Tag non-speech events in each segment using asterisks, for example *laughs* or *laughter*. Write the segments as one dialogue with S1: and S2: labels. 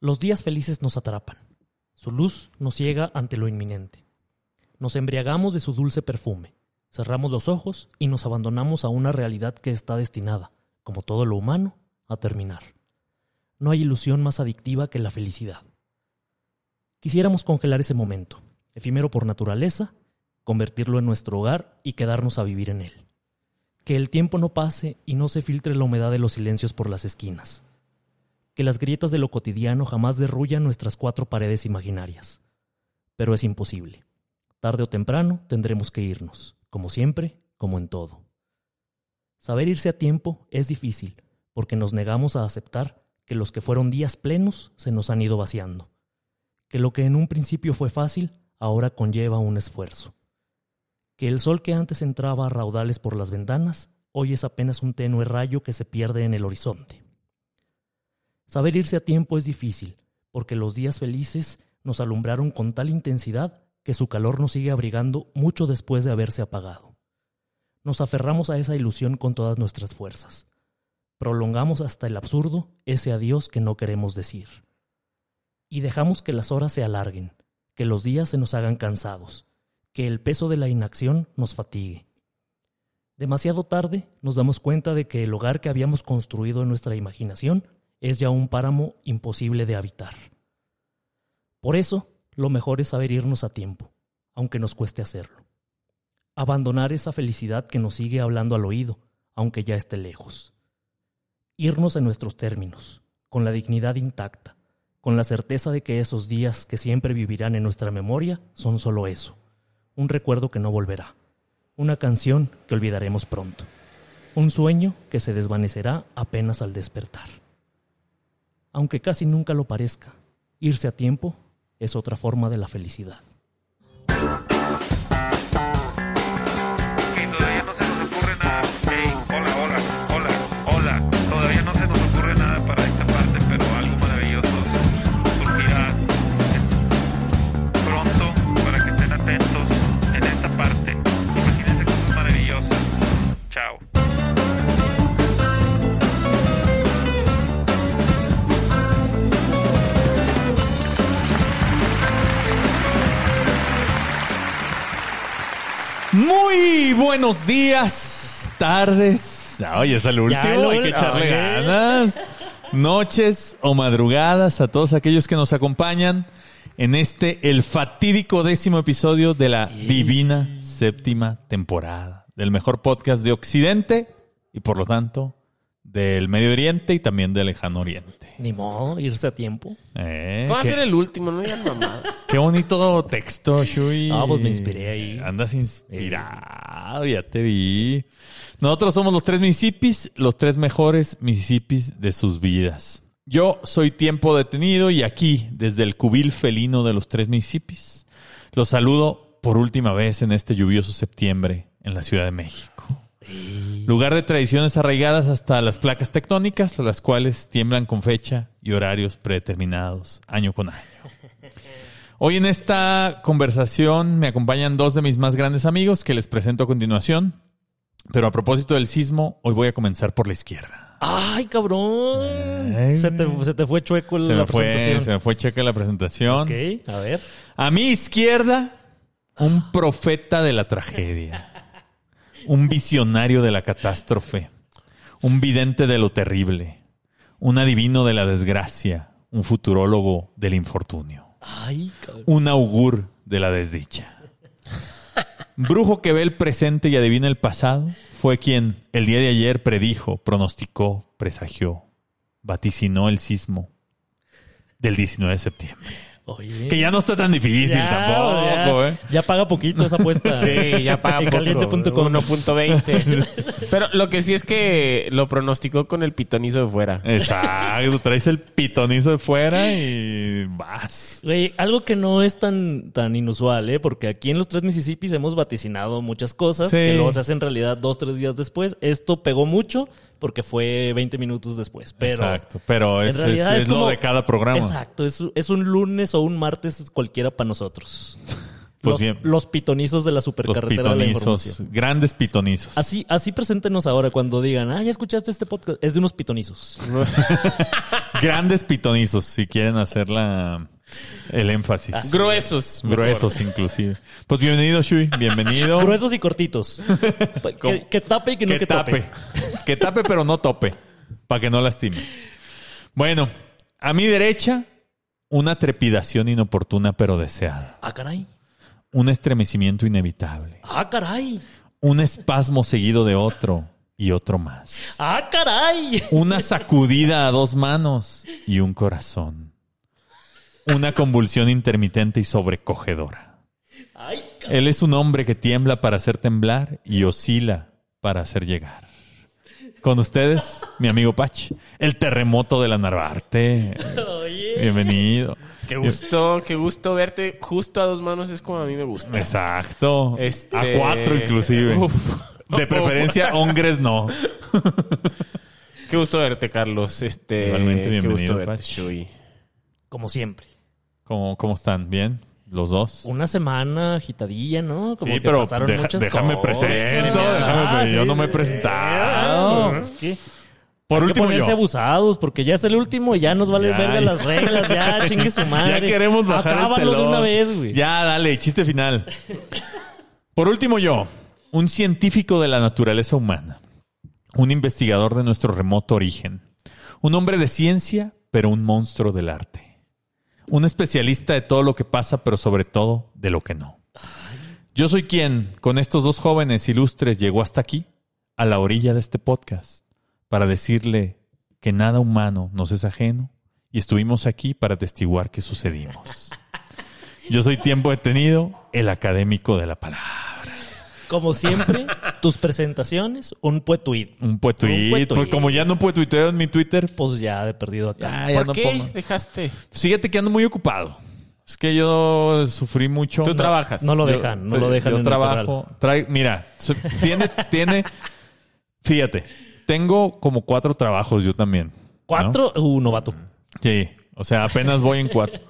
S1: Los días felices nos atrapan. Su luz nos ciega ante lo inminente. Nos embriagamos de su dulce perfume. Cerramos los ojos y nos abandonamos a una realidad que está destinada, como todo lo humano, a terminar. No hay ilusión más adictiva que la felicidad. Quisiéramos congelar ese momento, efímero por naturaleza, convertirlo en nuestro hogar y quedarnos a vivir en él. Que el tiempo no pase y no se filtre la humedad de los silencios por las esquinas. Que las grietas de lo cotidiano jamás derrullan nuestras cuatro paredes imaginarias. Pero es imposible. Tarde o temprano tendremos que irnos, como siempre, como en todo. Saber irse a tiempo es difícil, porque nos negamos a aceptar que los que fueron días plenos se nos han ido vaciando. Que lo que en un principio fue fácil ahora conlleva un esfuerzo. Que el sol que antes entraba a raudales por las ventanas hoy es apenas un tenue rayo que se pierde en el horizonte. Saber irse a tiempo es difícil, porque los días felices nos alumbraron con tal intensidad que su calor nos sigue abrigando mucho después de haberse apagado. Nos aferramos a esa ilusión con todas nuestras fuerzas. Prolongamos hasta el absurdo ese adiós que no queremos decir. Y dejamos que las horas se alarguen, que los días se nos hagan cansados, que el peso de la inacción nos fatigue. Demasiado tarde nos damos cuenta de que el hogar que habíamos construido en nuestra imaginación es ya un páramo imposible de habitar. Por eso, lo mejor es saber irnos a tiempo, aunque nos cueste hacerlo. Abandonar esa felicidad que nos sigue hablando al oído, aunque ya esté lejos. Irnos en nuestros términos, con la dignidad intacta, con la certeza de que esos días que siempre vivirán en nuestra memoria son solo eso, un recuerdo que no volverá, una canción que olvidaremos pronto, un sueño que se desvanecerá apenas al despertar. Aunque casi nunca lo parezca, irse a tiempo es otra forma de la felicidad.
S2: Que todavía no se nos ocurre nada. Ey, hola, hola, hola, hola. Todavía no se nos ocurre nada para esta parte, pero algo maravilloso surgirá en- pronto para que estén atentos en esta parte. Imagínense cosas maravillosas. Chao.
S3: Muy buenos días, tardes. Oye, es el último,
S4: lo-
S3: hay que echarle
S4: oye.
S3: ganas. Noches o madrugadas a todos aquellos que nos acompañan en este, el fatídico décimo episodio de la divina séptima temporada del mejor podcast de Occidente y por lo tanto del Medio Oriente y también del Lejano Oriente.
S1: Ni modo, irse a tiempo.
S3: Eh,
S4: Va a
S3: qué-
S4: ser el último, no digan mamá.
S3: Qué bonito texto, Shui. Eh,
S1: Ah, pues me inspiré ahí.
S3: Andas inspirado, ya te vi. Nosotros somos los tres Mississippis, los tres mejores Mississippis de sus vidas. Yo soy Tiempo Detenido y aquí, desde el cubil felino de los tres Mississippis, los saludo por última vez en este lluvioso septiembre en la Ciudad de México. Lugar de tradiciones arraigadas hasta las placas tectónicas, las cuales tiemblan con fecha y horarios predeterminados, año con año. Hoy en esta conversación me acompañan dos de mis más grandes amigos que les presento a continuación. Pero a propósito del sismo, hoy voy a comenzar por la izquierda.
S1: ¡Ay, cabrón!
S3: Ay,
S1: se, te, se te fue chueco
S3: Se
S1: la
S3: me fue,
S1: presentación.
S3: se me fue checa la presentación.
S1: Ok, a ver.
S3: A mi izquierda, un profeta de la tragedia, un visionario de la catástrofe, un vidente de lo terrible, un adivino de la desgracia, un futurólogo del infortunio.
S1: Ay, cabrón.
S3: un augur de la desdicha. Brujo que ve el presente y adivina el pasado fue quien el día de ayer predijo, pronosticó, presagió, vaticinó el sismo del 19 de septiembre.
S1: Oye.
S3: Que ya no está tan difícil
S1: Ya,
S3: tampoco,
S1: ya.
S3: ¿eh?
S1: Ya paga poquito esa
S3: *laughs*
S1: apuesta.
S4: *laughs* Sí, ya paga
S1: En
S4: poco,
S1: caliente.com.
S4: 1.20. Pero lo que sí es que lo pronosticó con el pitonizo de fuera.
S3: Exacto, traes el pitonizo de fuera y vas.
S1: Güey, algo que no es tan, tan inusual, ¿eh? Porque aquí en los tres Mississippis hemos vaticinado muchas cosas
S3: Sí.
S1: que luego se hacen realidad dos, tres días después. Esto pegó mucho porque fue 20 minutos después. Pero
S3: Exacto, pero
S1: en
S3: es, es-
S1: realidad
S3: es
S1: como-
S3: lo de cada programa.
S1: Exacto, es, es un lunes o un martes cualquiera para nosotros.
S3: *laughs* Pues
S1: los,
S3: bien.
S1: los pitonizos de la
S3: Los
S1: supercarretera de la
S3: pitonizos,
S1: información.
S3: grandes pitonizos.
S1: Así, así preséntenos ahora cuando digan, ah, ya escuchaste este podcast. Es de unos pitonizos.
S3: Grandes pitonizos, si quieren hacer la, el énfasis.
S4: Gruesos.
S3: Gruesos, inclusive. Pues bienvenido, Shui. Bienvenido.
S1: Gruesos y
S3: *laughs*
S1: cortitos. Pa- que,
S3: ¿Cómo?
S1: que tape y que no que,
S3: tape.
S1: tope.
S3: Que tape, pero no tope. Para que no lastime. Bueno, a mi derecha, una trepidación inoportuna pero deseada.
S1: Ah, caray.
S3: Un estremecimiento inevitable.
S1: Ah, caray.
S3: Un espasmo seguido de otro y otro más.
S1: Ah, caray.
S3: Una sacudida a dos manos y un corazón. Una convulsión intermitente y sobrecogedora.
S1: Ay, ca-
S3: Él es un hombre que tiembla para hacer temblar y oscila para hacer llegar. Con ustedes, mi amigo Pach, el terremoto de la Narvarte.
S1: oye.
S3: Bienvenido.
S4: Qué gusto, qué gusto verte justo a dos manos. Es como a mí me gusta.
S3: Exacto.
S4: Este-
S3: A cuatro inclusive. De preferencia, hombres no.
S4: Qué gusto verte, Carlos. Este,
S3: Igualmente,
S4: Qué
S3: bienvenido,
S4: gusto verte,
S3: Pach.
S4: Shui.
S1: Como siempre.
S3: ¿Cómo, cómo están? ¿Bien? ¿Los dos?
S1: Una semana agitadilla, ¿no? Como
S3: Sí,
S1: que
S3: pero
S1: pasaron
S3: deja-
S1: muchas
S3: déjame
S1: cosas.
S3: presento,
S1: Ah,
S3: déjame- yo no me he
S1: sí.
S3: presentado.
S1: Pues, ¿qué?
S3: Por
S1: Hay que
S3: último,
S1: ponerse
S3: yo.
S1: abusados, porque ya es el último y ya nos vale
S3: Ya,
S1: verga
S3: ya.
S1: las reglas, ya,
S3: *laughs*
S1: chingue su madre.
S3: Ya queremos bajar
S1: Acábalo
S3: el telón.
S1: de una vez, güey.
S3: Ya, dale, chiste final. Por último, yo, un científico de la naturaleza humana, un investigador de nuestro remoto origen, un hombre de ciencia, pero un monstruo del arte, un especialista de todo lo que pasa, pero sobre todo de lo que no. Yo soy quien, con estos dos jóvenes ilustres, llegó hasta aquí, a la orilla de este podcast, para decirle que nada humano nos es ajeno y estuvimos aquí para testiguar que sucedimos. Yo soy tiempo detenido, el académico de la palabra.
S1: Como siempre, tus presentaciones, un pues puetuit.
S3: Un puetuit.
S1: Un puetuit.
S3: Pues como ya no puedo tuitear en mi Twitter,
S1: Pues ya de perdido acá.
S3: ah, ya
S4: ¿Por
S3: no
S4: qué
S3: pongo.
S4: dejaste?
S3: Fíjate que ando muy ocupado. Es que yo sufrí mucho.
S4: Tú
S3: No-
S4: trabajas.
S1: No lo
S3: Yo-
S1: dejan, no lo dejan
S3: Yo
S1: en el
S3: trabajo. trae- mira, so- tiene, tiene. Fíjate, tengo como cuatro trabajos yo también. ¿no?
S1: Cuatro, uh, novato.
S3: Sí, o sea, apenas voy en cuatro.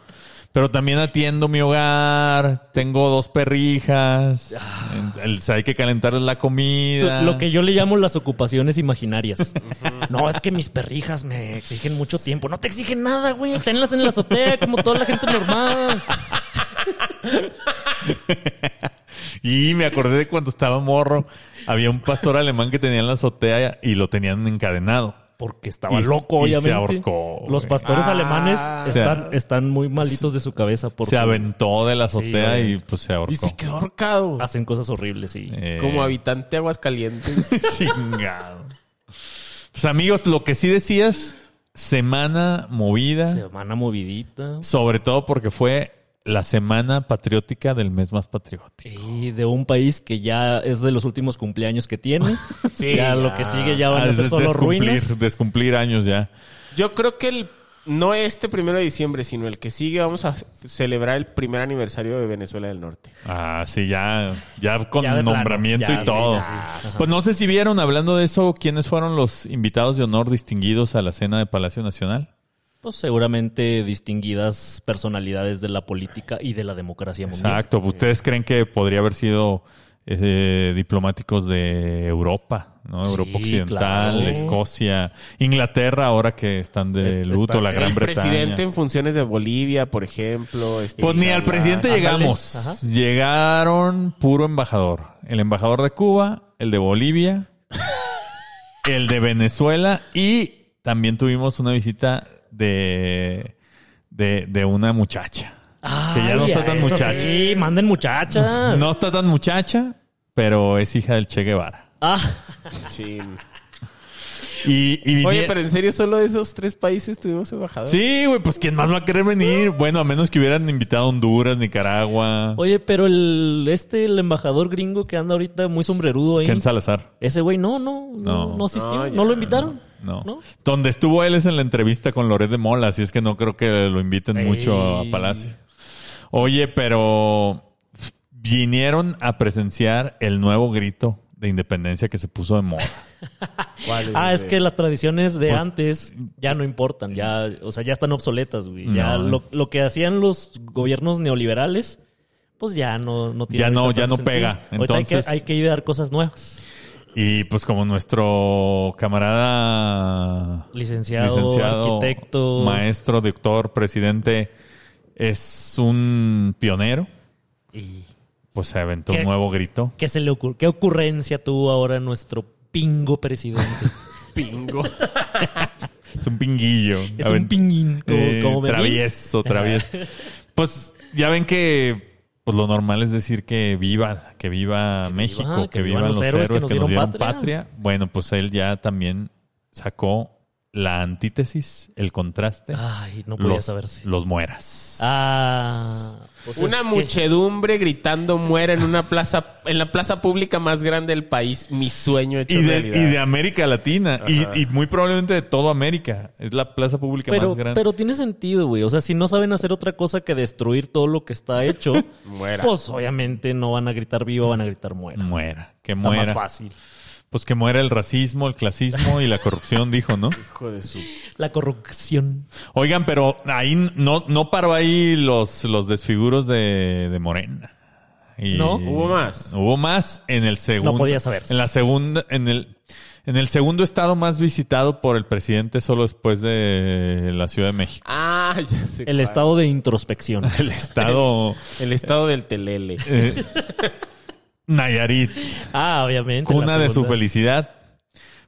S3: Pero también atiendo mi hogar, tengo dos perrijas, en- el- hay que calentarles la
S1: Tú-
S3: comida.
S1: Lo que yo le llamo las ocupaciones
S3: *laughs*
S1: imaginarias. No, es que mis perrijas me exigen mucho tiempo. No te exigen nada, güey. Tenlas en la azotea como toda la gente normal.
S3: Y me acordé de cuando estaba morro, había un pastor alemán que tenía en la azotea y lo tenían encadenado.
S1: Porque estaba
S3: Y-
S1: loco,
S3: y se
S1: obviamente.
S3: ahorcó, güey.
S1: Los pastores
S4: Ah,
S1: alemanes
S3: sea,
S4: o
S1: están, están muy malitos de su cabeza por
S3: se
S1: su-
S3: aventó de la azotea y
S1: obviamente.
S3: pues se ahorcó.
S4: Y se quedó ahorcado.
S3: Ah,
S1: hacen cosas horribles, sí.
S3: Eh,
S4: Como habitante de Aguascalientes.
S3: *laughs* Chingado. Pues amigos, lo que sí decías, semana movida,
S1: Semana movidita.
S3: sobre todo porque fue la semana patriótica del mes más patriótico.
S1: Y de un país que ya es de los últimos cumpleaños que
S3: *laughs*
S1: tiene. ya, lo que sigue ya van
S3: Ah,
S1: a ser
S3: es
S1: solo ruinas.
S3: descumplir años ya.
S4: Yo creo que el, no este primero de diciembre, sino el que sigue, vamos a celebrar el primer aniversario de Venezuela del Norte.
S3: Ah, sí, ya, ya con
S1: Ya de plano,
S3: nombramiento
S1: ya,
S3: y
S1: sí,
S3: todo.
S1: ya, sí. Ajá.
S3: Pues no sé si vieron, hablando de eso, quiénes fueron los invitados de honor distinguidos a la cena de Palacio Nacional.
S1: Pues seguramente distinguidas personalidades de la política y de la democracia mundial.
S3: Exacto. ¿Ustedes creen que podría haber sido eh, diplomáticos de Europa, ¿no?
S1: Sí,
S3: Europa Occidental,
S1: claro.
S3: Escocia, Inglaterra, ahora que están de
S1: Está-
S3: luto, la
S1: está-
S3: Gran
S4: el
S3: Bretaña.
S4: presidente en funciones de Bolivia, por ejemplo. este,
S3: Pues ni al
S4: Nicaragua.
S3: presidente
S1: Ándale.
S3: llegamos.
S1: Ajá.
S3: Llegaron puro embajador. El embajador de Cuba, el de Bolivia, el de Venezuela y también tuvimos una visita de, de, de una muchacha. que ya no
S1: Ay,
S3: está
S1: a
S3: tan
S1: eso
S3: muchacha.
S1: Sí, manden muchachas.
S3: No está tan muchacha, pero es hija del Che Guevara.
S1: Ah,
S4: Chin.
S3: Y, y
S4: Oye,
S3: vinie-
S4: pero en serio, solo de esos tres países tuvimos embajador.
S3: Sí, güey, pues ¿quién más va a querer venir? Bueno, a menos que hubieran invitado a Honduras, Nicaragua,
S1: oye, pero el este el embajador gringo que anda ahorita muy sombrerudo ahí.
S3: Ken Salazar.
S1: Ese güey no, no, no,
S3: No.
S1: no asistió,
S4: No,
S1: no,
S4: ya,
S1: lo invitaron.
S3: No.
S1: ¿No?
S3: Donde estuvo él es en la entrevista con Loret de Mola, así es que no creo que lo inviten
S1: Ey.
S3: mucho a Palacio. Oye, pero vinieron a presenciar el nuevo grito de independencia que se puso de moda.
S4: ¿Cuál
S3: este,
S1: Ah, es
S4: ese?
S1: que las tradiciones de
S3: pues,
S1: antes ya no importan, ya, o sea, ya están obsoletas, güey. Ya
S3: No. eh.
S1: lo, lo que hacían los gobiernos neoliberales, pues ya no, no tiene
S3: Ya no-
S1: ahorita
S3: ya
S1: tanto
S3: no pega.
S1: Ahorita hay que-
S3: Entonces-
S1: hay que idear cosas nuevas.
S3: Y pues como nuestro camarada
S1: Licenciado, arquitecto.
S3: maestro, doctor, presidente, es un pionero,
S1: Y
S3: pues se aventó
S1: ¿Qué?
S3: un nuevo grito.
S1: ¿Qué se le ocur- ¿Qué ocurrencia tuvo ahora nuestro pingo
S3: *laughs*
S1: presidente?
S4: Pingo.
S3: Es un pinguillo.
S1: es
S3: Aven-
S1: un pinguín, como,
S3: eh,
S1: como me vi.
S3: travieso, travieso. pues ya ven que pues lo normal es decir que viva, que viva México,
S1: viva,
S3: que, vivan los héroes, que nos dieron,
S1: patria.
S3: patria. Bueno, pues él ya también sacó la antítesis, el contraste.
S1: Ay, Ah, no podía
S3: los,
S1: saberse.
S3: los mueras.
S1: Ah, pues
S4: Una
S1: es que-
S4: muchedumbre gritando muera en una plaza, en la plaza pública más grande del país. Mi sueño hecho
S3: Y de,
S4: realidad.
S3: y de América Latina. Y, y muy probablemente de toda América. Es la plaza pública
S1: Pero,
S3: más grande.
S1: pero tiene sentido, güey. O sea, si no saben hacer otra cosa que destruir todo lo que está
S3: *laughs*
S1: hecho,
S4: Muera.
S1: pues obviamente no van a gritar viva, van a gritar muera.
S3: muera. Que
S1: Está más
S3: muera.
S1: fácil.
S3: Pues que muera el racismo, el clasismo y la corrupción, *laughs* dijo, ¿no?
S4: Hijo de su...
S1: La corrupción.
S3: Oigan, pero ahí no, no paró ahí los, los desfiguros de, de Morena. Y-
S1: No.
S4: Hubo más.
S3: Hubo más en el segundo.
S1: No podía saberse.
S3: En la segunda, en el, en el segundo estado más visitado por el presidente solo después de la Ciudad de México. *laughs*
S4: Ah, ya sé.
S1: El
S4: cuál.
S1: estado de introspección.
S3: El estado
S4: El estado del telele.
S1: *laughs*
S3: eh, Nayarit,
S1: Ah, obviamente. la
S3: cuna de su
S1: segunda.
S3: felicidad.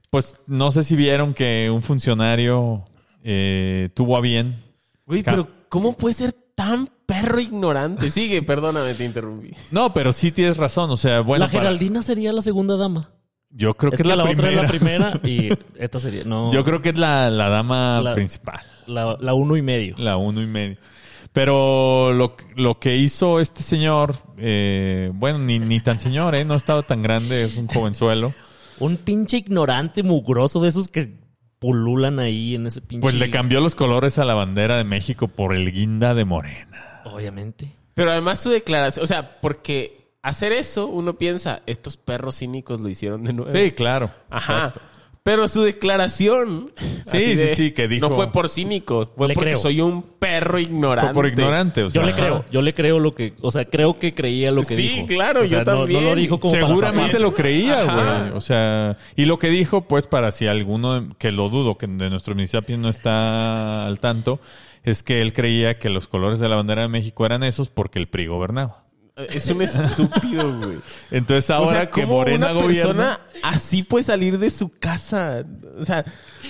S3: Pues no sé si vieron que un funcionario eh, tuvo a bien
S4: Güey,
S3: Ca-
S4: pero ¿cómo puede ser tan perro ignorante? Sigue, perdóname, te interrumpí.
S3: No, pero sí tienes razón. O sea, bueno,
S1: la
S3: para-
S1: Geraldina sería la segunda dama.
S3: yo creo que
S1: Es
S3: es,
S1: que la,
S3: la,
S1: otra
S3: primera.
S1: es la primera y esta sería. No,
S3: *laughs* Yo creo que es la, la dama
S1: La-
S3: principal,
S1: la, la uno y medio.
S3: la uno y medio. Pero lo, lo que hizo este señor, eh, bueno, ni, ni tan señor, ¿eh? No estaba tan grande, es un jovenzuelo.
S1: Un pinche ignorante mugroso de esos que pululan ahí en ese pinche.
S3: Pues le cambió los colores a la bandera de México por el guinda de morena.
S1: Obviamente.
S4: Pero además su declaración, o sea, porque hacer eso, uno piensa, estos perros cínicos lo hicieron de nuevo.
S3: Sí, claro.
S4: Ajá. Pero su declaración. así
S3: sí, sí, que dijo-
S4: No fue por cínico, fue
S1: Le
S4: porque
S1: creo.
S4: soy un perro
S3: Fue
S4: ignorante.
S3: por ignorante, o sea.
S1: Yo le creo, yo le creo lo que, o sea, creo que creía lo que
S4: Sí,
S1: dijo.
S4: claro,
S1: O sea,
S4: yo
S1: no-
S4: también.
S1: No lo dijo como para
S3: Seguramente
S1: zafarse.
S3: lo creía,
S4: Ajá.
S3: güey. O sea, y lo que dijo, pues, para si alguno de- que lo dudo, que de nuestro municipio no está al tanto, es que él creía que los colores de la bandera de México eran esos porque el PRI gobernaba.
S4: Es un estúpido, güey.
S3: Entonces *laughs* ahora
S4: o sea,
S3: que
S4: ¿cómo
S3: Morena
S4: una
S3: gobierna,
S4: persona así puede salir de su casa. O sea,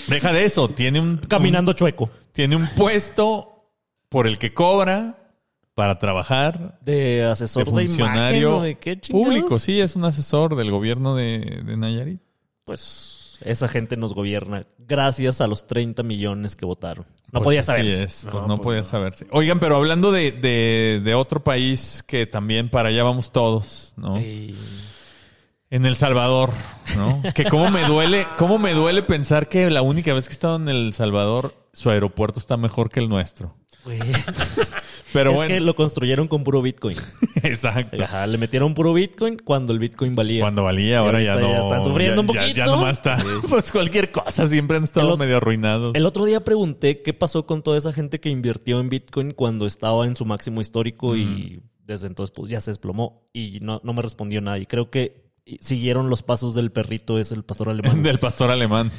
S3: deja de eso, tiene un
S1: Caminando chueco.
S3: un- tiene un puesto por el que cobra para trabajar
S1: De
S3: de
S1: asesor de,
S3: funcionario
S1: imagen, ¿o de qué chingados?
S3: público. Sí, es un asesor del gobierno de, de Nayarit.
S1: Pues esa gente nos gobierna gracias a los 30 millones que votaron. No
S3: Pues
S1: podía
S3: así
S1: saberse.
S3: es, pues no, podía saberse. Oigan, pero hablando de, de- de otro país que también para allá vamos todos, ¿no?
S1: Y-
S3: En El Salvador, ¿no? que cómo me duele, cómo me duele pensar que la única vez que he estado en El Salvador, su aeropuerto está mejor que el nuestro.
S1: güey,
S3: Pero
S1: es
S3: bueno,
S1: que lo construyeron con puro Bitcoin.
S3: *laughs* exacto.
S1: Ajá, le metieron puro Bitcoin cuando el Bitcoin valía.
S3: Cuando valía, ahora ya
S1: ahorita
S3: no.
S1: ya están sufriendo
S3: ya-
S1: un
S3: ya- Ya,
S1: poquito.
S3: nomás está. *laughs* Pues cualquier cosa, siempre han estado
S1: El ot-
S3: medio arruinados.
S1: El otro día pregunté qué pasó con toda esa gente que invirtió en Bitcoin cuando estaba en su máximo histórico y desde entonces pues, ya se desplomó y no, no me respondió nadie. Creo que siguieron los pasos del perrito, es el pastor alemán.
S3: *laughs* Del pastor alemán.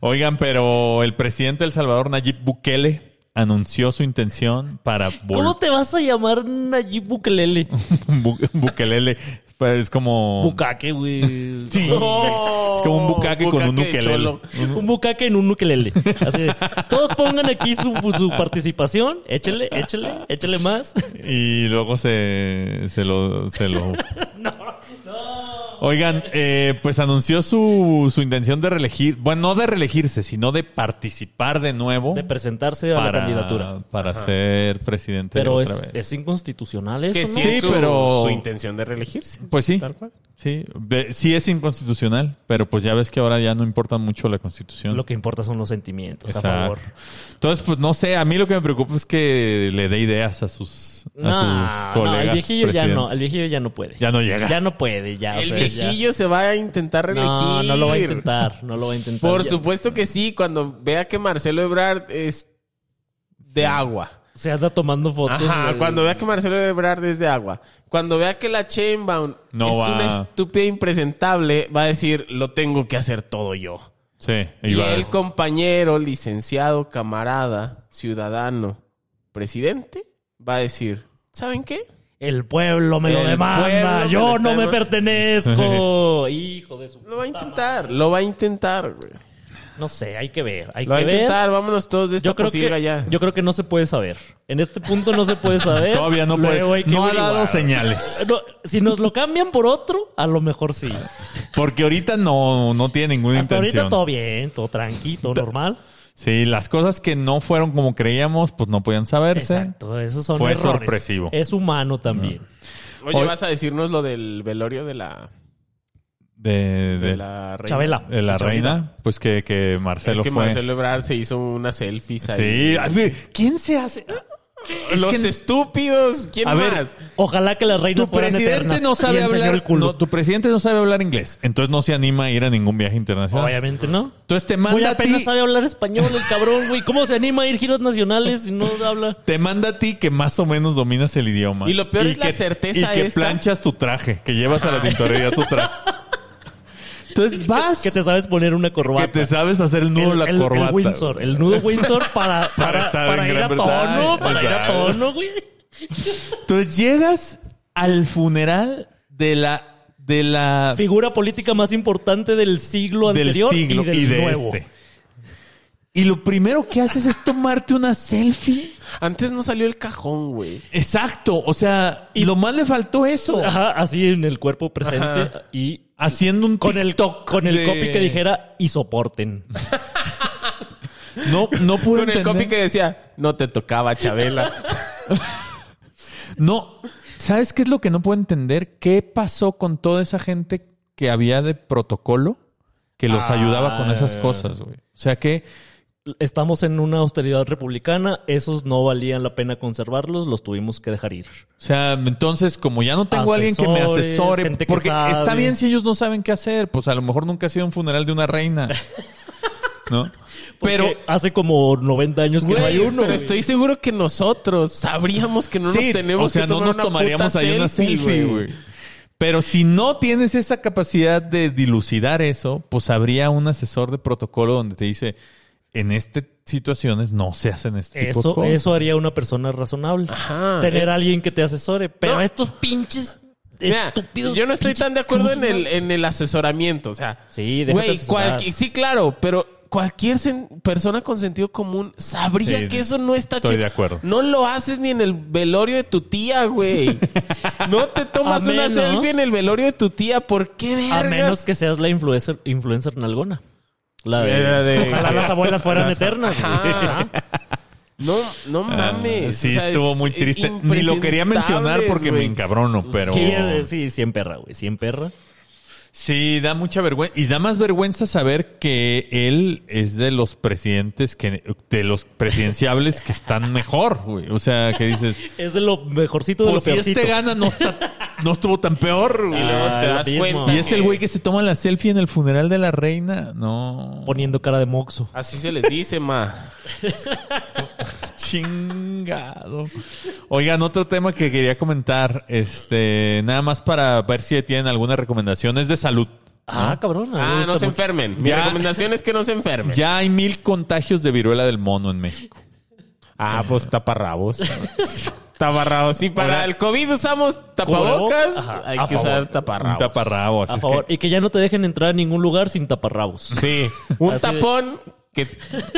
S3: Oigan, pero el presidente de El Salvador, Nayib Bukele, anunció su intención para
S1: ¿Cómo
S3: *laughs* volver.
S1: te vas a llamar Nayib Bukelele?
S3: Bukelele. Pues Es como.
S1: Bucaque, güey.
S3: *laughs* Sí.
S1: No.
S3: Es como un bucaque con un
S4: Bucaque de
S3: ukelele.
S4: cholo.
S1: Un bucaque en un ukelele. Así de, todos pongan aquí su, su participación. Échele, échele, échele más.
S3: Y luego se, se lo.
S1: *laughs*
S3: Se lo... Oigan, eh, pues anunció su, su intención de reelegir. Bueno, no de reelegirse, sino de participar de nuevo.
S1: De presentarse a la candidatura.
S3: Para ser presidente
S1: Pero
S3: otra
S1: es, eh,
S3: vez.
S1: es inconstitucional eso,
S4: que
S1: ¿no?
S4: sí,
S3: Sí,
S4: es su,
S3: pero-
S4: su intención de reelegirse.
S3: Pues sí.
S1: Tal cual.
S3: Sí, ve- sí es inconstitucional, pero pues ya ves que ahora ya no importa mucho la constitución.
S1: Lo que importa son los sentimientos
S3: Exacto.
S1: a favor.
S3: Entonces, pues no sé, a mí lo que me preocupa es que le dé ideas a sus, a
S1: No,
S3: sus
S1: no,
S3: colegas.
S1: el viejillo ya
S3: presidentes.
S1: no, el viejillo ya no puede.
S3: Ya no llega.
S1: Ya no puede, ya. o
S4: El
S1: sea, ya.
S4: viejillo se va a intentar reelegir.
S1: No, no lo va a intentar, no lo va a intentar.
S4: Por
S1: Ya.
S4: supuesto que sí, cuando vea que Marcelo Ebrard es de agua.
S1: se anda tomando fotos.
S4: Ajá,
S1: de-
S4: cuando vea que Marcelo Ebrard es de agua. Cuando vea que la Chainbound
S3: No
S4: es
S3: va.
S4: una estúpida impresentable, va a decir, lo tengo que hacer todo yo.
S3: Sí,
S4: Y,
S3: igual.
S4: el compañero, licenciado, camarada, ciudadano, presidente, va a decir, ¿saben qué?
S1: El pueblo me lo
S4: El
S1: demanda,
S4: pueblo me
S1: yo
S4: lo
S1: no
S4: está
S1: me
S3: *laughs*
S4: dema-
S1: pertenezco. Hijo de su.
S4: Lo va a
S1: puta
S4: intentar, lo va a intentar, güey.
S1: madre. No sé, hay que ver, hay
S4: Lo va a
S1: que ver.
S4: intentar, vámonos todos de esta
S1: Yo creo,
S4: posilga
S1: que,
S4: ya.
S1: yo creo que no se puede saber. En este punto no se puede saber.
S3: *laughs* Todavía no puede.
S1: Luego hay que
S3: No ha
S1: averiguar.
S3: dado señales.
S1: *laughs* No, si nos lo cambian por otro, a lo mejor sí.
S3: Porque ahorita no, no tiene ninguna
S1: Hasta
S3: intención.
S1: ahorita todo bien, todo tranqui, todo normal.
S3: Sí, las cosas que no fueron como creíamos, pues no podían saberse.
S1: Exacto, esos son
S3: Fue
S1: errores.
S3: sorpresivo. Ah.
S1: Es humano también.
S4: Oye,
S3: Hoy-
S4: vas a decirnos lo del velorio de la,
S3: De, de-
S4: de la reina.
S1: Chabela.
S3: de la reina, pues que, que Marcelo
S4: es que
S3: fue.
S4: Marcelo Ebrard se hizo unas selfies ahí.
S3: Sí, a ver, ¿quién se hace? Es
S4: Los
S3: que-
S4: estúpidos, ¿quién
S3: A ver,
S4: más?
S1: Ojalá que las reinas
S3: tu
S1: fueran
S3: presidente
S1: eternas.
S3: no
S1: Y
S3: sabe
S1: enseñó
S3: hablar.
S1: el culo.
S3: no, tu presidente no sabe hablar inglés, entonces no se anima a ir a ningún viaje internacional.
S1: Obviamente no.
S3: Entonces te
S1: Muy
S3: manda a
S1: apenas
S3: ti,
S1: sabe hablar español el cabrón, güey. ¿Cómo se anima a ir giras nacionales si no habla?
S3: te manda a ti que más o menos dominas el idioma.
S4: Y lo peor es la
S3: que-
S4: certeza
S3: y que
S4: esta.
S3: planchas tu traje, que llevas a la tintorería tu
S1: *laughs*
S3: traje. Entonces vas
S1: Que te sabes poner una
S3: que
S1: corbata.
S3: te sabes hacer el nudo
S1: el,
S3: la
S1: el- el
S3: corbata.
S1: Windsor. El nudo Windsor para,
S3: *laughs* Para
S1: para,
S3: estar
S1: para
S3: en
S1: ir
S3: Gran
S1: a
S3: Bretaña,
S1: tono. Para ir a
S3: exacto.
S1: tono, güey.
S3: Entonces llegas al funeral de la de la
S1: Figura política más importante del siglo
S3: del
S1: anterior
S3: siglo
S1: y del
S3: de
S1: nuevo.
S3: este. Y lo primero que haces es tomarte una selfie.
S4: Antes no salió el cajón, güey.
S3: Exacto, o sea, y lo más le faltó eso,
S1: Ajá, así en el cuerpo presente
S4: Ajá.
S1: y
S3: haciendo un
S1: con el,
S3: TikTok
S1: con el
S3: de-
S1: copy que dijera y soporten.
S3: No no pude
S4: Con el
S3: entender.
S4: copy que decía, no te tocaba,
S3: *laughs*
S4: Chabela.
S3: No, ¿sabes qué es lo que no puedo entender? ¿Qué pasó con toda esa gente que había de protocolo que los
S1: Ah.
S3: ayudaba con esas cosas, güey? O sea, que
S1: Estamos en una austeridad republicana, esos no valían la pena conservarlos, los tuvimos que dejar ir.
S3: O sea, entonces, como ya no tengo a alguien que me
S1: Asesores,
S3: asesore,
S1: gente que
S3: porque
S1: sabe.
S3: está bien si ellos no saben qué hacer, pues a lo mejor nunca ha sido un funeral de
S1: *laughs*
S3: una reina. ¿No?
S1: Porque
S3: Pero
S1: hace como 90 años que no hay
S4: Güey,
S1: uno.
S4: pero
S1: güey.
S4: estoy seguro que nosotros sabríamos que no
S3: sí,
S4: nos tenemos
S3: o sea,
S4: que
S3: no
S4: tomar
S3: nos
S4: una
S3: tomaríamos
S4: puta
S3: ahí una selfie, güey. Pero si no tienes esa capacidad de dilucidar eso, pues habría un asesor de protocolo donde te dice, en estas situaciones no se hacen este tipo de
S1: Eso,
S3: cosas.
S1: eso haría una persona razonable.
S4: Ajá.
S1: Tener a alguien que te asesore. Pero
S4: No.
S1: estos pinches
S4: Mira,
S1: estúpidos.
S4: yo no estoy
S1: pinches
S4: tan de acuerdo en
S1: chusmas.
S4: el, en el asesoramiento, o sea.
S1: Sí, déjate
S4: güey,
S1: asesorar.
S4: cualqui- sí, claro, pero cualquier sen- persona con sentido común sabría
S3: Sí,
S4: que eso no está
S3: estoy
S4: chido.
S3: de acuerdo.
S4: No lo haces ni en el velorio de tu tía, güey. no
S1: *laughs*
S4: te tomas
S1: A
S4: una
S1: menos-
S4: selfie en el velorio de tu tía, ¿por qué
S1: A
S4: vergas?
S1: menos que seas la influencer, influencer nalgona. La de,
S4: Eh, La de-
S1: Ojalá las abuelas fueran eternas. güey.
S4: Ajá.
S1: Ajá.
S4: Ah. No, no
S3: Ah,
S4: mames.
S3: sí,
S4: o sea,
S3: estuvo
S4: es
S3: muy triste. Ni lo quería mencionar porque me
S4: güey.
S3: encabrono, pero...
S1: Sí, eh, sí, sí, en perra, güey. Sí, en perra.
S3: Sí, da mucha vergüenza. Y da más vergüenza saber que él es de los presidentes que, de los presidenciables que están mejor, güey. O sea, que dices,
S1: Es de lo mejorcito de
S3: pues si
S1: lo peorcito.
S3: este gana
S1: *laughs*
S3: no, está- no estuvo tan peor,
S4: Y
S3: güey.
S4: luego
S1: Ah,
S4: te
S1: lo
S4: das
S1: mismo.
S4: cuenta.
S3: Y es el güey que se toma la selfie en el funeral de la reina. No.
S1: Poniendo cara de moxo.
S4: Así se les dice, ma.
S3: Chingado. Oigan, otro tema que quería comentar, este, nada más para ver si tienen alguna recomendación, es de salud.
S1: Ah, cabrón. a mí me
S4: Ah,
S1: gusta
S4: no se
S1: mucho.
S4: enfermen. Mi
S3: Ya.
S4: recomendación es que no se enfermen.
S3: Ya hay mil contagios de viruela del mono en México.
S4: Ah, pues taparrabos. *laughs* taparrabos. Sí, para
S3: Ahora-
S4: el COVID usamos tapabocas.
S1: Ajá,
S4: Hay
S1: a
S4: que
S1: favor.
S4: usar taparrabos.
S3: Un taparrabo. así
S1: Ah, A
S3: Pues es
S1: favor.
S3: que-
S1: Y que ya no te dejen entrar a ningún lugar sin taparrabos.
S4: Sí, un
S1: Así-
S4: tapón que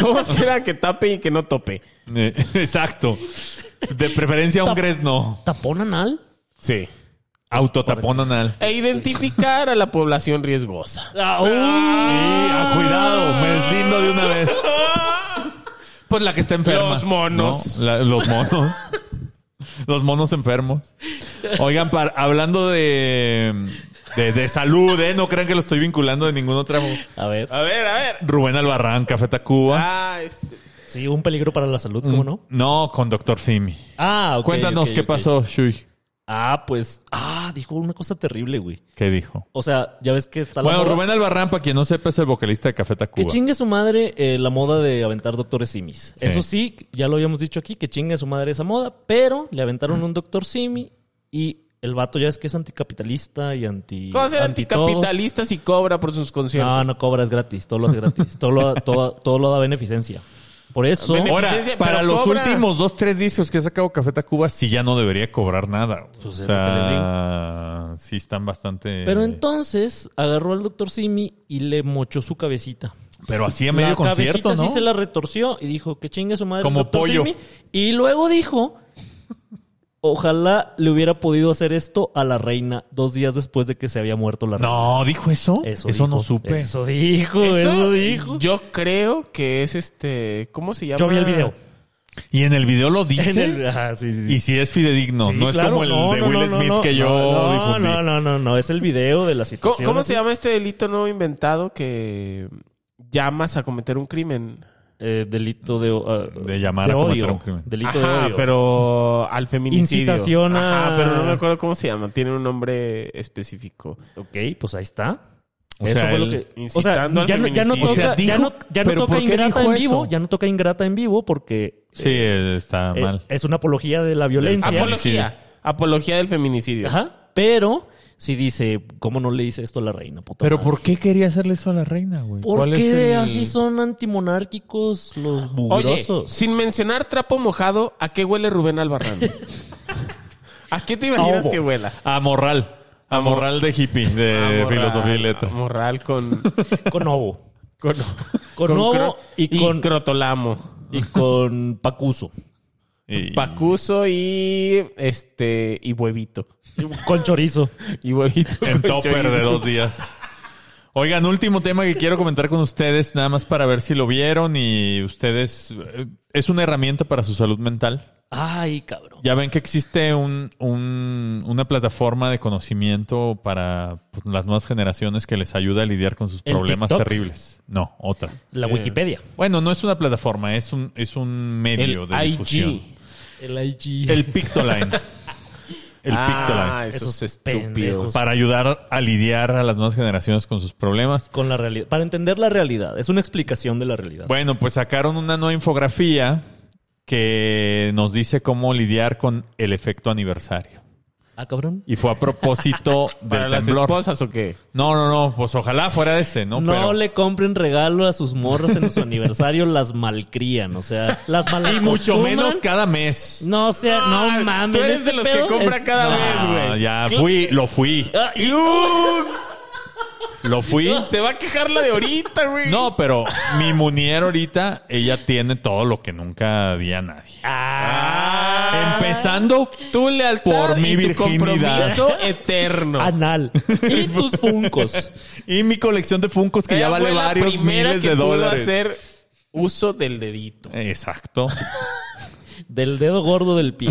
S4: como quiera que tape y que no tope.
S3: *laughs* Eh, Exacto. De preferencia un
S1: Tap-
S3: gresno.
S1: ¿Tapón anal?
S4: Sí.
S3: Autotapón anal.
S4: E identificar a la población riesgosa.
S1: Ah,
S3: Y
S1: uy.
S3: uh. ah, cuidado, me deslindo de una vez. *laughs* Pues la que está enferma.
S4: Los monos.
S3: ¿no? La- los monos. Los monos enfermos. Oigan, par- hablando de, de, de salud, ¿eh? No crean que lo estoy vinculando de ningún otro.
S1: A ver.
S4: A ver, a ver.
S3: Rubén Albarrán, Café Tacuba.
S4: Ah, es-
S1: Sí, un peligro para la salud, ¿cómo no?
S3: No, con Doctor Simi.
S1: Ah, ok.
S3: Mm. Cuéntanos
S1: ok,
S3: qué
S1: ok.
S3: pasó, Shui.
S1: Ah, pues. Ah, dijo una cosa terrible, güey.
S3: ¿Qué dijo?
S1: O sea, ya ves que está la.
S3: Bueno,
S1: moda-
S3: Rubén Albarrán, para quien no sepa, es el vocalista de Café
S1: Que
S3: Tacuba.
S1: chingue su madre eh, la moda de aventar doctores simis.
S3: Sí.
S1: Eso sí, ya lo habíamos dicho aquí, que chingue su madre esa moda, pero le aventaron un doctor simi y el vato ya es que es anticapitalista y anti.
S4: ¿Cómo ser
S1: anti todo.
S4: anticapitalista si cobra por sus conciertos?
S1: No, no cobra, es gratis, todo lo hace
S3: *laughs*
S1: gratis, todo lo, todo, todo lo da beneficencia. Por eso.
S4: Benefic-
S3: Ahora,
S4: Eficiencia,
S3: para
S4: pero
S3: los
S4: cobra.
S3: últimos dos, tres discos que ha sacado Café Tacuba, sí ya no debería cobrar nada. güey.
S1: Pues
S3: o
S1: es lo que les
S3: sea, sí están bastante...
S1: Pero entonces agarró al doctor simi y le mochó su cabecita.
S3: Pero así a medio
S1: la
S3: concierto,
S1: cabecita
S3: ¿no?
S1: sí se la retorció y dijo que chingue su madre.
S3: Como
S1: el Dr.
S3: pollo.
S1: Simi. Y luego dijo, ojalá le hubiera podido hacer esto a la reina dos días después de que se había muerto la reina.
S3: No, ¿dijo eso? Eso, no
S1: dijo,
S3: supe.
S1: Eso dijo, eso, dijo. Yo,
S4: Yo creo que es este. ¿Cómo se llama?
S1: vi el video.
S3: Y en el video
S1: *laughs*
S3: lo
S1: En
S3: dice.
S1: el- ajá, sí, sí, sí.
S3: Y si es fidedigno,
S1: Sí,
S3: no es
S1: claro.
S3: como el
S1: No,
S3: de
S1: no,
S3: Will
S1: no, no,
S3: Smith
S1: no.
S3: que yo
S1: no,
S3: difundí.
S1: No, no, no, no, es el video de la
S4: ¿Cómo,
S1: situación.
S4: cómo se
S1: así.
S4: llama este delito nuevo inventado que llamas a cometer un crimen?
S1: Eh, delito de, uh,
S3: De llamar
S1: de
S3: a cometer
S1: odio.
S3: un crimen.
S1: Delito de
S4: Ajá,
S1: odio.
S4: pero al feminicidio.
S1: Incitación a-
S4: Ajá, pero no me acuerdo cómo se llama. Tiene un nombre específico.
S1: Ok, pues ahí está.
S3: O
S1: Eso
S3: sea,
S1: fue
S3: él-
S1: lo que. O sea,
S4: incitando al
S1: ya no, ya no
S4: feminicidio.
S1: toca,
S3: O sea,
S1: ya
S3: dijo-
S1: no, ya no
S3: ¿pero
S1: toca
S3: por qué
S1: ingrata
S3: dijo
S1: en vivo.
S3: eso?
S1: Ya no toca ingrata en vivo porque
S3: Sí, eh, está
S1: eh,
S3: mal.
S1: es una apología de la
S3: Ah,
S1: violencia.
S3: Feminicidio.
S4: Apología. Apología del feminicidio.
S1: Ajá. Pero si dice, ¿cómo no le hice esto a la reina? Puta
S3: Pero
S1: madre?
S3: ¿por qué quería hacerle eso a la reina, güey?
S1: ¿Por
S3: ¿Cuál es
S1: qué
S3: el-
S1: así son antimonárquicos los
S4: Oye,
S1: bugrosos?
S4: sin mencionar trapo mojado, ¿a qué huele
S1: *laughs*
S4: Rubén Albarrán? ¿A qué te imaginas
S3: Obo.
S4: que huela?
S3: A morral. A morral de hippie, de
S4: A morral,
S3: Eh, filosofía y letras.
S4: a Morral con.
S1: *laughs* Con Ovo.
S4: Con,
S1: Con ovo y con-
S4: Crotolamo.
S1: Y con Pacuso.
S3: Y-
S4: Pacuso y. Este. Y huevito.
S1: Con chorizo.
S4: Y huevito.
S3: En
S4: con
S3: topper
S4: chorizo.
S3: de dos días. Oigan, último tema que quiero comentar con ustedes, nada más para ver si lo vieron y ustedes... eh, Es una herramienta para su salud mental.
S1: Ay, cabrón.
S3: Ya ven que existe un, un- una plataforma de conocimiento para pues, las nuevas generaciones que les ayuda a lidiar con sus
S1: ¿El
S3: problemas
S1: TikTok?
S3: terribles. No, otra.
S1: La Wikipedia.
S3: Bueno, no es una plataforma, es un, es un medio
S4: El
S3: de difusión.
S4: IG.
S1: El IG.
S3: El Pictoline. El
S4: Ah,
S3: Pictoline.
S4: esos,
S1: Esos pendejos.
S4: estúpidos.
S3: Para ayudar a lidiar a las nuevas generaciones con sus problemas.
S1: Con la realidad. Para entender la realidad. Es una explicación de la realidad.
S3: Bueno, pues sacaron una nueva infografía que nos dice cómo lidiar con el efecto aniversario.
S1: Ah, cabrón.
S3: Y fue a
S4: *laughs*
S3: propósito del
S4: ¿Para las
S3: temblor.
S4: esposas o qué?
S3: No, no, no, pues ojalá fuera ese, ¿no?
S1: No,
S3: Pero-
S1: le compren regalo a sus morras en su aniversario, *laughs* las malcrían, o sea, las
S3: Y
S1: malacostuman.
S3: mucho menos cada mes.
S1: No, o sea,
S4: Ah,
S1: no mames. este
S4: tú eres de los que
S1: pedo
S4: compra cada
S1: no.
S4: vez, güey.
S3: Ah, ya fui, lo fui,
S1: Ah, y-
S3: lo
S1: *laughs*
S3: fui.
S4: Se va a quejar la de ahorita, güey.
S3: No, pero mi munier ahorita, ella tiene todo lo que nunca di a nadie.
S1: Ah.
S3: Empezando
S4: Tu lealtad
S3: Por mi
S4: y tu
S3: virginidad.
S4: *laughs* compromiso eterno.
S1: Anal. Y tus funcos.
S3: y mi colección de Funcos que ya
S4: Ella
S3: vale
S4: fue la
S3: varios
S4: primera
S3: miles
S4: que
S3: de
S4: pudo
S3: dólares.
S4: hacer uso del dedito.
S3: Exacto.
S1: Del dedo gordo del pie.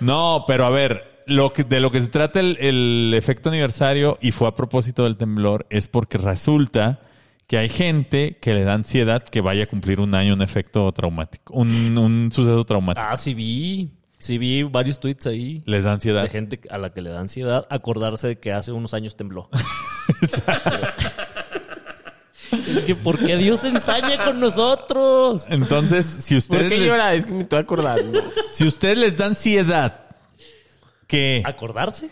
S3: No, pero a ver, lo que, de lo que se trata el, el efecto aniversario y fue a propósito del temblor es porque resulta que hay gente que le da ansiedad que vaya a cumplir un año un efecto traumático, un, un suceso traumático.
S1: Ah, sí vi. Sí vi varios tweets ahí.
S4: Ah.
S3: Les da
S1: De
S3: ansiedad.
S1: gente a la que le da ansiedad acordarse de que hace unos años
S4: *laughs*
S1: tembló. es que, ¿por qué Dios se ensaña con nosotros?
S3: Entonces, si
S4: ¿Por
S3: ustedes,
S4: qué
S3: les,
S4: llora? Es que me estoy acordando.
S3: si ustedes les da ansiedad que
S1: ¿Acordarse?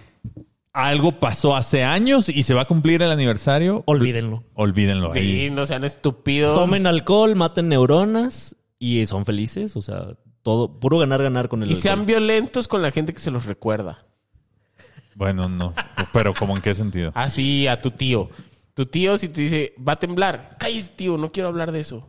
S3: algo pasó hace años y se va a cumplir el aniversario,
S1: Olvídenlo.
S3: olvídenlo ahí.
S4: Sí, no sean estúpidos.
S1: Tomen alcohol, maten neuronas y son felices. O sea, todo, puro ganar, ganar con el
S4: y sean
S1: alcohol.
S4: violentos con la gente que se los recuerda.
S3: Bueno, no. Pero ¿cómo en qué
S4: Ah,
S3: sentido?
S4: Así a tu tío. Tu tío si te dice, va a temblar. Cállese, tío, no quiero hablar de eso.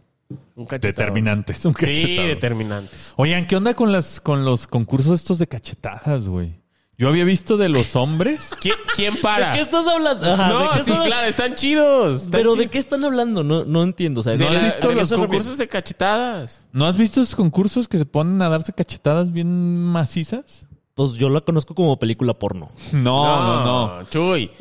S4: Un cachetadón.
S3: Determinantes. *laughs* Un
S4: Sí,
S3: cachetadón.
S4: determinantes.
S3: Oigan, ¿qué onda con las con los concursos estos de cachetadas, güey? Yo había visto de los hombres.
S4: ¿Quién, quién
S1: ¿De qué
S4: para?
S1: estás hablando? Ajá, ¿de
S4: No,
S1: qué
S4: sí,
S1: estás-
S4: claro, están chidos. están
S1: Pero ¿de
S4: chidos.
S1: qué están hablando? No, no entiendo. O sea, no-
S4: De
S3: la-
S4: la-
S3: has visto
S4: de
S3: los
S4: los
S3: hombres?
S4: concursos de cachetadas.
S3: ¿No has visto esos concursos que se ponen a darse cachetadas bien macizas?
S1: pues yo la conozco como película porno.
S3: No, no, no. *laughs*
S4: Chuy.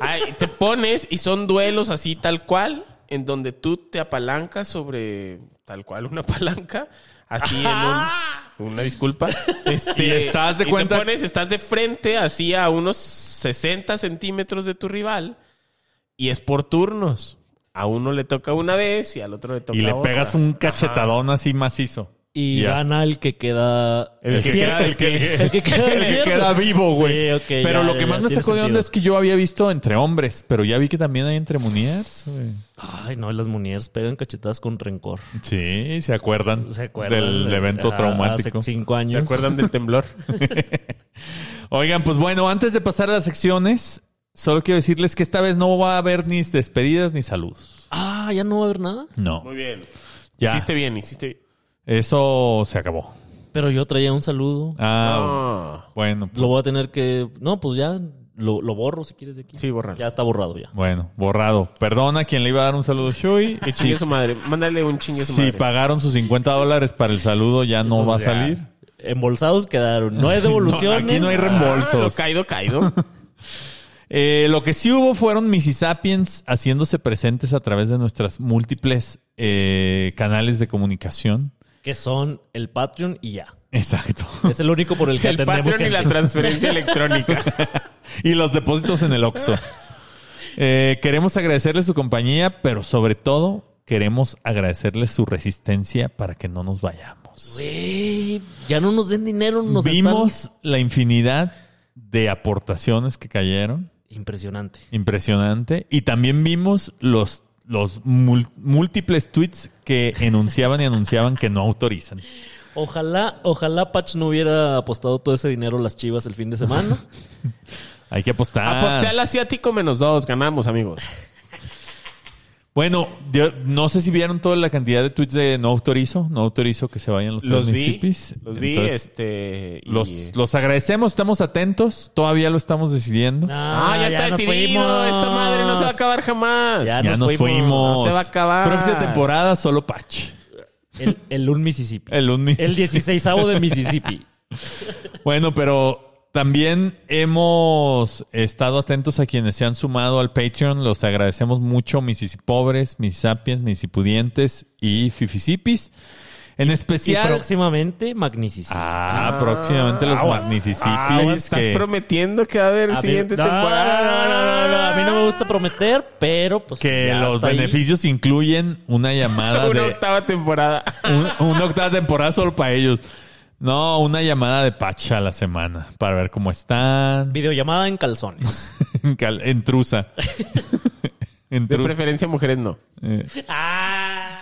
S4: Ay, te pones y son duelos así tal cual, en donde tú te apalancas sobre tal cual una *laughs* palanca, así en un- Una
S3: *laughs*
S4: disculpa. Este,
S3: Y estás de
S4: y
S3: cuenta-
S4: Te pones, estás de frente, así a unos 60 centímetros de tu rival, y es por turnos. A uno le toca una vez y al otro le toca
S3: Y le
S4: otra.
S3: pegas un cachetadón así macizo.
S1: Y
S3: Ya
S1: gana el que queda
S3: El que queda- el
S1: *laughs*
S3: que-
S1: El que queda,
S3: *laughs* El que
S1: despierto.
S3: queda vivo, güey.
S1: Sí, ok,
S3: pero
S1: ya,
S3: lo
S1: ya,
S3: que
S1: ya,
S3: más me
S1: tiene
S3: sacó de onda
S1: sentido.
S3: es que yo había visto entre hombres, pero ya vi que también hay entre mujeres. güey.
S1: Ay, no, las muñeras pegan cachetadas con rencor.
S3: Sí, *laughs* se acuerdan,
S1: ¿Se acuerdan?
S3: del
S1: de-
S3: evento
S1: ajá,
S3: traumático.
S1: Hace cinco
S4: ¿Se
S1: años.
S4: acuerdan
S3: *laughs*
S4: del temblor?
S3: Oigan, pues bueno, antes de pasar a las secciones, solo quiero decirles que esta vez no va a haber ni despedidas ni saludos.
S1: Ah, ya no va a haber nada.
S3: No,
S4: Muy bien.
S3: Ya.
S4: Hiciste bien, hiciste bien.
S3: eso se acabó.
S1: Pero yo traía un saludo.
S3: Ah,
S4: No.
S3: bueno,
S1: Lo voy a tener que. No, pues ya lo, lo borro si quieres de aquí.
S4: Sí, borrar.
S1: Ya está borrado ya.
S3: bueno, borrado. Perdona a quien le iba a dar un saludo a Shui.
S4: *laughs* Que chingue su madre. Mándale un chingue a su
S3: Si
S4: madre.
S3: pagaron sus 50 dólares para el saludo, ya no
S1: Pues
S3: va a
S1: ya.
S3: salir.
S1: Embolsados quedaron. No hay devoluciones.
S3: aquí *laughs* no hay reembolsos.
S4: Ah, lo
S1: *laughs*
S4: caído, caído.
S3: Eh, lo que sí hubo fueron Mississappiens haciéndose presentes a través de nuestras múltiples eh, canales de comunicación. *laughs*
S1: Que son el Patreon y ya.
S3: Exacto.
S1: Es el único por el
S3: *laughs*
S1: que
S4: El
S1: atendemos
S4: Patreon y la
S1: gente. *laughs*
S4: transferencia electrónica.
S3: y los depósitos en el Oxxo. Eh, queremos agradecerles su compañía, pero sobre todo queremos agradecerles su resistencia para que no nos vayamos.
S1: Güey, ya no nos den dinero. Nos
S3: Vimos
S1: están-
S3: la infinidad de aportaciones que cayeron.
S1: Impresionante.
S3: Impresionante. Y también vimos los, los mul- múltiples tweets que enunciaban y anunciaban que no autorizan.
S1: Ojalá, ojalá Patch no hubiera apostado todo ese dinero a las chivas el fin de semana.
S3: Hay que
S1: Ah.
S3: apostar.
S4: Aposté al asiático menos dos. Ganamos, amigos.
S3: Bueno, yo- no sé si vieron toda la cantidad de tweets de no autorizo, no autorizo que se vayan los,
S4: Los
S3: tres
S4: vi.
S3: municipios.
S4: Los vi,
S3: Entonces,
S4: este... y-
S3: los, los agradecemos, estamos atentos, todavía lo estamos decidiendo.
S4: Ah, ya, está
S1: nos
S4: decidido.
S1: fuimos.
S4: Esta madre no se va a acabar jamás. Ah,
S1: Ya
S3: ya
S1: nos
S3: nos
S1: fuimos.
S3: fuimos.
S4: No se va a acabar.
S3: Próxima temporada, solo Patch.
S1: El, el un Mississippi.
S3: El un
S1: El 16avo de Mississippi.
S3: *laughs* Bueno, pero también hemos estado atentos a quienes se han sumado al Patreon. Los agradecemos mucho, mis pobres, mis sapiens, mis pudientes y fifisipis. En
S1: Y
S3: especial.
S1: próximamente Magnicisippi.
S3: Ah, próximamente los
S4: Aguas.
S3: magnicisipis.
S4: Ah, estás
S3: que-
S4: prometiendo que va a haber
S1: A mí-
S4: siguiente
S1: no,
S4: temporada.
S1: no, no, no, no, a mí no me gusta prometer, pero pues.
S3: que
S1: ya
S3: los
S1: hasta ahí.
S3: beneficios incluyen una
S4: *laughs*
S3: llamada
S4: *laughs* Una
S3: de.
S4: octava temporada.
S3: un- una octava temporada solo para ellos. No, una llamada de Pacha a la semana para ver cómo están.
S1: Videollamada en calzones.
S3: En *laughs* cal- en
S4: *laughs*
S3: trusa. En
S4: De
S3: trusa.
S4: preferencia, mujeres no.
S3: Eh.
S1: ah.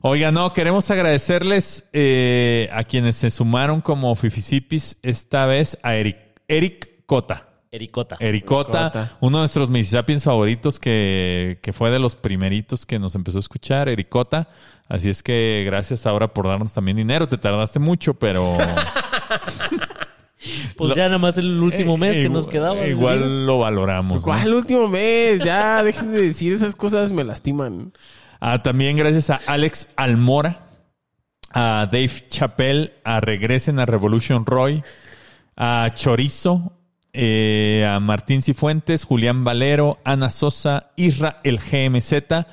S3: Oiga, no, queremos agradecerles eh, a quienes se sumaron como Fifisipis, esta vez a Eric, Eric Cota.
S1: Ericota.
S3: Er, Ericota,
S4: Ericota.
S3: uno de nuestros Mississippians favoritos que, que fue de los primeritos que nos empezó a escuchar, Ericota. Así es que gracias ahora por darnos también dinero. Te tardaste mucho,
S1: *laughs*
S3: pero...
S1: pues ya nada más el último mes que
S3: Igu-
S1: nos quedaba. de vida.
S3: Eh, Igual lo
S1: Pues
S3: valoramos. ¿no?
S4: ¿Cuál último mes? Ya, dejen de decir esas cosas, me lastiman.
S3: Ah, también gracias a Alex Almora, a Dave Chappell, a Regresen a Revolution Roy, a Chorizo, eh, a Martín Cifuentes, Julián Valero, Ana Sosa, Isra el GMZ,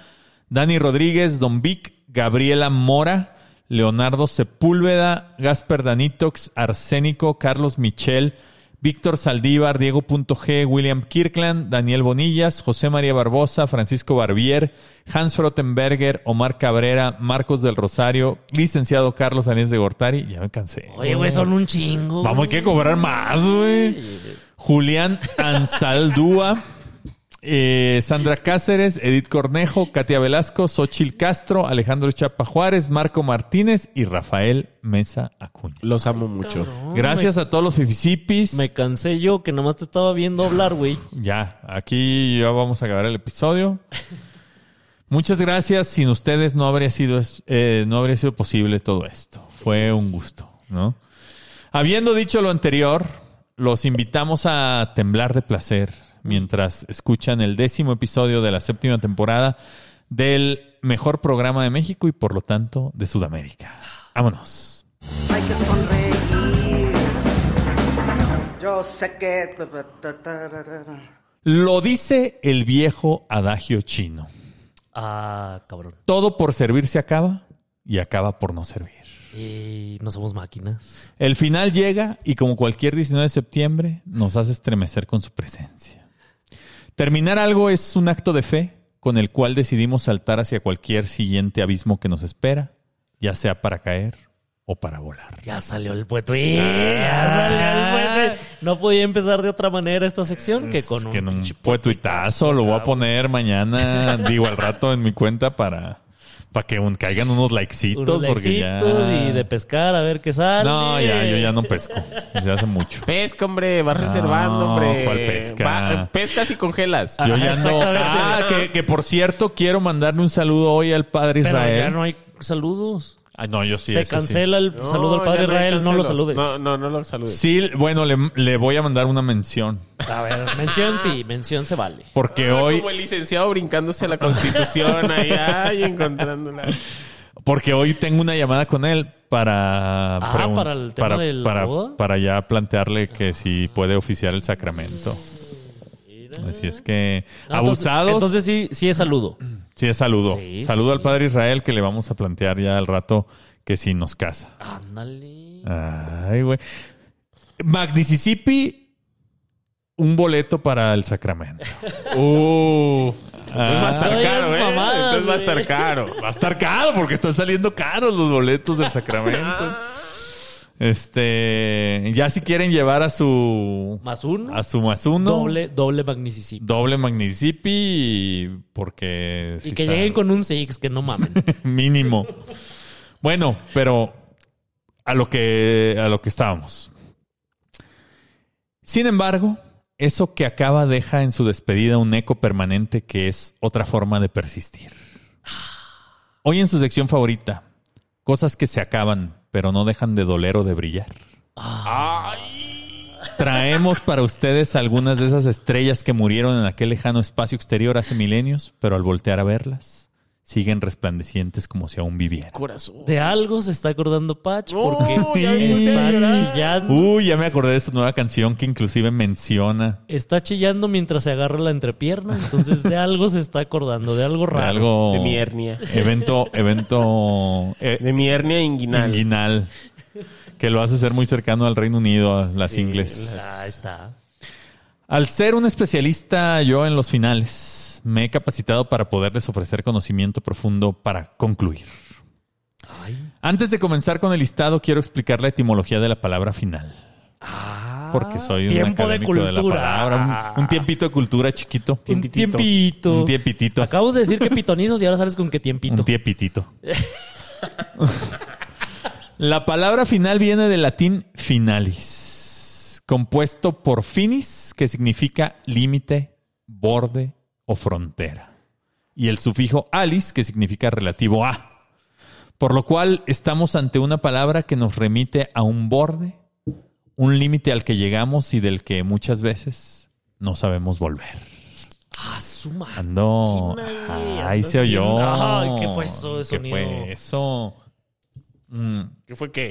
S3: Dani Rodríguez, Don Vic, Gabriela Mora, Leonardo Sepúlveda, Gasper Danitox, Arsénico, Carlos Michel, Víctor Saldívar, Diego.g, William Kirkland, Daniel Bonillas, José María Barbosa, Francisco Barbier, Hans Frottenberger, Omar Cabrera, Marcos del Rosario, licenciado Carlos Aníez de Gortari. Ya me cansé.
S1: Oye, güey, son un chingo.
S3: Vamos, hay que cobrar más, güey. Julián Ansaldúa, eh, Sandra Cáceres, Edith Cornejo, Katia Velasco, Xochil Castro, Alejandro Chapa Juárez, Marco Martínez y Rafael Mesa Acuña.
S4: Los amo mucho.
S1: Cabrón,
S3: Gracias a todos los fifisipis.
S1: Me cansé yo que nada más te estaba viendo hablar, güey.
S3: Ya, aquí ya vamos a acabar el episodio. Muchas gracias. Sin ustedes no habría sido, es- eh, no habría sido posible todo esto. Fue un gusto, ¿no? Habiendo dicho lo anterior, los invitamos a temblar de placer mientras escuchan el décimo episodio de la séptima temporada del mejor programa de México y por lo tanto de Sudamérica. Vámonos.
S5: Hay que sonreír. Yo sé que.
S3: Lo dice el viejo adagio chino.
S1: Ah, cabrón.
S3: Todo por servir se acaba y acaba por no servir.
S1: Y no somos máquinas.
S3: El final llega y como cualquier 19 de septiembre nos hace estremecer con su presencia. Terminar algo es un acto de fe con el cual decidimos saltar hacia cualquier siguiente abismo que nos espera, ya sea para caer o para volar.
S1: Ya salió el pueto. ¡Eh!
S3: Ah.
S1: Ya salió el pueto. No podía empezar de otra manera esta sección que con
S3: Es
S1: un,
S3: que en un
S1: pinche
S3: puetuitazo lo voy a poner
S1: *laughs*
S3: mañana, digo al rato en mi cuenta para, para que un- caigan unos likecitos.
S1: unos
S3: porque ya...
S1: laicitos y de pescar a ver qué sale.
S3: No, ya, yo ya no pesco. Desde hace mucho.
S4: Pesca, hombre, vas reservando, hombre.
S3: ¿cuál pesca?
S4: Va- eh, pescas y congelas.
S3: Yo ya no.
S1: Ah, exactamente.
S3: Ah, que, que por cierto, quiero mandarle un saludo hoy al padre
S1: Pero ya
S3: Israel.
S1: no hay saludos.
S3: Ah, no, yo sí.
S1: Se
S3: ese sí.
S1: cancela el
S4: No,
S1: saludo al
S4: ya
S1: padre
S4: hay
S1: Israel. No
S4: cancelo.
S1: lo saludes.
S4: No, no, no lo saludes.
S3: Sí, bueno, le, le voy a mandar una mención.
S1: A ver, mención sí, mención se vale.
S3: Porque
S4: Ah,
S3: hoy,
S4: Como el licenciado brincándose la constitución ahí, ay, encontrándola.
S3: porque hoy tengo una llamada con él para
S1: Ah,
S3: pregun-
S1: para el tema de la
S3: para,
S1: boda.
S3: para ya plantearle que si puede oficiar el sacramento. Así es que
S1: No, Ah, entonces-
S3: abusados.
S1: Entonces, sí, sí es saludo.
S3: sí, es saludo.
S1: Sí,
S3: saludo
S1: sí,
S3: al
S1: sí.
S3: padre Israel que le vamos a plantear ya al rato que si nos casa.
S1: Ándale.
S3: Ay, güey. Magnisisipi, un boleto para el Sacramento.
S4: *laughs* Uf. Entonces va a
S1: no
S4: estar
S1: digas
S4: caro, ¿eh?
S1: mamadas,
S4: Entonces va a
S1: güey.
S4: estar caro.
S3: Va a estar caro porque están saliendo caros los boletos del
S4: *laughs*
S3: Sacramento. Este, ya si quieren llevar a su
S1: Más uno.
S3: a su más uno,
S1: Doble, doble magnificismo.
S3: doble Magnicipi, porque sí
S1: y que
S3: está
S1: lleguen con un six, que no mamen.
S3: *laughs* mínimo. Bueno, pero a lo que a lo que estábamos. Sin embargo, eso que acaba deja en su despedida un eco permanente que es otra forma de persistir. Hoy en su sección favorita, cosas que se acaban pero no dejan de doler o de brillar. Traemos para ustedes algunas de esas estrellas que murieron en aquel lejano espacio exterior hace milenios, pero al voltear a verlas, siguen resplandecientes como si aún vivieran.
S4: Corazón.
S1: De algo se está acordando Patch porque
S4: No, ya me puse a
S1: está
S4: llorar.
S1: chillando.
S3: Uy, ya me acordé de su nueva canción que inclusive menciona
S1: Está chillando mientras se agarra la entrepierna. Entonces, de algo se está acordando, de algo
S3: de
S1: raro.
S3: algo.
S4: De mi hernia.
S3: Evento, evento eh,
S4: De mi hernia inguinal.
S3: inguinal, que lo hace ser muy cercano al Reino Unido, a las
S4: Sí,
S3: ingles.
S1: Ahí está.
S3: Al ser un especialista yo en los finales, me he capacitado para poderles ofrecer conocimiento profundo para concluir.
S1: Ay.
S3: Antes de comenzar con el listado, quiero explicar la etimología de la palabra final. Porque soy un
S1: Ah. tiempo de
S3: académico de, la
S1: cultura.
S3: palabra. Un, un tiempito de cultura chiquito.
S1: Un tiempito.
S3: Un tiempitito.
S1: Acabamos de decir que pitonizos y ahora sales con que tiempito.
S3: Un tiempitito. *laughs* la palabra final viene del latín finalis, compuesto por finis, que significa límite, borde o frontera, y el sufijo alis, que significa relativo a. Por lo cual estamos ante una palabra que nos remite a un borde, un límite al que llegamos y del que muchas veces no sabemos volver.
S1: Ah, su madre.
S3: Ando.
S1: Máquina, güey,
S3: Ahí
S1: andas
S3: se oyó.
S1: bien- Ay, ¿qué fue eso de
S3: ¿Qué
S1: sonido?
S3: fue eso? Mm,
S4: ¿Qué fue qué?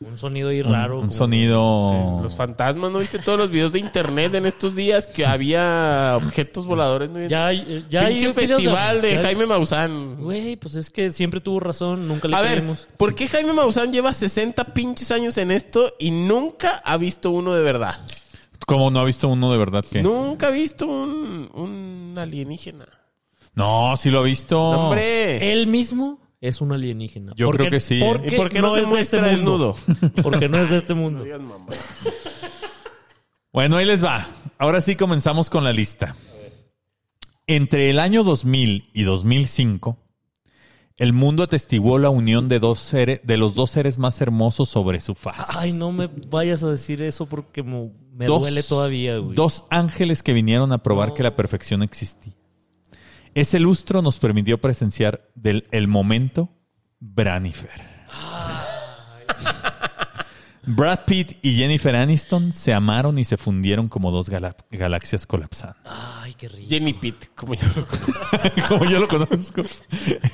S1: Un sonido ahí
S3: un-
S1: raro.
S3: Un,
S1: como-
S3: sonido.
S4: Los fantasmas, ¿no viste todos los videos de internet en estos días que había objetos voladores? ¿no?
S1: Ya, hay- eh, ya hay
S4: Pinche
S1: videos
S4: festival de
S1: ya-
S4: Jaime Maussan.
S1: Güey, pues es que siempre tuvo razón, nunca le
S4: A ver,
S1: creímos.
S4: ¿por qué Jaime Maussan lleva 60 pinches años en esto y nunca ha visto uno de verdad?
S3: Como no ha visto uno de verdad que. No,
S4: Nunca ha visto un, un alienígena.
S3: sí lo ha visto.
S4: Hombre,
S1: Él mismo es un alienígena.
S3: Yo
S1: Porque-
S3: creo que sí, ¿eh?
S1: Porque
S4: ¿y por qué no,
S1: no
S4: se
S1: es de este
S4: muestra
S1: mundo.
S4: desnudo?
S1: *laughs* Porque no es de este mundo.
S4: Dios, mamá.
S3: Bueno, ahí les va. Ahora sí comenzamos con la lista. Entre el año 2000 y 2005, el mundo atestiguó la unión de, dos seres, de los dos seres más hermosos sobre su faz.
S1: Ay, no me vayas a decir eso porque mo- me
S3: Dos-
S1: duele todavía, güey.
S3: Dos ángeles que vinieron a probar
S1: No.
S3: que la perfección existía. Ese lustro nos permitió presenciar del, el momento Branifer. Brad Pitt y Jennifer Aniston se amaron y se fundieron como dos gala- galaxias colapsando.
S1: Ay, qué rico.
S4: Jenny Pitt, como yo lo
S3: *laughs*
S4: conozco.
S3: como yo lo conozco.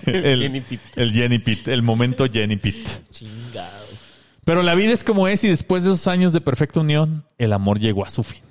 S3: El
S4: Jenny Pitt.
S3: El Jenny Pitt, el momento Jenny Pitt.
S1: Chingado.
S3: Pero la vida es como es y después de esos años de perfecta unión, el amor llegó a su fin.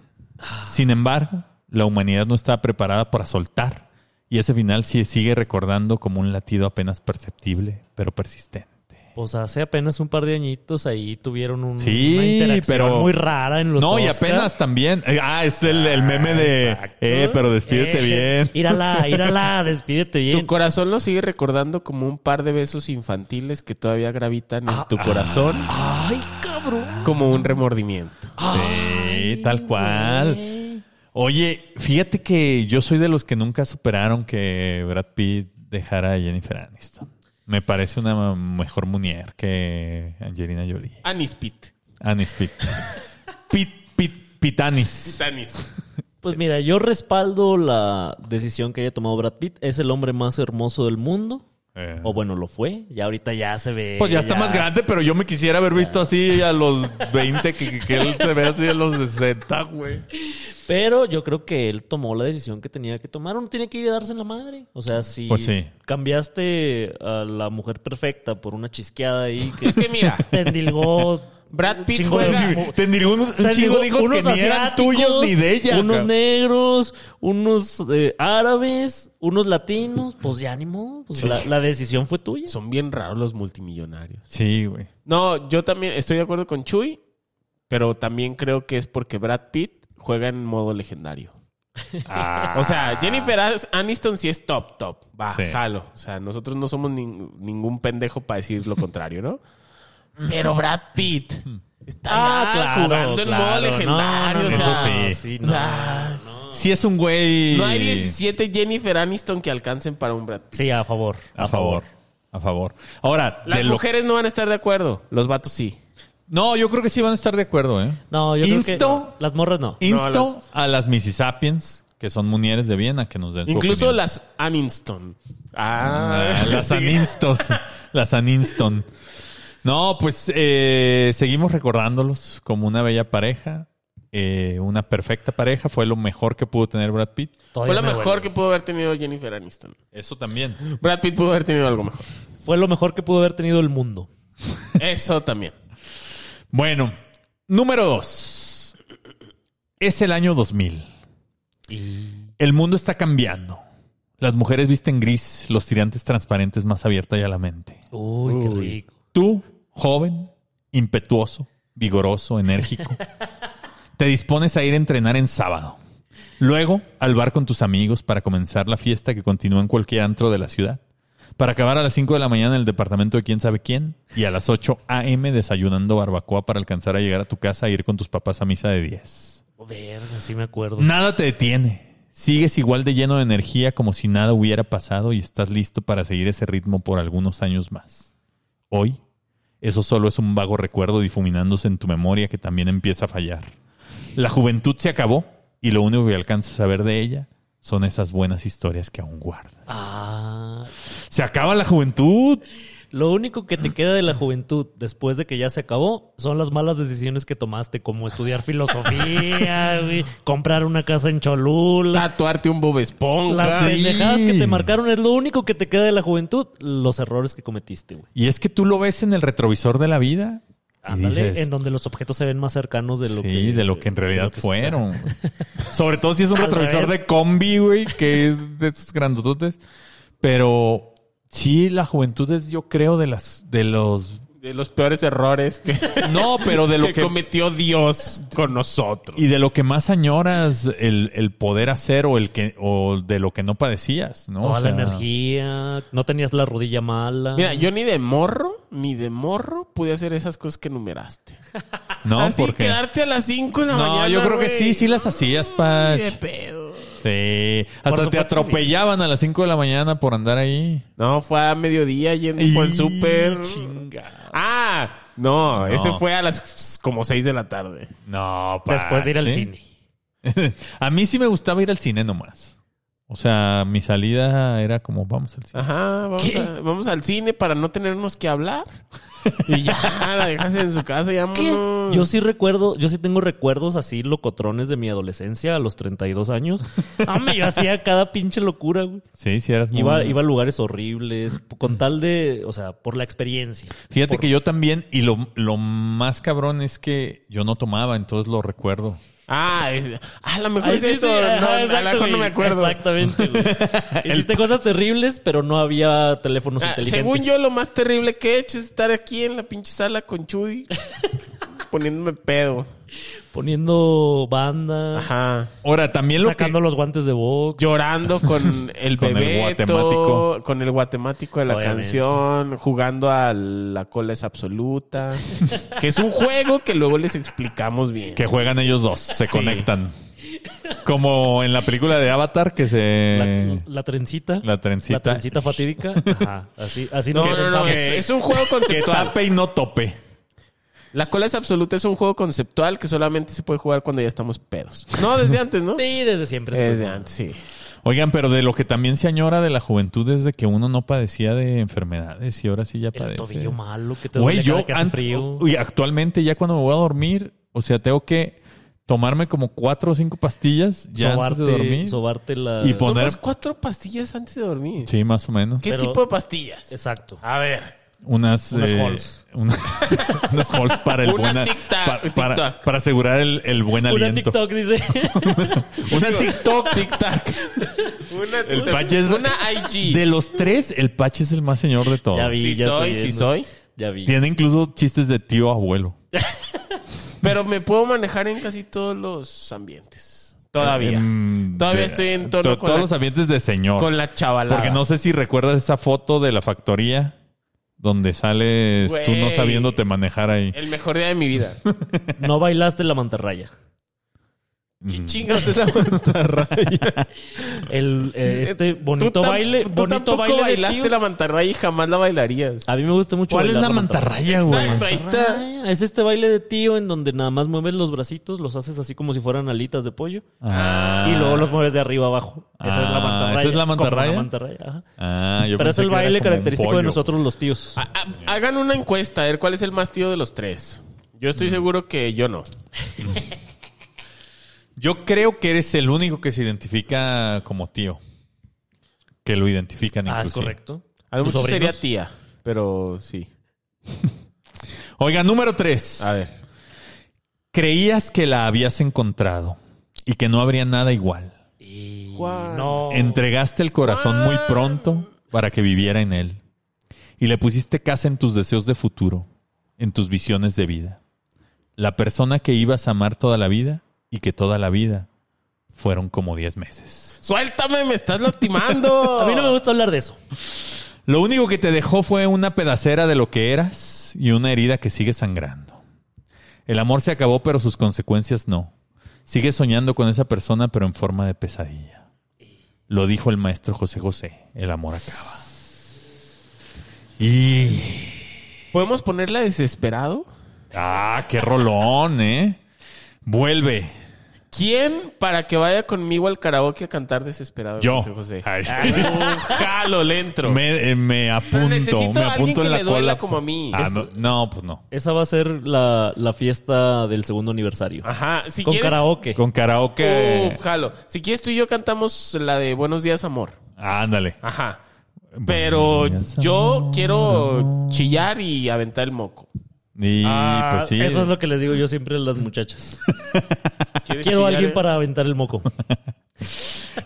S3: Sin embargo, la humanidad no estaba preparada para soltar Y ese final sí sigue recordando como un latido apenas perceptible, pero persistente.
S1: Pues hace apenas un par de añitos ahí tuvieron un-
S3: Sí,
S1: una interacción
S3: pero-
S1: muy rara en los
S3: no, y
S1: Oscar.
S3: apenas también. Eh, Ah, es el, el meme de.
S1: Exacto.
S3: Eh, pero despídete
S1: Eh,
S3: bien. *laughs*
S1: Írala, írala, despídete
S4: Tu
S1: bien.
S4: corazón lo sigue recordando como un par de besos infantiles que todavía gravitan en tu corazón
S1: Ah, Ay, cabrón.
S4: como un remordimiento.
S3: sí, tal cual. Oye, fíjate que yo soy de los que nunca superaron que Brad Pitt dejara a Jennifer Aniston. Me parece una mejor muñeca que Angelina Jolie.
S4: Anis Pit.
S3: Anis Pitt. Pitt, Pitt, Pitanis.
S4: Tanis.
S1: Pues mira, yo respaldo la decisión que haya tomado Brad Pitt. Es el hombre más hermoso del mundo.
S3: Eh.
S1: O Oh, bueno, lo fue. Ya ahorita ya se ve.
S3: Pues ya está más grande, pero yo me quisiera haber visto así a los 20, que, que él se ve así a los 60, güey.
S1: Pero yo creo que él tomó la decisión que tenía que tomar. Uno tiene que ir a darse en la madre. O sea, si
S3: Pues sí.
S1: cambiaste a la mujer perfecta por una chisqueada ahí que
S4: Es que mira,
S1: *laughs* te endilgó.
S4: Brad
S1: un
S4: Pitt
S1: chingo de-
S4: juega-
S1: mu-
S3: Te diré un, un
S1: te
S3: chingo
S1: endilgó
S3: de hijos que
S1: unos
S3: ni eran
S1: asiáticos,
S3: tuyos ni de ella.
S1: Unos
S3: cabrón.
S1: negros, unos eh, árabes, unos latinos. Pues ya ni modo. Pues la, la decisión fue tuya.
S4: son bien raros los multimillonarios.
S3: Sí, güey.
S4: No, yo también estoy de acuerdo con Chuy, pero también creo que es porque Brad Pitt juega en
S3: *laughs*
S4: modo legendario. *laughs* O sea, Jennifer As- Aniston sí es top, top. Va,
S3: Sí.
S4: jalo. O sea, nosotros no somos nin- ningún pendejo para decir lo contrario, ¿no? *laughs* Pero Brad Pitt
S3: Mm.
S4: está
S1: Ah,
S4: ya
S1: claro,
S4: jugando en modo
S1: claro.
S4: legendario.
S1: No, no,
S4: o sea,
S3: eso sí.
S1: sí,
S4: o sea,
S3: Sí es un güey...
S4: no hay 17 Jennifer Aniston que alcancen para un Brad Pitt.
S1: Sí, a favor.
S3: A favor. A favor. Ahora, de
S4: Las
S3: lo-
S4: mujeres no van a estar de acuerdo, los vatos sí.
S3: No, yo creo que sí van a estar de acuerdo, ¿eh?
S1: No, yo creo
S3: Insto-
S1: que. Las morras no.
S3: Insto
S4: No, a las-
S3: a las Missy Sapiens, que son mujeres de bien, a que nos den su
S4: Incluso
S3: opinión.
S4: las Aniston. Ah,
S3: Ah, las
S4: *laughs* sí.
S3: Anistos. las Aniston. No, pues eh, seguimos recordándolos como una bella pareja. eh, una perfecta pareja. Fue lo mejor que pudo tener Brad Pitt.
S1: Todavía
S4: Fue lo
S1: me
S4: mejor
S1: duele.
S4: que pudo haber tenido Jennifer Aniston.
S3: Eso también.
S4: Brad Pitt pudo haber tenido algo mejor.
S1: Fue lo mejor que pudo haber tenido el mundo.
S4: Eso también.
S3: Bueno, número dos. Es el año 2000. El mundo está cambiando. Las mujeres visten gris, los tirantes transparentes más abierta y a la mente.
S1: Uy, qué rico.
S3: Tú, joven, impetuoso, vigoroso, enérgico, te dispones a ir a entrenar en sábado. Luego, al bar con tus amigos para comenzar la fiesta que continúa en cualquier antro de la ciudad. Para acabar a las 5 de la mañana en el departamento de quién sabe quién. Y a las 8 a.m. desayunando barbacoa para alcanzar a llegar a tu casa e ir con tus papás a misa de 10.
S1: Verga, sí me acuerdo.
S3: Nada te detiene. Sigues igual de lleno de energía como si nada hubiera pasado y estás listo para seguir ese ritmo por algunos años más. Hoy, eso solo es un vago recuerdo difuminándose en tu memoria que también empieza a fallar. La juventud se acabó y lo único que alcanzas a saber de ella son esas buenas historias que aún guardas.
S1: Ah,
S3: Se acaba la juventud.
S1: lo único que te queda de la juventud después de que ya se acabó son las malas decisiones que tomaste, como estudiar
S4: *laughs*
S1: filosofía, güey, comprar una casa en Cholula.
S4: Tatuarte un Bob Esponja.
S1: Las
S3: Sí.
S1: pendejadas que te marcaron es lo único que te queda de la juventud, los errores que cometiste, güey.
S3: Y es que tú lo ves en el retrovisor de la vida. y
S1: Ándale,
S3: dices,
S1: en donde los objetos se ven más cercanos de lo
S3: sí,
S1: que
S3: de lo que en
S1: de lo
S3: realidad
S1: que-
S3: fueron. *laughs* Sobre todo si es un
S1: Al
S3: retrovisor
S1: revés.
S3: de combi, güey, que es de esos grandototes. Pero sí, la juventud es, yo creo, de las, de los.
S4: De los peores errores que,
S3: No,
S1: *laughs*
S3: pero *laughs* de lo
S4: que
S3: que.
S4: cometió Dios con nosotros.
S3: Y de lo que más añoras el, el poder hacer o el que o de lo que no padecías, ¿no?
S1: Toda
S3: O sea,
S1: la energía, no tenías la rodilla mala.
S4: Mira, yo ni de morro, ni de morro pude hacer esas cosas que enumeraste.
S3: No,
S4: Así
S3: porque.
S4: quedarte a las 5 de la
S3: No,
S4: mañana.
S3: yo creo que
S4: güey.
S3: sí, sí las hacías, Pach.
S4: Qué pedo.
S3: Sí.
S1: Por
S3: Hasta te
S1: supuesto que sí.
S3: atropellaban a las 5 de la mañana por andar ahí.
S4: No, fue a mediodía yendo por el
S3: Y-
S4: súper.
S3: chinga.
S4: Ah, no, ese
S3: No.
S4: fue a las como 6 de la tarde.
S3: No, Pach,
S1: después de ir al
S3: Ah, ¿sí?
S1: cine.
S3: a mí sí me gustaba ir al cine nomás. O sea, mi salida era como vamos al cine.
S4: Ajá, vamos,
S1: ¿Qué?
S4: a- vamos al cine para no tenernos que hablar. Y *laughs* ya, la dejas en su casa y ya vámonos.
S1: Yo sí recuerdo, yo sí tengo recuerdos así locotrones de mi adolescencia a los 32
S4: *laughs*
S1: años. Hombre, yo hacía cada pinche locura, güey.
S3: Sí, sí eras muy...
S1: Iba, iba a lugares horribles, con tal de, o sea, por la experiencia.
S3: Fíjate que yo también, y lo, lo más cabrón es que yo no tomaba, entonces lo recuerdo.
S4: Ah, es, ah, a lo mejor
S1: Ahí
S4: es
S1: sí,
S4: eso.
S1: sí, ajá,
S4: no, a lo
S1: exacto,
S4: mejor no
S1: güey.
S4: me acuerdo.
S1: Exactamente. güey.
S4: *laughs*
S1: Hiciste cosas terribles, pero no había teléfonos
S4: Ah,
S1: inteligentes.
S4: según yo, lo más terrible que he hecho es estar aquí en la pinche sala con Chuy poniéndome pedo.
S1: Poniendo banda,
S4: Ajá.
S3: Ahora, también lo
S1: sacando
S3: que...
S1: los guantes de box.
S3: *laughs*
S4: Llorando con el
S3: Con el
S4: bebé.
S3: guatemático.
S4: Con el guatemático de la
S1: Obviamente.
S4: canción. Jugando a la cola es absoluta. que es un juego que luego les explicamos bien.
S3: Que juegan ellos dos, se
S4: Sí.
S3: conectan. Como en la película de Avatar, que se...
S1: la, la trencita.
S3: eh, La trencita.
S1: La trencita fatídica. Ajá. Así, así
S4: No,
S1: nos
S4: no, no.
S1: pensamos.
S4: Es, es un juego
S3: Que
S4: conceptual.
S3: tape y no tope.
S4: La cola es absoluta es un juego conceptual que solamente se puede jugar cuando ya estamos pedos. No, desde antes, ¿no?
S1: Sí, desde siempre. se
S4: Desde
S1: puede.
S4: antes, sí.
S3: Oigan, pero de lo que también se añora de la juventud es de que uno no padecía de enfermedades y ahora sí ya
S1: El
S3: padece.
S1: tobillo malo que te
S3: Güey,
S1: duele
S3: yo
S1: cada que hace
S3: ant-
S1: frío.
S3: uy, actualmente ya cuando me voy a dormir, o sea, tengo que tomarme como cuatro o cinco pastillas ya
S1: sobarte,
S3: antes de dormir.
S1: sobarte la...
S3: Y pon- Poner-
S4: Tomas cuatro pastillas antes de dormir.
S3: Sí, más o menos.
S4: ¿Qué
S1: Pero-
S4: tipo de pastillas?
S3: Ah,
S1: Exacto.
S4: A ver.
S3: Unas
S1: Unas
S3: eh,
S1: Halls.
S3: una- *laughs* unas halls para el
S4: *laughs* Una
S3: buen a-
S4: Tic Tac,
S3: pa-
S4: Tic
S3: para,
S4: Tac.
S3: para asegurar el, el buen
S1: Una
S3: aliento.
S1: TikTok dice...
S3: *laughs* Una tic-
S4: TikTok, tic-tac. *laughs* Una,
S3: El patch es-
S4: una IG.
S3: De los tres, el Pache es el más señor de todos.
S1: Ya vi.
S4: Sí
S1: ya estoy
S4: soy, sí
S1: viendo.
S4: soy.
S1: ya vi.
S3: Tiene incluso chistes de tío abuelo.
S4: Pero me puedo manejar en casi todos los ambientes. Todavía.
S3: Em,
S4: Todavía
S3: de-
S4: estoy en tono
S3: to-
S4: con
S3: todos
S4: la-
S3: los ambientes de señor.
S4: Con la chavalada.
S3: Porque no sé si recuerdas esa foto de la factoría donde sales tú no
S4: Güey.
S3: sabiéndote manejar ahí.
S4: El mejor día de
S1: *laughs*
S4: mi vida.
S1: No bailaste la mantarraya.
S4: ¿Qué chingas es la mantarraya?
S1: El,
S3: *laughs*
S1: eh, este bonito
S4: Tú tam-
S1: baile...
S4: Tú
S1: bonito
S4: tampoco
S1: baile de
S4: bailaste
S1: tío. Ah,
S4: la mantarraya y jamás la bailarías.
S1: A mí me gusta mucho
S3: ¿Cuál es
S1: bailar
S3: la mantarraya, güey?
S4: Exacto, ahí está.
S1: Ah, Es este baile de tío en donde nada más mueves los bracitos, los haces así como si fueran alitas de pollo
S3: Ah,
S1: y luego los mueves de arriba abajo. Esa es la
S3: Ah,
S1: mantarraya.
S3: ¿esa es la
S1: como
S3: mantarraya?
S1: una mantarraya, ajá.
S3: ah, yo
S1: Pero es
S3: pensé
S1: el
S3: que era
S1: baile
S3: como un
S1: característico de
S3: pollo. Ah,
S1: nosotros los tíos.
S4: Ha- ha- Hagan una encuesta, a ver cuál es el más tío de los tres.
S1: Mm.
S4: Yo estoy seguro que yo no.
S3: Yo creo que eres el único que se identifica como tío. Que lo identifican
S1: Ah, es
S3: inclusive.
S1: correcto.
S4: A lo
S1: ¿Tus
S4: mucho sería
S1: sobrinos?
S4: tía, pero sí.
S3: Oiga, número tres.
S1: *laughs*
S4: A ver.
S3: Creías que la habías encontrado y que no habría nada igual.
S1: Y-
S4: ¿Cuál?
S1: No.
S3: Entregaste el corazón muy pronto para que viviera en él. Y le pusiste casa en tus deseos de futuro, en tus visiones de vida. La persona que ibas a amar toda la vida y que toda la vida fueron como 10 meses.
S4: Suéltame, me estás
S1: *laughs*
S4: lastimando.
S1: A mí no me gusta hablar de eso.
S3: Lo único que te dejó fue una pedacera de lo que eras y una herida que sigue sangrando. El amor se acabó, pero sus consecuencias no. Sigues soñando con esa persona, pero en forma de pesadilla. Lo dijo el maestro José José. El amor acaba. Y...
S4: ¿Podemos ponerla desesperado?
S3: Ah, qué rolón, ¿eh? Vuelve.
S4: ¿Quién para que vaya conmigo al karaoke a cantar desesperado?
S3: Yo.
S4: José José.
S3: Ay.
S4: *laughs* Ay, un jalo, le entro.
S3: Me, eh, me apunto,
S4: necesito
S3: me
S4: a alguien
S3: apunto
S4: que
S3: en la
S4: le duela
S3: cola.
S4: como a mí.
S3: Ah,
S4: Es-
S3: no, no, pues no.
S1: Esa va a ser la, la fiesta del segundo aniversario.
S4: Ajá, Ah, si
S1: con
S4: quieres.
S1: karaoke.
S3: Con karaoke.
S4: Uf, jalo. Si quieres tú y yo cantamos la de Buenos días, amor.
S3: Ándale.
S4: Ajá. Pero
S3: Buenos días,
S4: yo
S3: amor,
S4: quiero
S3: amor.
S4: chillar y aventar el moco.
S3: Y
S1: Ah,
S3: pues sí.
S1: Eso es lo que les digo yo siempre a las muchachas.
S4: *laughs* ¿Quieres
S1: Quiero a
S4: chillar,
S1: alguien
S4: eh?
S1: para aventar el moco.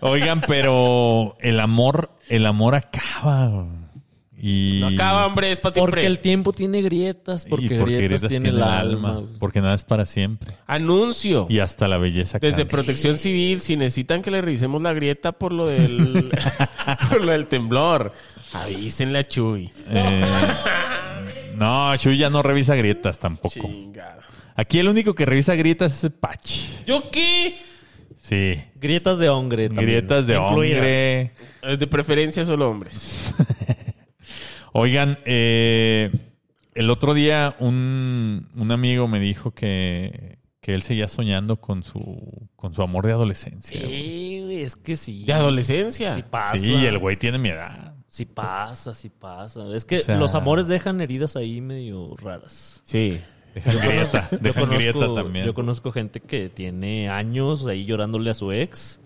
S3: Oigan, pero el amor, el amor acaba. Y
S4: No acaba, hombre, es para
S1: Porque
S4: siempre.
S1: el tiempo tiene grietas,
S3: y
S1: porque, grietas, tiene, el alma. güey.
S3: Porque nada es para siempre.
S4: Anuncio.
S3: Y hasta la belleza
S4: Desde
S3: cansa.
S4: Protección Civil, si necesitan que le revisemos la grieta por lo
S1: *laughs*
S4: del, por lo del temblor, avísenle a Chuy. *laughs*
S3: Eh, No, Chuy ya no revisa grietas tampoco.
S4: Chingada.
S3: Aquí el único que revisa grietas es el Patch.
S4: ¿Yo qué?
S3: Sí.
S1: Grietas de hombre también.
S3: grietas de
S1: incluidas.
S3: hombre.
S4: Eh, De preferencia solo hombres.
S3: Oigan, eh, el otro día un, un amigo me dijo que, que él seguía soñando con su, con su amor de adolescencia. güey.
S1: Sí, güey, es que sí.
S4: De adolescencia.
S1: Sí pasa.
S3: Sí, el güey tiene mi edad.
S1: Sí pasa, sí pasa. Es que
S3: O sea-
S1: los amores dejan heridas ahí medio raras.
S4: Sí.
S3: Deja grieta, deja grieta también.
S1: yo conozco gente que tiene años ahí llorándole a su ex.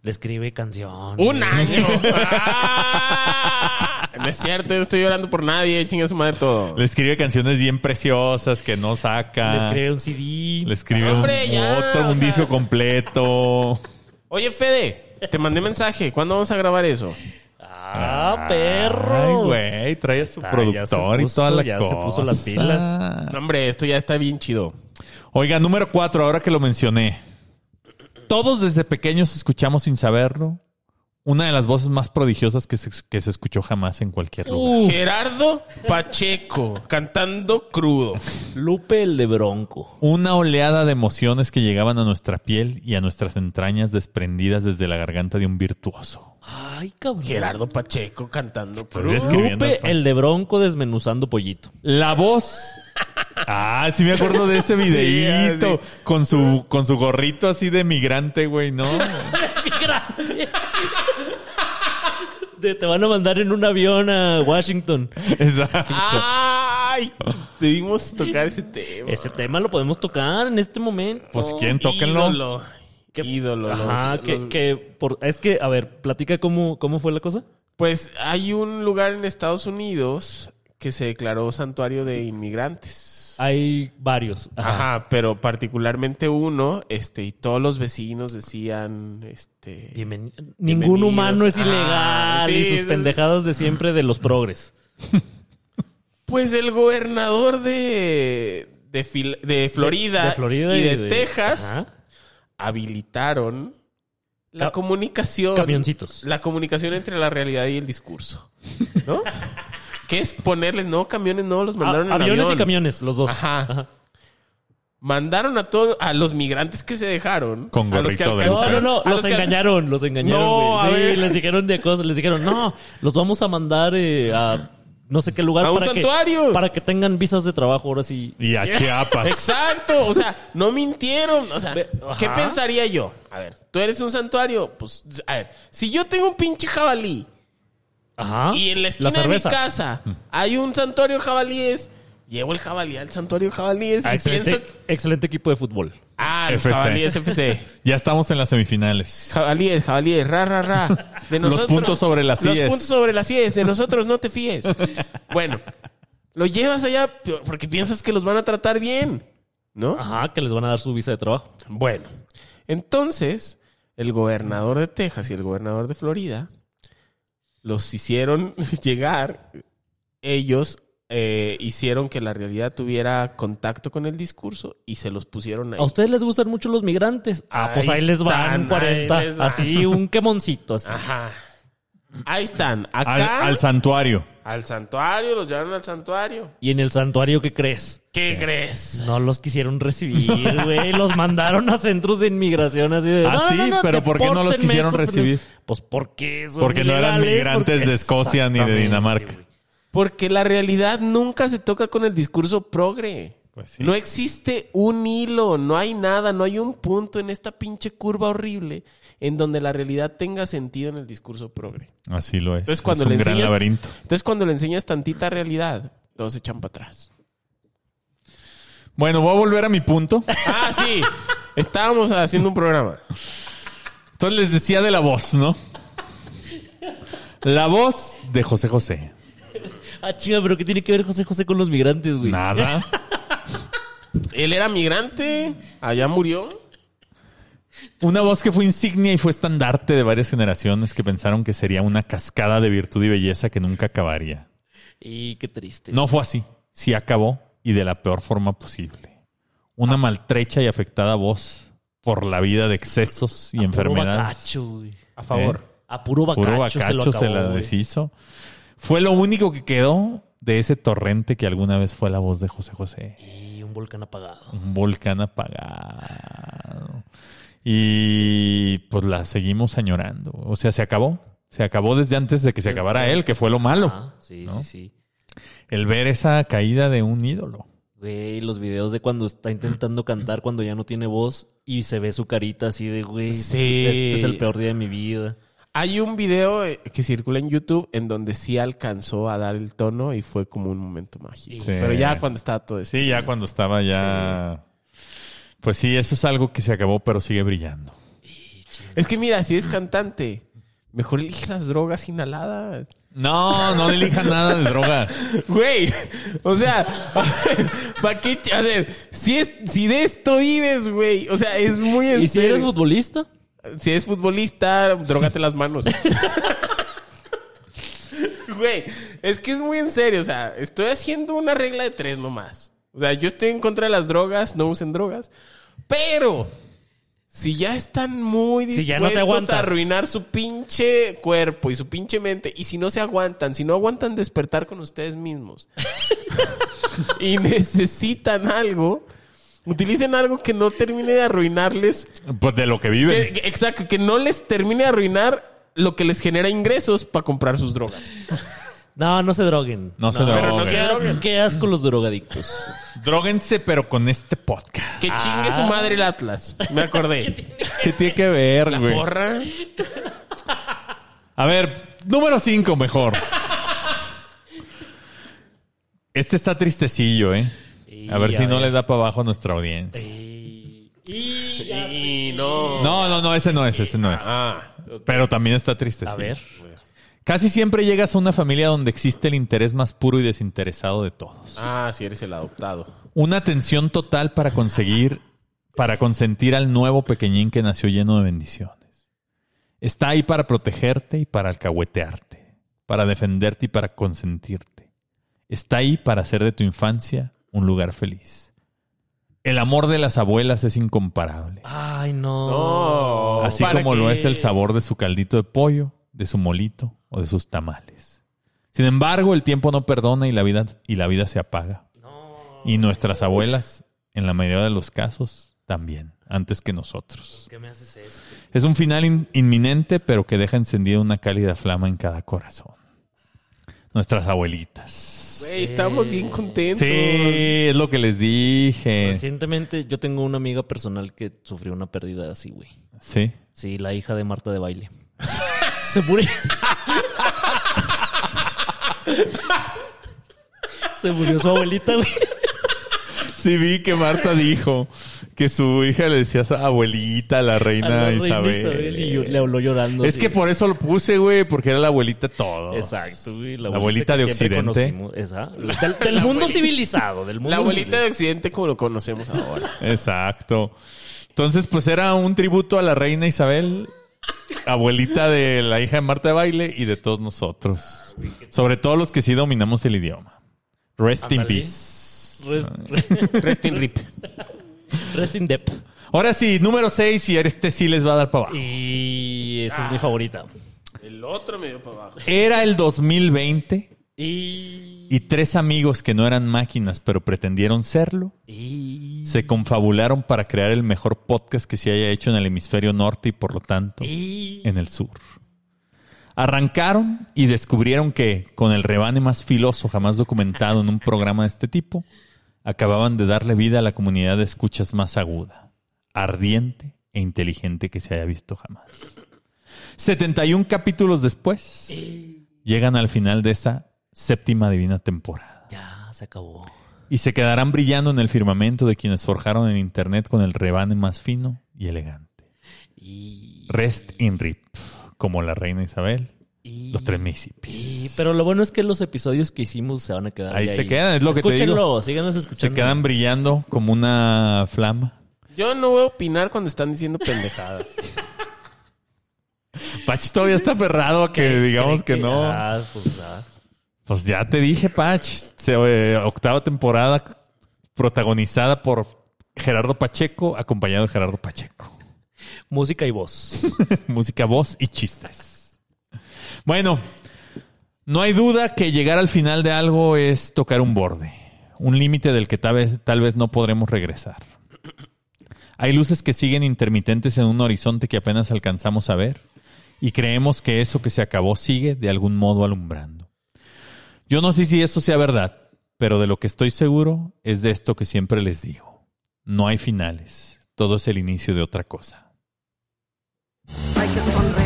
S1: Le escribe canción.
S4: Un año. Ah, No es cierto, yo no estoy llorando por nadie, chinga su madre todo.
S3: Le escribe canciones bien preciosas que no saca.
S1: Le escribe un CD.
S3: Le escribe un-
S4: Hombre, ya,
S3: otro,
S4: o
S3: un
S4: sea.
S3: disco completo.
S4: Oye, Fede, te mandé mensaje. ¿Cuándo vamos a grabar eso?
S1: ¡Ah, perro!
S3: Ay, güey, trae a su
S1: Ah, ya
S3: productor
S1: se
S3: y
S1: puso-
S3: toda la
S1: ya se
S3: cosa.
S1: puso las pilas.
S4: No, hombre, esto ya está bien chido.
S3: Oiga, número cuatro, ahora que lo mencioné. Todos desde pequeños escuchamos sin saberlo una de las voces más prodigiosas que se, que se escuchó jamás en cualquier lugar.
S1: Uf.
S4: Gerardo Pacheco, cantando crudo.
S1: Lupe el de Bronco.
S3: Una oleada de emociones que llegaban a nuestra piel y a nuestras entrañas desprendidas desde la garganta de un virtuoso.
S1: Ay, cabrón.
S4: Gerardo Pacheco cantando
S3: Pero
S4: crudo.
S3: es que- Escribiendo el
S1: Lupe
S3: pan.
S1: el de Bronco desmenuzando pollito.
S3: La voz. Ah, sí me acuerdo de ese videíto con su con su gorrito así de migrante, güey, ¿no?
S1: Te, te van a mandar en un avión a Washington.
S3: Exacto.
S4: ¡Ay! Debimos tocar ese tema.
S1: Ese tema lo podemos tocar en este momento.
S3: Eh, Pues quién, tóquenlo.
S4: Ah, Ídolo. Ídolo. los-
S1: Ajá, que,
S4: los-
S1: que por, es que, a ver, platica cómo, cómo fue la cosa.
S4: Pues hay un lugar en Estados Unidos que se declaró santuario de inmigrantes.
S1: Hay varios. Ajá.
S4: Ajá, pero particularmente uno, este, y todos los vecinos decían, este...
S1: Bienven- Ningún
S4: Bienvenidos.
S1: humano es
S4: Ah,
S1: ilegal
S4: sí,
S1: y sus
S4: eso es-
S1: pendejadas de siempre de los progres.
S4: Pues el gobernador de, de, Fil- de Florida,
S1: De Florida
S4: y, de,
S1: de-
S4: Texas
S1: Ajá.
S4: habilitaron la
S1: Ca-
S4: comunicación.
S1: camioncitos.
S4: La comunicación entre la realidad y el discurso.
S1: *laughs*
S4: ¿No? que es ponerles, no, camiones, no, los mandaron
S1: A-
S4: en
S1: Ah, aviones
S4: avión.
S1: y camiones, los dos.
S4: Ajá.
S1: Ajá.
S4: Mandaron a todos, a los migrantes que se dejaron.
S3: Con
S4: a los
S3: gorrito de
S1: No, no, no,
S4: a
S1: los
S4: Ah, que-
S1: engañaron, los engañaron.
S4: No,
S1: güey.
S4: a
S1: sí,
S4: ver.
S1: les dijeron de cosas, les dijeron, no, los vamos a mandar eh, a no sé qué lugar.
S4: A un santuario.
S1: Que, para que tengan visas de trabajo ahora sí.
S3: Y a Chiapas.
S4: Exacto, o sea, no mintieron. O sea,
S1: Ve-
S4: ¿qué
S1: ajá.
S4: pensaría yo? A ver, tú eres un santuario. Pues, a ver, si yo tengo un pinche jabalí
S1: Ajá.
S4: y en la esquina de mi casa hay un santuario de jabalíes, llevo el jabalí al santuario de jabalíes
S1: Ah,
S4: y pienso.
S1: excelente, excelente equipo de fútbol.
S4: Ah, los
S3: FC.
S4: jabalíes FC.
S3: *laughs* Ya estamos en las semifinales.
S4: Jabalíes, jabalíes, ra, ra, ra. De
S3: Los
S4: nosotros,
S3: puntos sobre las
S4: Los
S3: IES.
S4: puntos sobre las IES. De nosotros no te fíes. Bueno, lo llevas allá porque piensas que los van a tratar bien, ¿no?
S1: Ajá, que les van a dar su visa de trabajo.
S4: Bueno, entonces el gobernador de Texas y el gobernador de Florida los hicieron *laughs* llegar, ellos eh, hicieron que la realidad tuviera contacto con el discurso y se los pusieron ahí.
S1: ¿A ustedes les gustan mucho los migrantes? Ah, pues
S4: Ahí
S1: ahí les van
S4: están,
S1: un 40.
S4: ahí les van.
S1: Así, un quemoncito.
S3: Ah.
S1: Así.
S4: Ajá. Ahí están,
S3: Al,
S4: acá al,
S3: al santuario.
S4: santuario, los llevaron al santuario.
S1: Y en el santuario, ¿qué crees?
S4: ¿Qué crees?
S1: No los quisieron recibir, güey. Los mandaron a centros de inmigración así de...
S3: Ah,
S1: "No,
S3: sí,
S1: no, no,
S3: pero ¿por qué no los
S1: depórtenme
S3: quisieron
S1: estos
S3: recibir?
S1: pendejos". Pues porque son
S3: Porque no eran
S1: ilegales,
S3: migrantes
S1: porque-
S3: de Escocia ni de
S1: Exactamente,
S3: Dinamarca.
S1: güey.
S4: Porque la realidad nunca se toca con el discurso progre.
S3: Pues sí.
S4: No existe un hilo, no hay nada, no hay un punto en esta pinche curva horrible en donde la realidad tenga sentido en el discurso progre.
S3: Así lo es.
S4: Entonces cuando
S3: es un
S4: le
S3: gran
S4: enseñas-
S3: laberinto.
S4: Entonces cuando le enseñas tantita realidad, todos se echan para atrás.
S3: Bueno, voy a volver a mi punto.
S4: Ah, sí. Estábamos haciendo un programa.
S3: Entonces les decía de la voz, ¿no? La voz de José José.
S1: Ah, chinga, pero ¿qué tiene que ver José José con los migrantes, güey?
S3: Nada.
S4: Él era migrante, allá murió.
S3: Una voz que fue insignia y fue estandarte de varias generaciones que pensaron que sería una cascada de virtud y belleza que nunca acabaría.
S1: Y qué triste.
S3: No fue así. Sí acabó y de la peor forma posible.
S1: Ah.
S3: Una maltrecha y afectada voz por la vida de excesos y enfermedades.
S1: Ah, Bacacho, güey.
S4: A favor.
S3: ¿Eh?
S1: A puro bacacho,
S3: Puro
S1: se lo
S3: bacacho
S1: acabó,
S3: se, la
S1: güey.
S3: deshizo. Fue lo único que quedó de ese torrente que alguna vez fue la voz de José José.
S1: Y un volcán apagado.
S3: Un volcán apagado. Y pues la seguimos añorando. O sea, se acabó. Se acabó desde antes de que se acabara él, que fue lo malo.
S1: Ah, sí,
S3: ¿no?
S1: sí, sí.
S3: El ver esa caída de un ídolo.
S1: Güey, los videos de cuando está intentando
S3: *clears throat*
S1: cantar cuando ya no tiene voz y se ve su carita así de, güey,
S4: Sí.
S1: este es el peor día de mi vida.
S4: Hay un video eh, que circula en YouTube en donde sí alcanzó a dar el tono y fue como un momento mágico.
S3: Sí.
S4: Pero ya cuando estaba todo eso.
S3: Sí, ya cuando estaba ya... Pues sí, eso es algo que se acabó, pero sigue brillando.
S4: Es que mira, si es cantante, mejor elige las drogas inhaladas.
S3: No, no elijan nada de droga.
S4: Güey, o sea, *laughs* ¿para qué? te- A ver, si, es, si de esto vives, güey, o sea, es muy en
S1: ¿Y si
S4: serio.
S1: eres futbolista?
S4: Si eres futbolista, drogate
S1: *laughs*
S4: las manos. Güey, es que es muy en serio. O sea, estoy haciendo una regla de tres nomás. O sea, yo estoy en contra de las drogas, no usen drogas. Pero, si ya están muy
S1: Si
S4: dispuestos
S1: ya no te
S4: a
S1: aguantas.
S4: arruinar su pinche cuerpo y su pinche mente, y si no se aguantan, si no aguantan despertar con
S1: *laughs*
S4: ustedes mismos y necesitan algo, utilicen algo que no termine de arruinarles
S3: Pues de lo que
S4: que-
S3: viven.
S4: que- exacto, que no les termine de arruinar lo que les genera ingresos para comprar sus drogas.
S1: No, no se droguen.
S3: No, se droguen.
S4: pero no
S1: Qué
S4: se-
S1: asco- Qué asco los drogadictos.
S3: Dróguense, pero con este podcast.
S4: Que chingue su madre el *laughs* Atlas. Me acordé.
S3: ¿Qué tiene que ver, güey?
S4: Porra.
S3: A ver, número 5 mejor. Este está tristecillo, ¿eh? A ver
S1: Y,
S3: si
S1: a
S3: no
S1: ver.
S3: le da para abajo a nuestra audiencia.
S4: Y no.
S3: No, no, no, ese no es, ese no es.
S4: Ah.
S3: Pero también está triste.
S1: A
S3: sí.
S1: ver.
S3: Casi siempre llegas a una familia donde existe el interés más puro y desinteresado de todos.
S4: Ah, si eres el adoptado.
S3: Una atención total para conseguir, para consentir al nuevo pequeñín que nació lleno de bendiciones. Está ahí para protegerte y para alcahuetearte, para defenderte y para consentirte. Está ahí para hacer de tu infancia un lugar feliz. El amor de las abuelas es incomparable.
S1: Ay, no.
S4: No.
S3: Así
S4: ¿para
S3: como lo
S4: qué?
S3: es el sabor de su caldito de pollo, de su molito o de sus tamales. Sin embargo, el tiempo no perdona y la vida, y la vida se apaga. Y nuestras abuelas, en la mayoría de los casos, también, antes que nosotros.
S1: ¿Qué me haces esto?
S3: Es un final in- inminente, pero que deja encendida una cálida flama en cada corazón. Nuestras abuelitas.
S4: Güey, estábamos bien contentos.
S3: Sí, es lo que les
S1: Pues
S3: dije.
S1: Recientemente yo tengo una amiga personal que sufrió una pérdida así, güey.
S3: Sí.
S1: Sí, la hija de Marta de baile. *laughs* Se murió. Se murió su abuelita, güey.
S3: Sí, vi que Marta dijo que su hija le decía a abuelita, la
S1: A
S3: reina,
S1: la reina
S3: Isabel. eh,
S1: Isabel y yo- le habló llorando.
S3: Es
S1: así.
S3: que por eso lo puse, güey, porque era la abuelita todo.
S1: Exacto, güey.
S3: La abuelita de
S1: que siempre
S3: Occidente.
S1: conocimos, Esa. Del, del mundo civilizado. Del mundo
S4: La abuelita
S1: civilizado.
S4: de Occidente como lo conocemos ahora.
S3: Exacto. Entonces, pues era un tributo a la reina Isabel, abuelita de la hija de Marta de Baile y de todos nosotros. Sobre todo los que sí dominamos el idioma. Rest in
S1: Ándale.
S3: peace. *laughs*
S1: Rest,
S4: Rest in rip.
S1: rest in depth.
S3: Ahora sí, número 6 y este sí les va a dar para abajo.
S1: Y esa es mi favorita.
S4: El *laughs* otro me dio para abajo.
S3: Era el 2020
S1: Y.
S3: y tres amigos que no eran máquinas, pero pretendieron serlo,
S1: Y.
S3: se confabularon para crear el mejor podcast que se haya hecho en el hemisferio norte y por lo tanto
S1: y-
S3: en el sur. Arrancaron y descubrieron que, con el rebane más filoso jamás documentado en un programa de este tipo, acababan de darle vida a la comunidad de escuchas más aguda, ardiente e inteligente que se haya visto jamás. 71 capítulos después, llegan al final de esa séptima divina temporada
S1: Ya, se acabó.
S3: y se quedarán brillando en el firmamento de quienes forjaron el Internet con el rebane más fino y elegante.
S1: Y.
S3: Rest in rip, como la reina Isabel,
S1: y-
S3: los tres Mississippis.
S1: y- pero lo bueno es que los episodios que hicimos se van a quedar
S3: Ahí se quedan, es lo que te
S1: Escúchenlo,
S3: digo.
S1: síganos escuchando.
S3: Se quedan brillando como una flama.
S4: Yo no voy a opinar cuando están diciendo pendejadas.
S3: Pach todavía está perrado a que digamos que no.
S1: Ah, pues, ah.
S3: Pues ya te dije, Pach, se- eh, octava temporada protagonizada por Gerardo Pacheco, acompañado de Gerardo Pacheco.
S1: Música y voz.
S3: *laughs* música, voz y chistes. Bueno, no hay duda que llegar al final de algo es tocar un borde, un límite del que tal vez, tal vez no podremos regresar. Hay luces que siguen intermitentes en un horizonte que apenas alcanzamos a ver y creemos que eso que se acabó sigue de algún modo alumbrando. Yo no sé si eso sea verdad, pero de lo que estoy seguro es de esto que siempre les digo. No hay finales, todo es el inicio de otra cosa.
S5: Hay que sonreír.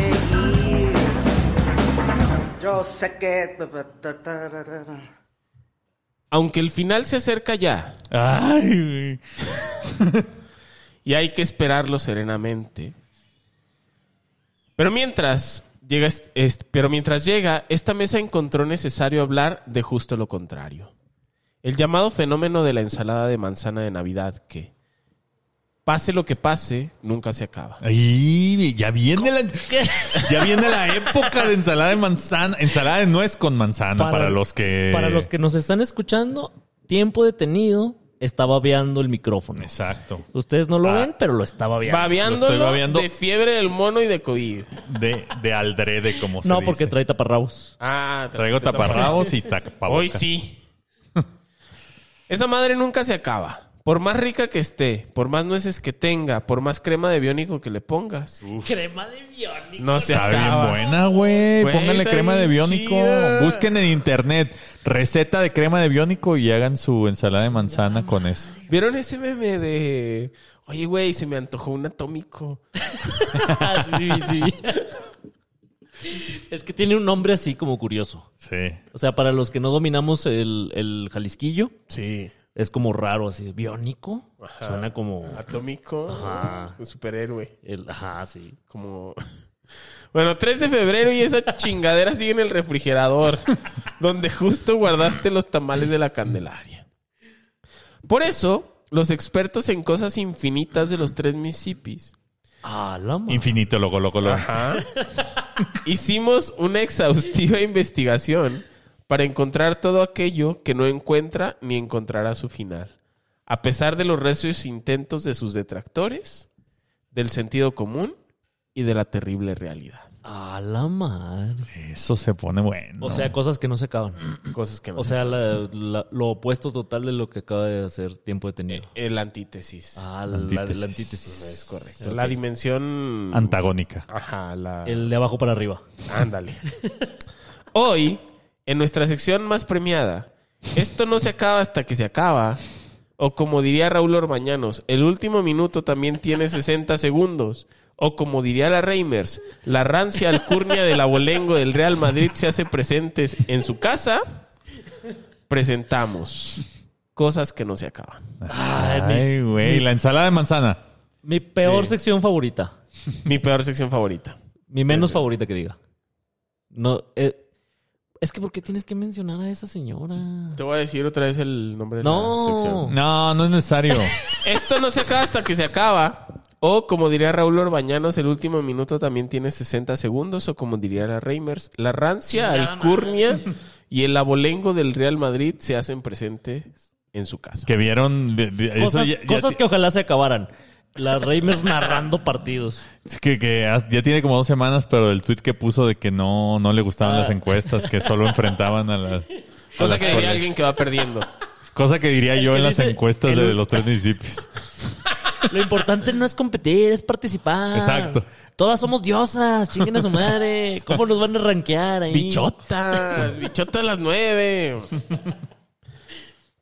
S5: Yo sé que.
S4: Aunque el final se acerca ya
S3: Ay, güey.
S4: y hay que esperarlo serenamente. Pero mientras, Llega est- est- pero mientras llega, esta mesa encontró necesario hablar de justo lo contrario. El llamado fenómeno de la ensalada de manzana de Navidad que, pase lo que pase, nunca se acaba.
S3: Ay, ya viene la *laughs* ya viene la época de ensalada de manzana, ensalada de nuez con manzana para, los que
S1: Para los que nos están escuchando, tiempo detenido, está babeando el micrófono.
S3: Exacto.
S1: Ustedes no lo
S3: Ah.
S1: ven, pero lo está babeando.
S3: Lo
S4: Babeándolo
S3: estoy babeando.
S4: de fiebre del mono y de COVID.
S3: De, de aldrede como se
S1: no,
S3: dice.
S1: porque trae taparrabos.
S4: Ah,
S3: traigo
S4: te- te-
S1: *laughs*
S3: taparrabos y tapabocas.
S4: Hoy sí. Esa madre nunca se acaba. Por más rica que esté, por más nueces que tenga, por más crema de biónico que le pongas,
S1: Crema de biónico.
S4: no se
S3: Está bien
S4: acaba.
S3: buena, güey.
S4: Güey,
S3: Pónganle
S4: está
S3: crema de
S4: bien
S3: biónico.
S4: chida.
S3: Busquen en internet receta de crema de biónico y hagan su ensalada de manzana con eso.
S4: ¿Vieron ese meme de... Oye, güey, se me antojó un atómico.
S1: *laughs* sí, sí, sí. es que tiene un nombre así como curioso.
S3: Sí.
S1: O sea, para los que no dominamos el, el jalisquillo,
S4: Sí.
S1: es como raro, así. ¿Biónico? Suena como...
S4: Atómico.
S1: Ajá.
S4: Un superhéroe.
S1: el- ajá, sí.
S4: Como... Bueno, 3 de febrero y esa chingadera sigue en el refrigerador, donde justo guardaste los tamales de la Candelaria. Por eso, los expertos en cosas infinitas de los tres Mississippis
S1: Ah, la madre.
S3: Infinito, loco, loco, loco.
S4: hicimos una exhaustiva investigación para encontrar todo aquello que no encuentra ni encontrará su final. A pesar de los recios intentos de sus detractores, del sentido común y de la terrible realidad.
S1: Ah, la madre.
S3: Eso se pone bueno.
S1: O sea, cosas que no se acaban.
S4: Cosas que no
S1: O sea, la- la- lo opuesto total de lo que acaba de hacer tiempo detenido.
S4: El antítesis.
S1: Ah, la la- la
S3: Antítesis.
S1: Eh, antítesis.
S4: Es correcto. La dimensión...
S3: antagónica.
S4: Ajá, la...
S1: El de abajo para arriba.
S4: Ándale.
S1: *laughs*
S4: Hoy, en nuestra sección más premiada, esto no se acaba hasta que se acaba. O como diría Raúl Orbañanos, el último minuto también tiene 60 *laughs* segundos. O como diría la Reimers, la rancia alcurnia del abolengo del Real Madrid se hace presentes en su casa. Presentamos cosas que no se acaban.
S3: Ay, güey. La ensalada de manzana.
S1: Mi peor
S4: Sí.
S1: sección favorita.
S4: Mi peor sección favorita.
S1: Mi menos favorita que diga. No, eh, es que ¿por qué tienes que mencionar a esa señora?
S4: Te voy a decir otra vez el nombre de
S1: No.
S4: la sección.
S3: No, no es
S4: *laughs*
S3: necesario.
S4: Esto no se acaba hasta que se acaba. O como diría Raúl Orbañanos, el último minuto también tiene 60 segundos. O como diría la Reimers, la rancia, alcurnia *laughs* y el abolengo del Real Madrid se hacen presentes en su casa.
S3: que vieron. vi- vi- eso
S1: Cosas,
S3: ya- ya
S1: cosas
S3: ti-
S1: que ojalá se acabaran. Las Reimers narrando partidos.
S3: es que, que has- ya tiene como dos semanas, pero el tweet que puso de que no, no le gustaban
S1: Ah.
S3: las encuestas, que
S4: *laughs*
S3: solo enfrentaban a las. a las
S4: Cosa que diría
S3: colas.
S4: alguien que va perdiendo.
S3: Cosa que diría yo
S1: que
S3: en las
S1: dice-
S3: encuestas
S1: el-
S3: de los tres
S4: *laughs*
S3: municipios.
S1: Lo importante no es competir, es participar.
S3: Exacto.
S1: Todas somos diosas, chinguen a su madre. ¿Cómo nos van a rankear ahí?
S4: Bichotas, bichotas las nueve.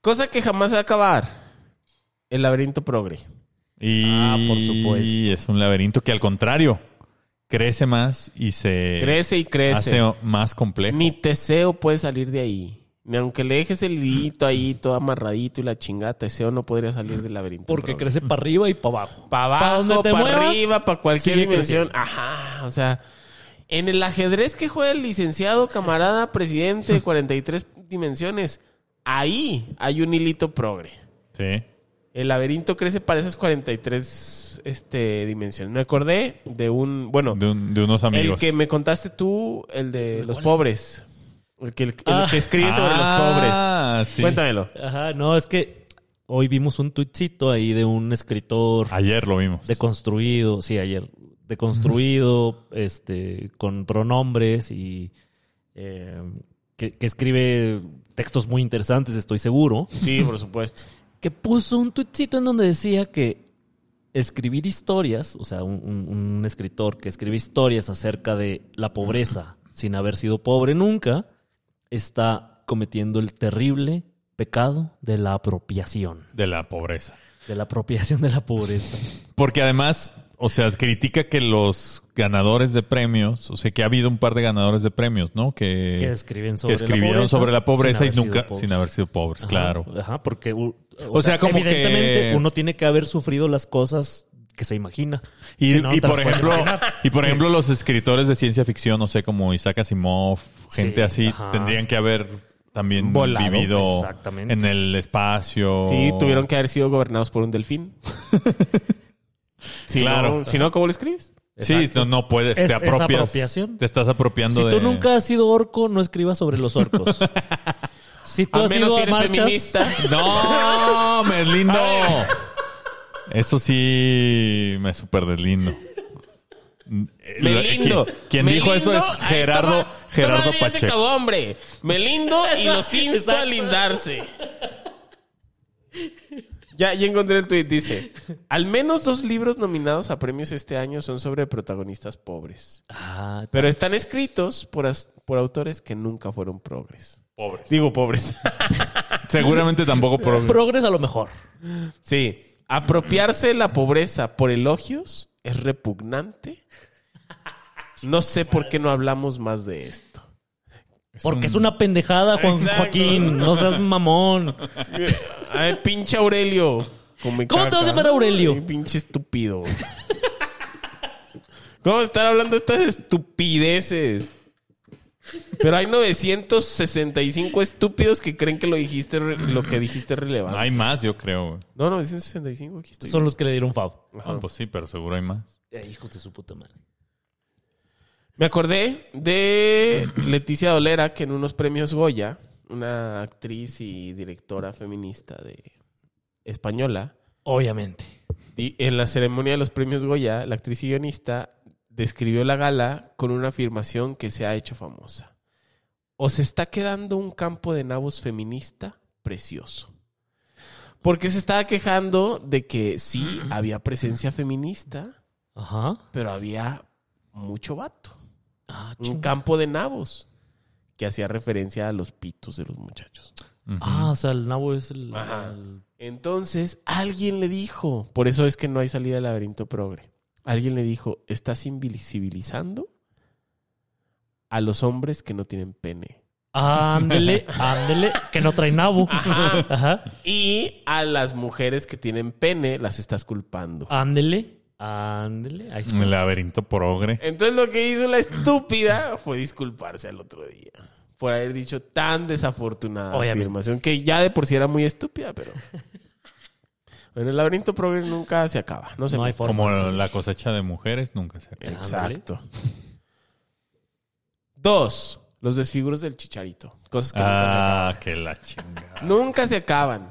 S4: Cosa que jamás se va a acabar. El laberinto progre.
S3: Y
S1: Ah, por supuesto.
S3: es un laberinto que al contrario crece más y se
S4: Crece y crece.
S3: Eh, hace más complejo.
S4: Ni Teseo puede salir de ahí. Ni aunque le dejes el hilito ahí, todo amarradito y la chingada, Teseo no podría salir del laberinto.
S1: Porque crece para arriba y para abajo.
S4: Para
S1: Pa'
S4: abajo,
S1: donde te
S4: para
S1: muevas,
S4: arriba, para cualquier
S1: sigue
S4: dimensión. Ajá, o sea... En el ajedrez que juega el licenciado camarada presidente *laughs* de 43 dimensiones, ahí hay un hilito progre.
S3: Sí.
S4: El laberinto crece para esas 43 este, dimensiones. Me acordé de un... Bueno,
S3: De, un- de unos
S4: el
S3: amigos.
S4: que me contaste tú, el de los pobres. El que, el, el
S1: Ah.
S4: que escribe sobre los
S3: Ah,
S4: pobres.
S3: sí.
S4: Cuéntamelo.
S1: Ajá, no, es que hoy vimos un tuitcito ahí de un escritor
S3: Ayer lo vimos.
S1: deconstruido, sí, ayer, deconstruido, este, con pronombres y eh, que, que escribe textos muy interesantes, estoy seguro,
S4: Sí, por supuesto.
S1: que puso un tuitcito en donde decía que escribir historias, o sea, un, un- un escritor que escribe historias acerca de la pobreza sin haber sido pobre nunca, está cometiendo el terrible pecado de la apropiación.
S3: De la pobreza.
S1: De la apropiación de la pobreza.
S3: Porque además, o sea, critica que los ganadores de premios, o sea, que ha habido un par de ganadores de premios, ¿no? Que,
S1: que escriben
S3: que
S1: sobre
S3: escribieron
S1: la pobreza,
S3: sobre la pobreza
S1: sin
S3: y
S1: haber sido
S3: nunca,
S1: pobres.
S3: sin haber sido pobres,
S1: Ajá,
S3: claro.
S1: Ajá, porque. u- O,
S3: sea, como que-
S1: evidentemente uno tiene que haber sufrido las cosas que se imagina.
S3: Y,
S1: Si no, no
S3: y
S1: te las
S3: por
S1: puedes
S3: ejemplo,
S1: imaginar.
S3: y por
S1: Sí.
S3: ejemplo, los escritores de ciencia ficción, no sé, como Isaac Asimov, gente
S1: Sí,
S3: así,
S1: ajá.
S3: tendrían que haber también
S4: Volado.
S3: vivido
S1: Exactamente.
S3: en el espacio.
S4: Sí, tuvieron que haber sido gobernados por
S1: *laughs*
S4: un delfín. si
S3: Claro.
S4: No, si no, ¿cómo lo escribes?
S3: Sí, no, no puedes,
S1: Es-
S3: te
S1: es
S3: apropias.
S1: apropiación.
S3: Te estás apropiando
S1: Si
S3: de...
S1: tú nunca has sido orco, no escribas sobre los orcos. *laughs* Si tú
S4: Al
S1: has
S4: menos
S1: ido
S4: si
S1: a
S4: eres
S1: marchas,
S4: feminista.
S1: *laughs*
S3: ¡No! ¡Me deslindo! Eso sí me super deslindo.
S4: Melindo.
S3: Quien, quien dijo eso es
S4: Melindo, ah,
S3: Gerardo,
S4: estaba-
S3: Gerardo
S4: todavía se
S3: Pacheco.
S4: acabó, hombre. Melindo y los insto a lindarse. *laughs* Ya, ya encontré el tuit. Dice: Al menos dos libros nominados a premios este año son sobre protagonistas pobres.
S1: Ah,
S4: Pero están escritos por, as- por autores que nunca fueron progres.
S3: Pobres.
S4: Digo *laughs* pobres.
S3: Seguramente tampoco por...
S1: progres a lo mejor.
S4: Sí. Apropiarse de la pobreza por elogios es repugnante. No sé por qué no hablamos más de esto.
S1: Porque es una pendejada, Juan
S4: Exacto.
S1: Joaquín. No seas mamón.
S4: Ay, pinche Aurelio. Como me
S1: ¿Cómo te
S4: caga.
S1: vas a llamar Aurelio?
S4: Ay, pinche estúpido. ¿Cómo estar hablando estas estupideces? Pero hay 965 estúpidos que creen que lo dijiste re- lo que dijiste es relevante.
S3: Hay más, yo creo.
S4: No, 965 aquí estoy.
S1: Son los que le dieron fav.
S3: Ah, pues sí, pero seguro hay más.
S1: Eh, hijos de su puta madre.
S4: Me acordé de Leticia Dolera, que en unos premios Goya, una actriz y directora feminista de española,
S1: Obviamente.
S4: Y en la ceremonia de los premios Goya, la actriz y guionista describió la gala con una afirmación que se ha hecho famosa. Os está quedando un campo de nabos feminista precioso. Porque se estaba quejando de que sí, había presencia feminista,
S1: Ajá.
S4: pero había mucho vato.
S1: Ah,
S4: Un
S1: ching-
S4: campo de nabos que hacía referencia a los pitos de los muchachos.
S3: Ujú.
S1: Ah, o sea, el nabo es el.
S4: Ajá.
S1: el-
S4: Entonces, alguien le dijo, por eso es que no hay salida del laberinto progre. Alguien le dijo, estás invisibilizando a los hombres que no tienen pene.
S1: *laughs* Ándele, ándele, que no trae nabo. Ajá.
S4: Y a las mujeres que tienen pene las estás culpando.
S1: Ándele, ándele. Ahí está.
S3: El laberinto progre.
S4: Entonces lo que hizo la estúpida fue disculparse al otro día por haber dicho tan desafortunada
S1: Obviamente.
S4: afirmación que ya de por sí era muy
S1: *laughs*
S4: estúpida, pero... Bueno, el laberinto progre nunca se acaba. No se
S1: No hay
S4: mete.
S1: forma.
S3: Como
S1: sí.
S3: la cosecha de mujeres nunca se acaba.
S4: Exacto. Dos, los desfiguros del chicharito. Cosas que nunca se acaban.
S3: Ah, que la chingada.
S4: Nunca se acaban.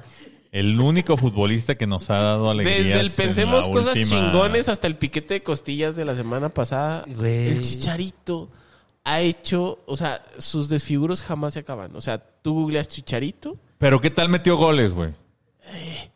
S3: El único futbolista que nos ha dado alegrías.
S4: Desde el
S3: en
S4: pensemos
S3: la
S4: cosas
S3: última-
S4: chingones hasta el piquete de costillas de la semana pasada.
S1: Güey.
S4: El chicharito ha hecho, o sea, sus desfiguros jamás se acaban. O sea, tú googleas chicharito.
S3: Pero ¿qué tal metió goles, güey?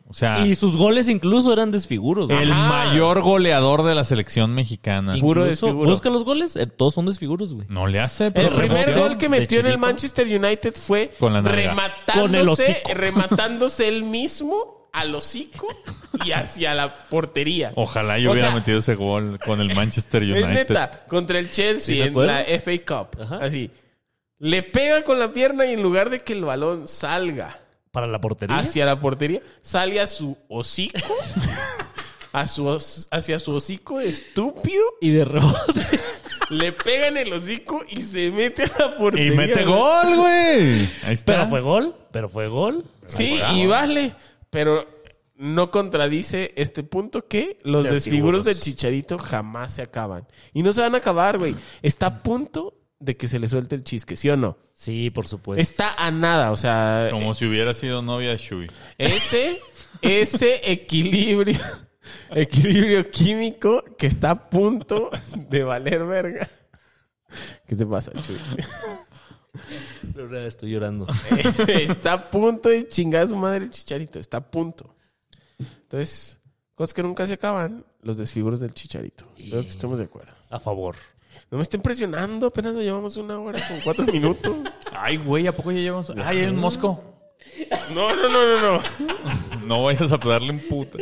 S3: O sea,
S1: Y sus goles incluso eran desfiguros. güey.
S3: el mayor goleador de la selección mexicana.
S1: Incluso,
S4: puro desfiguro.
S1: Busca los goles, eh, todos son desfiguros, güey.
S3: No le hace, pero
S4: El primer
S3: remate
S4: gol que metió en el
S1: Chicharito.
S4: Manchester United fue
S3: Con la nalga.
S4: rematándose,
S1: Con el hocico.
S4: rematándose él mismo al hocico y hacia la portería.
S3: Ojalá yo
S4: O
S3: hubiera
S4: sea,
S3: metido ese gol con el Manchester United.
S4: Es neta, contra el Chelsea
S1: Sí, me
S4: en
S1: acuerdo.
S4: la FA Cup.
S1: Ajá.
S4: Así. Le pega con la pierna y en lugar de que el balón salga
S1: Para la portería.
S4: hacia la portería, sale a su hocico. a su os- hacia su hocico estúpido.
S1: Y de rebote.
S4: Le pega en el hocico y se mete a la portería.
S3: Y mete
S4: güey.
S3: gol, güey. Ahí está.
S1: Pero fue gol, pero fue gol.
S4: Sí, y vale. Pero no contradice este punto que los desfiguros del chicharito jamás se acaban. Y no se van a acabar, güey. Está a punto de que se le suelte el chisque, ¿sí o no?
S1: *laughs* Sí, por supuesto.
S4: Está a nada, o sea,
S3: Como si hubiera sido novia de Shui.
S4: ese, ese equilibrio, *laughs* equilibrio químico que está a punto de valer verga. ¿Qué te pasa, Chuy?
S1: De verdad, Estoy *laughs* llorando.
S4: está a punto de chingar a su madre el chicharito. Está a punto. Entonces, cosas que nunca se acaban, los desfiguros del chicharito. Creo que estamos de acuerdo.
S1: A favor.
S4: No me estén presionando, apenas nos llevamos una hora con cuatro minutos.
S3: Ay, güey, ¿a poco ya llevamos? Ay, hay un mosco.
S4: No, no, no, no, no.
S3: No vayas a darle un puta.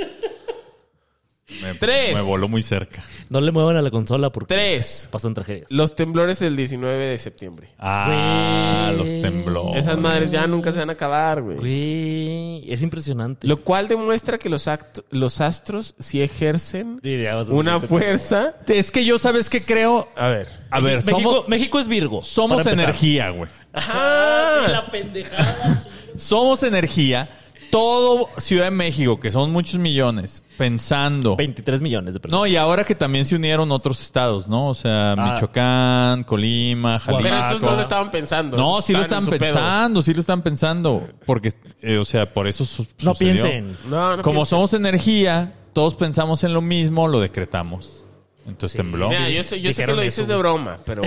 S3: Me,
S4: Tres.
S3: Me voló muy cerca.
S1: No le muevan a la consola porque
S4: Tres.
S1: pasan tragedias.
S4: Los temblores del 19 de septiembre.
S3: Ah,
S1: Güey.
S3: los temblores.
S4: Esas madres ya nunca se van a acabar, güey.
S1: Güey, es impresionante.
S4: Lo cual demuestra que los, act- los astros sí ejercen
S1: Sí, ya vas a
S4: una
S1: decir-
S4: fuerza.
S3: Es que yo, ¿sabes qué creo?
S4: A ver.
S3: A ver,
S1: México,
S3: somos,
S1: México es Virgo.
S3: somos
S1: para empezar.
S3: energía, güey.
S1: La *laughs* pendejada.
S3: Somos energía. Todo Ciudad de México, que son muchos millones, pensando.
S1: 23 millones de personas.
S3: No, y ahora que también se unieron otros estados, ¿no? O sea, Michoacán, Colima, Jalisco.
S4: Pero esos no lo estaban pensando.
S3: No,
S4: esos
S3: sí lo
S4: estaban
S3: están
S4: en su pedo.
S3: pensando, sí lo están pensando. Porque, eh, o sea, por eso su-
S1: No,
S3: sucedió.
S1: piensen.
S4: No, no
S3: Como
S4: pienso.
S3: somos energía, todos pensamos en lo mismo, lo decretamos. Entonces tembló.
S4: Mira, yo, sé, yo sé que
S1: Dijeron
S4: lo
S1: eso,
S4: dices de
S1: güey.
S4: broma, pero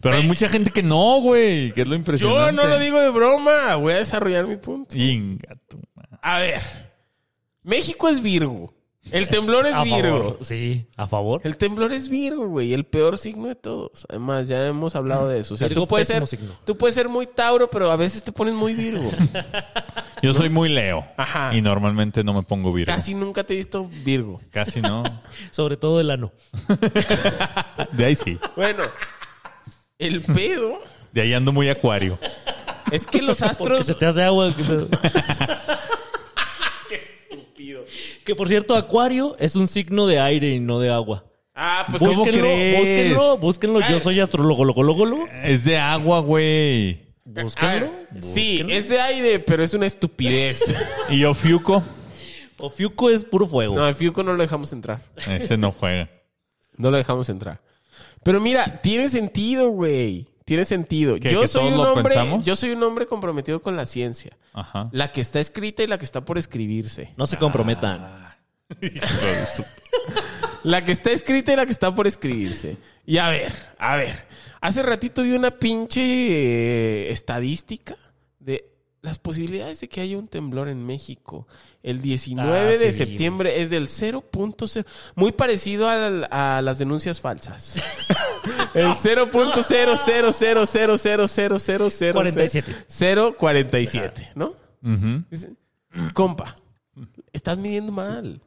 S3: Pero hay mucha gente que no, güey, que es lo impresionante.
S4: yo no lo digo de broma. Voy a desarrollar mi punto.
S3: Chinga tu madre.
S4: A ver. México es Virgo. El temblor es
S1: A
S4: Virgo.
S1: favor. Sí, a favor.
S4: El temblor es Virgo, güey. El peor signo de todos. Además, ya hemos hablado de eso. O sea,
S1: Virgo,
S4: tú puedes, ser,
S1: pésimo signo.
S4: tú puedes ser muy Tauro, pero a veces te pones muy Virgo.
S3: Yo soy muy Leo.
S4: Ajá.
S3: Y normalmente no me pongo virgo. Casi.
S4: Casi nunca te he visto Virgo.
S3: Casi no.
S1: Sobre todo el ano.
S3: De ahí sí.
S4: Bueno, el pedo
S3: De ahí ando muy acuario.
S4: es que los
S1: Porque
S4: astros.
S1: se te hace agua. ¿qué pedo? Que por cierto, Acuario es un signo de aire y no de agua.
S4: Ah, pues
S3: ¿cómo
S1: búsquenlo,
S3: crees?
S1: búsquenlo, búsquenlo. Yo soy astrólogo, loco, loco, loco.
S3: Es de agua, güey.
S4: a ver,
S1: Búsquenlo.
S4: Ah, sí,
S1: búsquenlo.
S4: es de aire, pero es una estupidez.
S3: Y yo Fiuco,
S1: Ofiuco es puro fuego.
S4: No, a Fiuco no lo dejamos entrar.
S3: ese no juega.
S4: No lo dejamos entrar. Pero mira, tiene sentido, güey. Tiene sentido.
S3: ¿Que-
S4: Yo
S3: que
S4: soy
S3: todos
S4: un
S3: lo
S4: hombre,
S3: pensamos?
S4: yo soy un hombre comprometido con la ciencia, *laughs*
S3: Ajá.
S4: la que está escrita y la que está por escribirse.
S1: No se comprometan.
S4: La que está escrita y la que está por escribirse. Y a ver, a ver. Hace ratito vi una pinche eh, estadística de las posibilidades de que haya un temblor en México. El 19
S1: Ah, sí
S4: de
S1: vi.
S4: septiembre es del 0.0. Muy parecido al- a, las denuncias falsas. *laughs* El
S1: 47.
S4: 0.000000047, ¿no?
S3: Ujú.
S4: Dice, Compa, estás midiendo mal.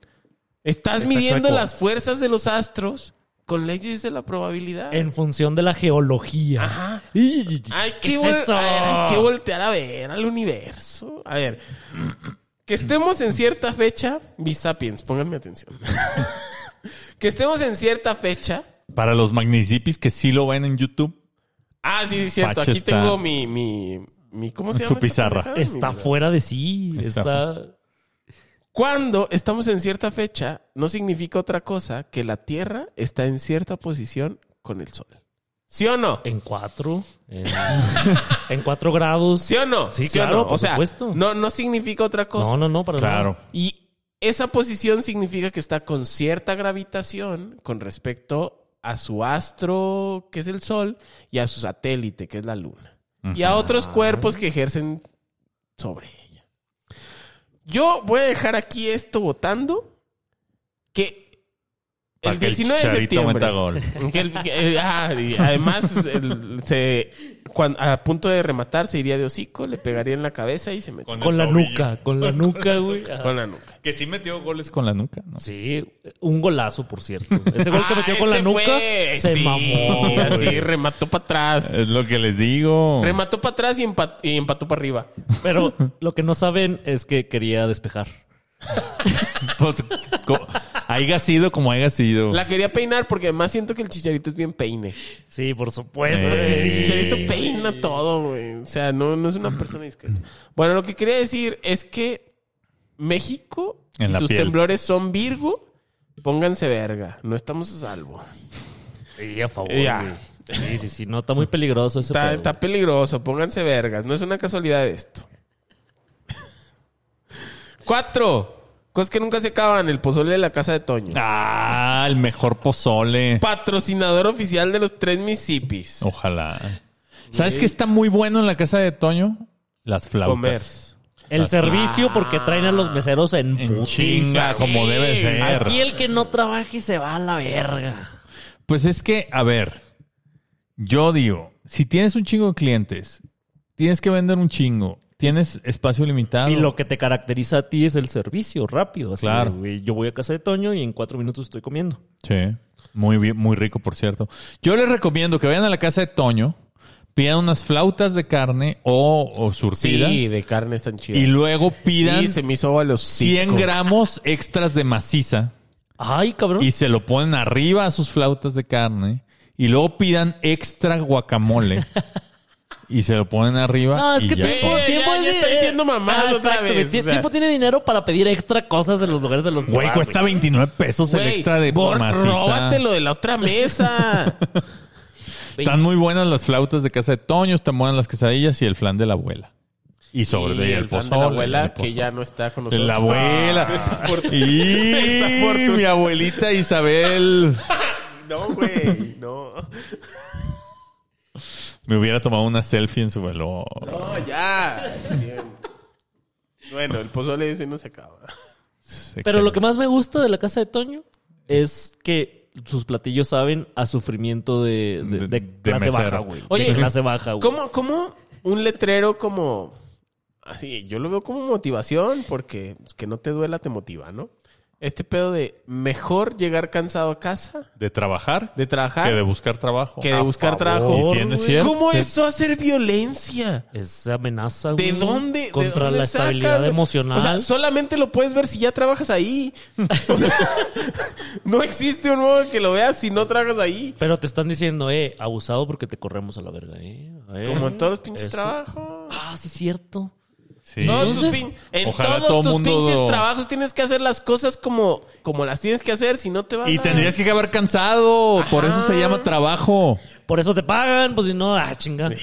S4: Estás
S1: Está
S4: midiendo
S1: chueco.
S4: las fuerzas de los astros con leyes de la probabilidad.
S1: En función de la geología.
S4: Ajá.
S1: Y-
S4: Hay
S1: ¿Qué
S4: que,
S1: es
S4: vol-
S1: eso?
S4: a ver, hay que voltear a ver al universo. A ver, *clears throat* que estemos en cierta fecha, mis sapiens, pónganme atención. *laughs* que estemos en cierta fecha.
S3: Para los magnicipis que sí lo ven en YouTube,
S4: Ah, sí, sí, cierto.
S3: Pache
S4: Aquí
S3: está-
S4: tengo mi, mi, mi- ¿cómo se
S3: Su
S4: llama? esta
S3: pizarra.
S4: pendejada?
S1: Está
S4: Mi-
S1: fuera de sí.
S3: Está-
S1: Está.
S4: Cuando estamos en cierta fecha, no significa otra cosa que la Tierra está en cierta posición con el Sol. ¿Sí o no?
S1: En cuatro. En, *laughs* en cuatro grados.
S4: ¿Sí o no?
S1: Sí,
S4: o
S1: claro,
S4: no?
S1: por
S4: o sea,
S1: supuesto.
S4: No, no significa otra cosa.
S1: No, no, no, para
S3: claro.
S1: nada.
S4: Y esa posición significa que está con cierta gravitación con respecto a su astro, que es el Sol, y a su satélite, que es la Luna. Y a otros cuerpos que ejercen sobre ella. Yo voy a dejar aquí esto votando que
S3: Para
S4: el
S3: que
S4: 19 de
S3: Chicharito meta
S4: septiembre.
S3: gol.
S4: *laughs* Que el- que el- ah, y además, el- se, cuan- a punto de rematar, se iría de hocico, le pegaría en la cabeza y se mete
S3: Con-
S4: con,
S1: Con la
S3: el tobillo.
S1: nuca, con la nuca, güey.
S4: la nuca.
S3: Que sí metió goles con la nuca, ¿no?
S1: Sí, un golazo, por cierto. Ese gol que
S4: Ah,
S1: metió con la
S4: ese
S1: nuca
S4: fue.
S1: se
S4: Sí,
S1: mamó. güey. Eh,
S4: Así remató para atrás.
S3: Es lo que les digo.
S4: Remató para atrás y, empat- y empató para arriba.
S1: Pero lo que no saben es que quería despejar.
S3: *laughs* Pues, co- haya sido como haya sido.
S4: La quería peinar porque además siento que el chicharito es bien peine.
S1: Sí, por supuesto.
S3: Eh.
S4: El
S1: que sí.
S4: chicharito peina todo, güey. O sea, no, no es una persona discreta. Bueno, lo que quería decir es que México
S3: En
S4: y
S3: la
S4: sus
S3: piel.
S4: temblores son Virgo. Pónganse verga. No estamos a salvo.
S1: Sí, a favor.
S4: Ya.
S1: güey. Sí, sí, sí. No, está muy peligroso ese
S4: Está,
S1: pedo.
S4: está peligroso, pónganse vergas. No es una casualidad esto. Cuatro. Cosas que nunca se acaban. El pozole de la casa de Toño.
S3: Ah, el mejor pozole.
S4: Patrocinador oficial de los tres Mississippis.
S3: Ojalá. ¿Sabes qué está muy bueno en la casa de Toño? Las
S4: Comer.
S3: flautas.
S1: El
S3: Las-
S1: servicio porque traen a los meseros en,
S3: En
S1: putiza.
S3: chinga,
S4: sí.
S3: como debe ser.
S1: Aquí el que no trabaje se va a la verga.
S3: Pues es que, a ver, yo digo, si tienes un chingo de clientes, tienes que vender un chingo. tienes espacio limitado.
S1: Y lo que te caracteriza a ti es el servicio rápido. Así
S3: Claro.
S1: de, güey, yo voy a casa de Toño y en cuatro minutos estoy comiendo.
S3: Sí. Muy bien, muy rico, por cierto. Yo les recomiendo que vayan a la casa de Toño, pidan unas flautas de carne o, o surtidas
S4: Sí, de carne están chidas.
S3: y luego pidan
S4: Y se me hizo a los
S3: 100 gramos extras de maciza
S1: Ay, cabrón.
S3: y se lo ponen arriba a sus flautas de carne y luego pidan extra
S4: *laughs*
S3: guacamole y se lo ponen arriba.
S1: No, es
S3: y
S1: que
S3: ya.
S1: tiempo,
S4: Eh,
S1: tiempo
S4: ya-
S1: es
S4: ya
S1: de- Ah,
S4: está diciendo mamadas otra
S1: exacto, güey.
S4: vez,
S1: Tie-
S4: o sea.
S1: Tiempo tiene dinero para pedir extra cosas en los lugares de los que
S3: Güey,
S1: va,
S3: cuesta 29 pesos el extra de maciza.
S4: Róbatelo de la otra mesa.
S3: Están muy buenas las flautas de casa de Toño, están buenas las quesadillas y el flan de la abuela. Y *laughs* sobre
S4: Y
S3: y el,
S4: fan
S3: pozole,
S4: de la
S3: el
S4: abuela
S3: pozole. *laughs*
S4: que ya no está con
S3: De
S4: nosotros.
S3: la abuela.
S4: *laughs* Ah, desafortun-
S3: y mi abuelita Isabel.
S4: No, güey, no.
S3: Me hubiera tomado una selfie en su velor.
S4: No, ya. Bien. Bueno, el pozole ese no se acaba.
S1: Pero lo que más me gusta de la casa de Toño es que sus platillos saben a sufrimiento de, de- de
S3: De- de
S1: clase
S3: mesero.
S1: baja, güey.
S4: Oye,
S1: de clase baja, güey.
S4: ¿Cómo, cómo un letrero como... Así, yo lo veo como motivación porque pues, que no te duela te motiva, ¿no? Este pedo de mejor llegar cansado a casa
S3: De trabajar,
S4: de trabajar
S3: que de buscar trabajo. Ah,
S4: que de buscar trabajo.
S3: Y tiene
S1: güey.
S3: cierto.
S4: ¿Cómo eso hacer violencia?
S1: Es amenaza, güey.
S4: ¿De dónde? ¿De
S1: Contra
S4: dónde
S1: la
S4: sacan?
S1: estabilidad emocional.
S4: O sea, solamente lo puedes ver si ya trabajas ahí. *laughs* O sea, no existe un modo que lo veas si no trabajas ahí.
S1: Pero te están diciendo, eh, abusado porque te corremos a la verga, eh. A ver.
S4: Como en todos los pinches
S1: Eso.
S4: trabajos.
S1: Ah, sí, es cierto.
S3: Sí.
S4: Todos tus
S1: Entonces,
S4: pin- en
S3: ojalá
S4: todos
S3: todo
S4: tus
S3: mundo
S4: pinches
S3: lo-
S4: trabajos tienes que hacer las cosas como, como las tienes que hacer, si no te van
S3: Y
S4: a-
S3: tendrías que acabar cansado. Por eso se llama trabajo.
S1: Por eso te pagan, pues si no, ah, chingan.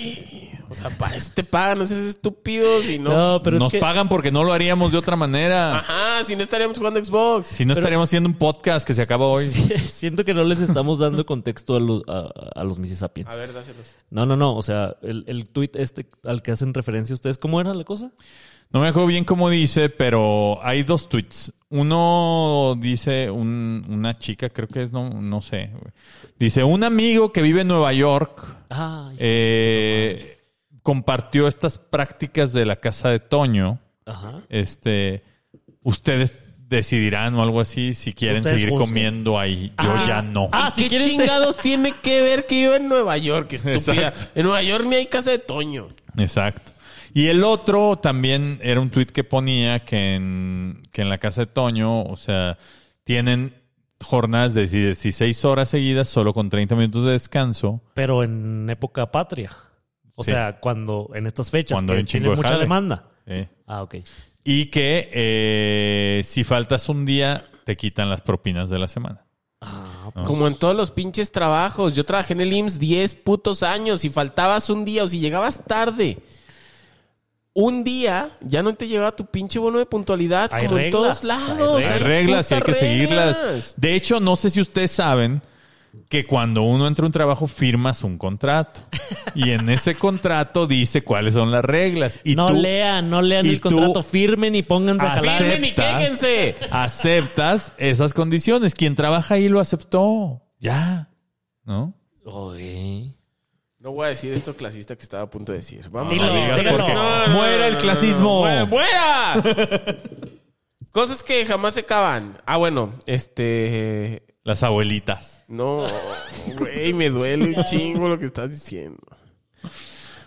S4: O sea, para eso te pagan, este no seas estúpido, si no...
S1: No, pero
S3: Nos
S1: es que... Ah,
S3: pagan porque no lo haríamos de otra manera.
S4: Ajá, si no estaríamos jugando Xbox.
S3: Si no estaríamos haciendo un podcast que se acaba hoy.
S1: Sí, *laughs* siento que no les estamos
S3: *laughs*
S1: dando contexto a los, a, a los Missy Sapiens.
S4: A ver, dáselos.
S1: No, no, no. O sea, el, el tweet este al que hacen referencia ustedes, ¿cómo era la cosa?
S3: No me acuerdo bien cómo dice, pero hay dos tweets. Uno dice un- una chica, creo que es, no, no sé. güey. Dice, un amigo que vive en Nueva York
S1: Ay,
S3: eh, compartió estas prácticas de la casa de Toño.
S1: ajá.
S3: Este, ustedes decidirán o algo así si quieren
S1: Ustedes
S3: seguir
S1: juzguen.
S3: comiendo ahí. Yo ya no.
S1: Ah,
S4: ¿Qué
S1: si quieren ser-
S4: chingados tiene que ver que yo en
S3: *laughs*
S4: Nueva York, estúpida?
S3: Exacto.
S4: En Nueva York ni hay casa de Toño.
S3: Exacto. Y el otro también era un tuit que ponía que en, que en la casa de Toño, o sea, tienen jornadas de 16 horas seguidas solo con 30 minutos de descanso.
S1: Pero en época patria. O
S3: Sí.
S1: sea, cuando en estas fechas
S3: Cuando hay
S1: que
S3: un chingo
S1: tiene
S3: de
S1: mucha
S3: jale.
S1: demanda.
S3: ¿eh?
S1: Ah, ok.
S3: Y que eh, si faltas un día, te quitan las propinas de la semana.
S1: Ah,
S3: No.
S4: Como en todos los pinches trabajos. Yo trabajé en el IMSS 10 putos años. Si faltabas un día o si llegabas tarde, un día ya no te llegaba tu pinche bono de puntualidad.
S1: Hay
S4: como en
S1: reglas,
S4: todos lados.
S1: hay
S3: Hay reglas y hay que
S4: putas
S3: seguirlas.
S4: reglas.
S3: De hecho, no sé si ustedes saben que cuando uno entra a un trabajo firmas un contrato. Y en ese contrato dice cuáles son las reglas. Y
S1: no
S3: tú
S1: lean, no lean
S3: y
S1: el
S3: tú- Ah,
S1: contrato, firmen y pónganse a
S3: Así-
S1: jalar.
S4: Firmen y
S3: Aceptas.
S4: quéjense.
S3: aceptas esas condiciones. Quien trabaja ahí lo aceptó. Ya. ¿No?
S1: Ok.
S4: No voy a decir esto clasista que estaba a punto de decir. Vamos
S1: Dilo,
S4: a ver.
S1: digas dígalo.
S3: porque
S1: No,
S3: muera el clasismo.
S4: ¡Mue- ¡Muera!
S3: *laughs*
S4: Cosas que jamás se acaban. Ah, bueno, este.
S3: Las abuelitas.
S4: No, güey, me duele un chingo lo que estás diciendo.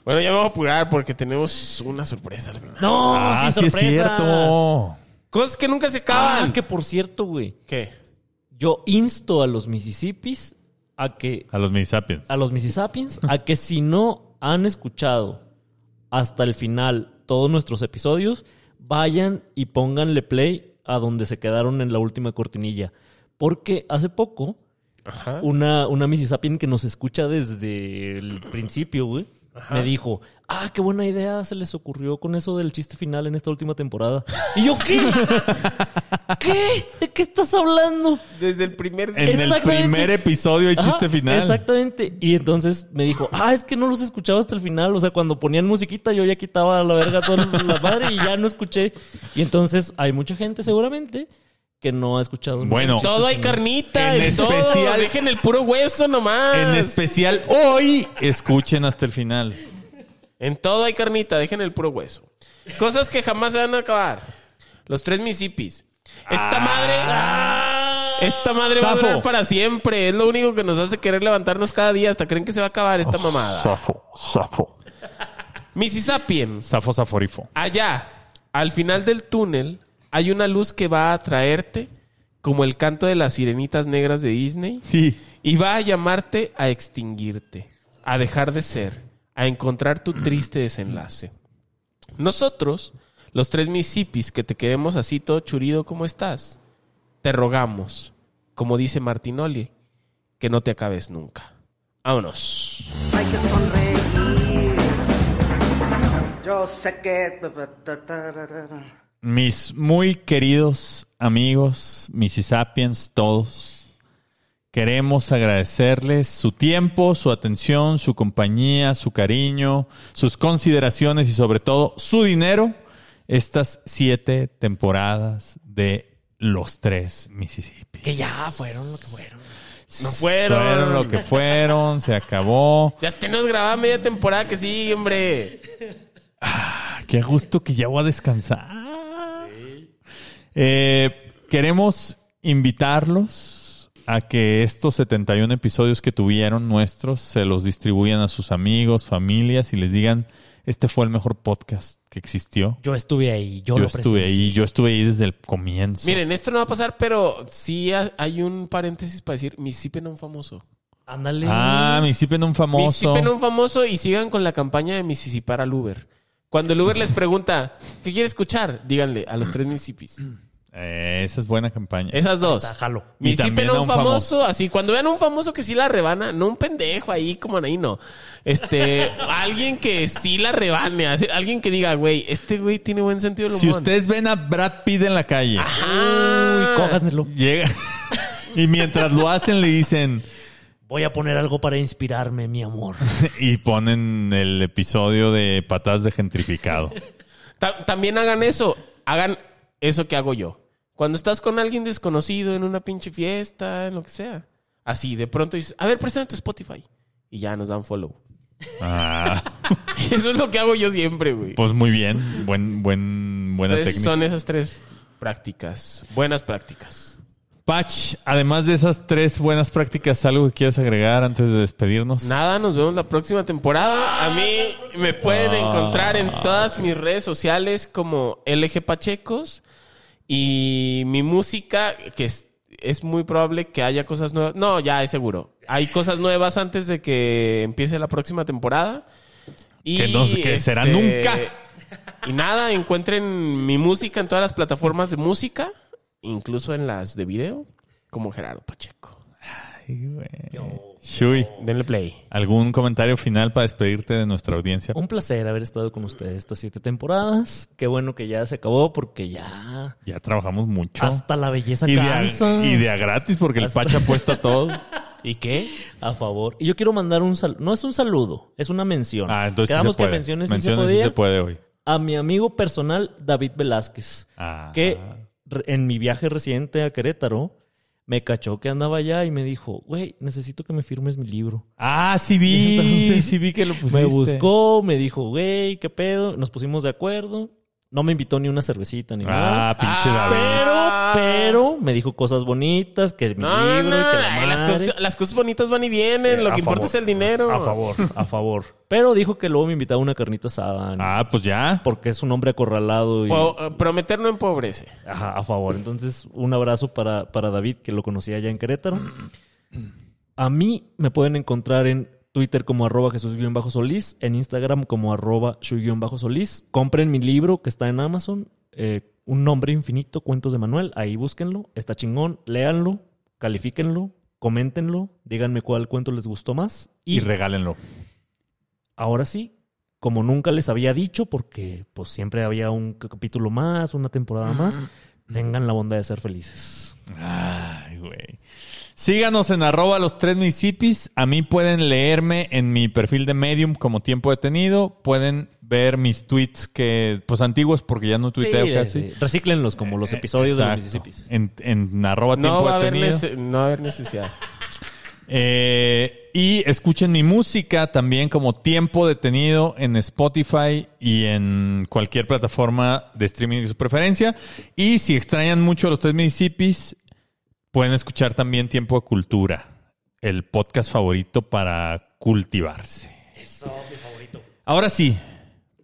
S4: Bueno, ya me voy a apurar porque tenemos una sorpresa al final.
S1: No,
S3: ah, sí
S1: sin
S3: es
S1: sorpresas.
S3: cierto.
S4: Cosas que nunca se acaban.
S1: Ah, que por cierto, güey.
S4: ¿Qué?
S1: Yo insto a los Mississippis a que
S3: A los minisapiens.
S1: a los Mississappians a que si no han escuchado hasta el final todos nuestros episodios, vayan y pónganle play a donde se quedaron en la última cortinilla. Porque hace poco,
S4: Ajá.
S1: una, una Mississippian que nos escucha desde el principio, güey, me dijo, ah, qué buena idea se les ocurrió con eso del chiste final en esta última temporada. Y yo, ¿qué? *laughs* ¿Qué? ¿De qué estás hablando?
S4: Desde el primer día.
S3: En el
S1: Exactamente.
S3: primer episodio hay
S1: Ajá,
S3: chiste final.
S1: Exactamente. Y entonces me dijo, ah, es que no los escuchaba hasta el final. O sea, cuando ponían musiquita yo ya quitaba a la verga toda la madre y ya no escuché. Y entonces hay mucha gente seguramente que no ha escuchado.
S3: Bueno,
S4: Todo hay carnita,
S3: En
S4: en todo.
S3: especial-
S4: Dejen el puro hueso nomás.
S3: en especial hoy, escuchen hasta el final.
S4: En todo hay carnita, dejen el puro hueso. Cosas que jamás se van a acabar. Los tres Mississippis. Esta madre.
S1: Ah.
S4: Esta madre va a
S3: Zafo.
S4: durar para siempre. Es lo único que nos hace querer levantarnos cada día. Hasta creen que se va a acabar esta mamada.
S3: Safo, safo.
S4: Mississippians.
S3: Safo, saforifo.
S4: Allá, al final del túnel, hay una luz que va a atraerte como el canto de las sirenitas negras de Disney.
S3: Sí.
S4: Y va a llamarte a extinguirte, a dejar de ser, a encontrar tu triste desenlace. Nosotros, los tres Mississippis que te queremos así todo churido como estás, te rogamos, como dice Martinoli, que no te acabes nunca. Vámonos.
S5: Hay que sonreír. Yo sé que. Tararara.
S3: Mis muy queridos amigos, Mississippians, todos, queremos agradecerles su tiempo, su atención, su compañía, su cariño, sus consideraciones y sobre todo su dinero estas siete temporadas de Los Tres Mississippi.
S1: Que ya fueron lo que fueron.
S4: No fueron.
S3: Fueron lo que fueron, se acabó.
S4: Ya tenemos grabada media temporada que sigue, hombre.
S3: Qué gusto que ya voy a descansar. Eh, queremos invitarlos a que estos 71 episodios que tuvieron nuestros se los distribuyan a sus amigos, familias y les digan, este fue el mejor podcast que existió.
S1: Yo estuve ahí, yo,
S3: Yo,
S1: lo
S3: estuve
S1: presencié.
S3: ahí, yo estuve ahí desde el comienzo.
S4: Miren, esto no va a pasar, pero sí ha- hay un paréntesis para decir Mississippi no un famoso.
S1: Ándale.
S3: Ah, Mississippi un famoso.
S4: Mississippi en un famoso y sigan con la campaña de Mississippar al Uber. Cuando el Uber les pregunta, ¿qué quiere escuchar? Díganle a los tres Mississippis.
S3: Eh, esa es buena campaña.
S4: Esas dos.
S1: Tajalo.
S3: Y
S4: Mississippi
S3: también
S4: en
S3: a
S4: un
S3: un
S4: famoso, así. Cuando vean un famoso que sí la rebana, no un pendejo ahí como ahí, no. Este, alguien que sí la rebane, así, alguien que diga, güey, este güey tiene buen sentido del humor.
S3: si ustedes ven a Brad Pitt en la calle.
S4: Ah,
S1: Cójanselo.
S3: Llega. *laughs* y mientras lo hacen, le dicen.
S1: Voy a poner algo para inspirarme, mi amor.
S3: *laughs* Y ponen el episodio de Patadas de *laughs* Gentrificado.
S4: Ta- también hagan eso. Hagan eso que hago yo. Cuando estás con alguien desconocido en una pinche fiesta, en lo que sea. Así, de pronto dices, a ver, préstame tu Spotify. Y ya nos dan follow. *laughs*
S3: Ah,
S4: Eso es lo que hago yo siempre, güey.
S3: pues muy bien. Buen, buen, buena
S4: Entonces,
S3: técnica.
S4: son esas tres prácticas. Buenas prácticas.
S3: Patch, además de esas tres buenas prácticas, ¿algo que quieras agregar antes de despedirnos?
S4: Nada, nos vemos la próxima temporada. A mí me pueden
S3: Ah.
S4: encontrar en todas mis redes sociales como LG Pachecos. Y mi música, que es, es muy probable que haya cosas nuevas. No, ya es seguro. Hay cosas nuevas antes de que empiece la próxima temporada. Y este,
S3: Que no- que será nunca.
S4: Y nada, encuentren mi música en todas las plataformas de música, incluso en las de video, como Gerardo Pacheco.
S3: Ay, güey. Shui,
S4: Denle play.
S3: ¿algún comentario final para despedirte de nuestra audiencia?
S1: *laughs* Un placer haber estado con ustedes estas siete temporadas. Qué bueno que ya se acabó porque ya.
S3: Ya trabajamos mucho.
S1: Hasta la belleza
S3: Y de, a,
S1: cansa.
S3: y de a gratis, porque el
S1: Hasta-
S3: Patch
S1: *laughs*
S3: apuesta todo.
S4: ¿Y qué?
S1: A favor. Y yo quiero mandar un saludo. No es un saludo, es una mención.
S3: Ah, entonces sí
S1: Quedamos
S3: se puede.
S1: que menciones, sí
S3: Menciones
S1: se podía.
S3: sí se puede hoy.
S1: A mi amigo personal, David Velázquez.
S3: Ah.
S1: Que re- en mi viaje reciente a Querétaro, me cachó que andaba allá y me dijo, güey, necesito que me firmes mi libro.
S3: Ah, sí vi.
S1: *laughs* Entonces,
S3: sí vi que lo pusiste.
S1: Me buscó, me dijo, güey, qué pedo. Nos pusimos de acuerdo. No me invitó ni una cervecita ni nada.
S3: Ah, pinche David.
S4: Ah.
S1: Pero, pero me dijo cosas bonitas, que mi
S4: No, no,
S1: libro,
S4: no,
S1: que la
S4: ay, las,
S1: madre.
S4: cosas, las cosas bonitas van y vienen, lo
S3: a
S4: que importa
S3: favor,
S4: es el dinero.
S1: A favor, a
S4: *laughs*
S1: favor. Pero dijo que luego me invitaba a una carnita asada. ¿no?
S3: Ah, pues ya.
S1: Porque es un hombre acorralado y
S4: Po- eh, prometer no empobrece.
S1: Ajá, a favor. Entonces, un abrazo para, para David, que lo conocía allá en Querétaro. A mí me pueden encontrar en Twitter como arroba Jesús-Solís, en Instagram como arroba Shui-Solís. Compren mi libro que está en Amazon, eh, Un nombre infinito, Cuentos de Manuel. Ahí búsquenlo, está chingón, léanlo, califíquenlo, coméntenlo, díganme cuál cuento les gustó más.
S3: Y
S1: Y
S3: regálenlo.
S1: ahora sí, como nunca les había dicho, porque pues siempre había un capítulo más, una temporada más, tengan la bondad de ser felices.
S3: Ay, güey. Síganos en arroba los tres municipios. A mí pueden leerme en mi perfil de Medium como tiempo detenido. Pueden ver mis tweets que, pues antiguos porque ya no tuiteo
S1: Sí,
S3: casi.
S1: sí. Eh, Recíclenlos como los episodios de los
S3: Exacto.
S1: Mississippis.
S3: En, en arroba
S4: No
S3: tiempo
S4: va, a haber
S3: detenido.
S4: nece- no va a haber necesidad.
S3: Eh, Y escuchen mi música también como tiempo detenido en Spotify y en cualquier plataforma de streaming de su preferencia. Y si extrañan mucho a los tres municipios, pueden escuchar también Tiempo de Cultura, el podcast favorito para cultivarse.
S6: Eso, mi favorito.
S3: Ahora sí,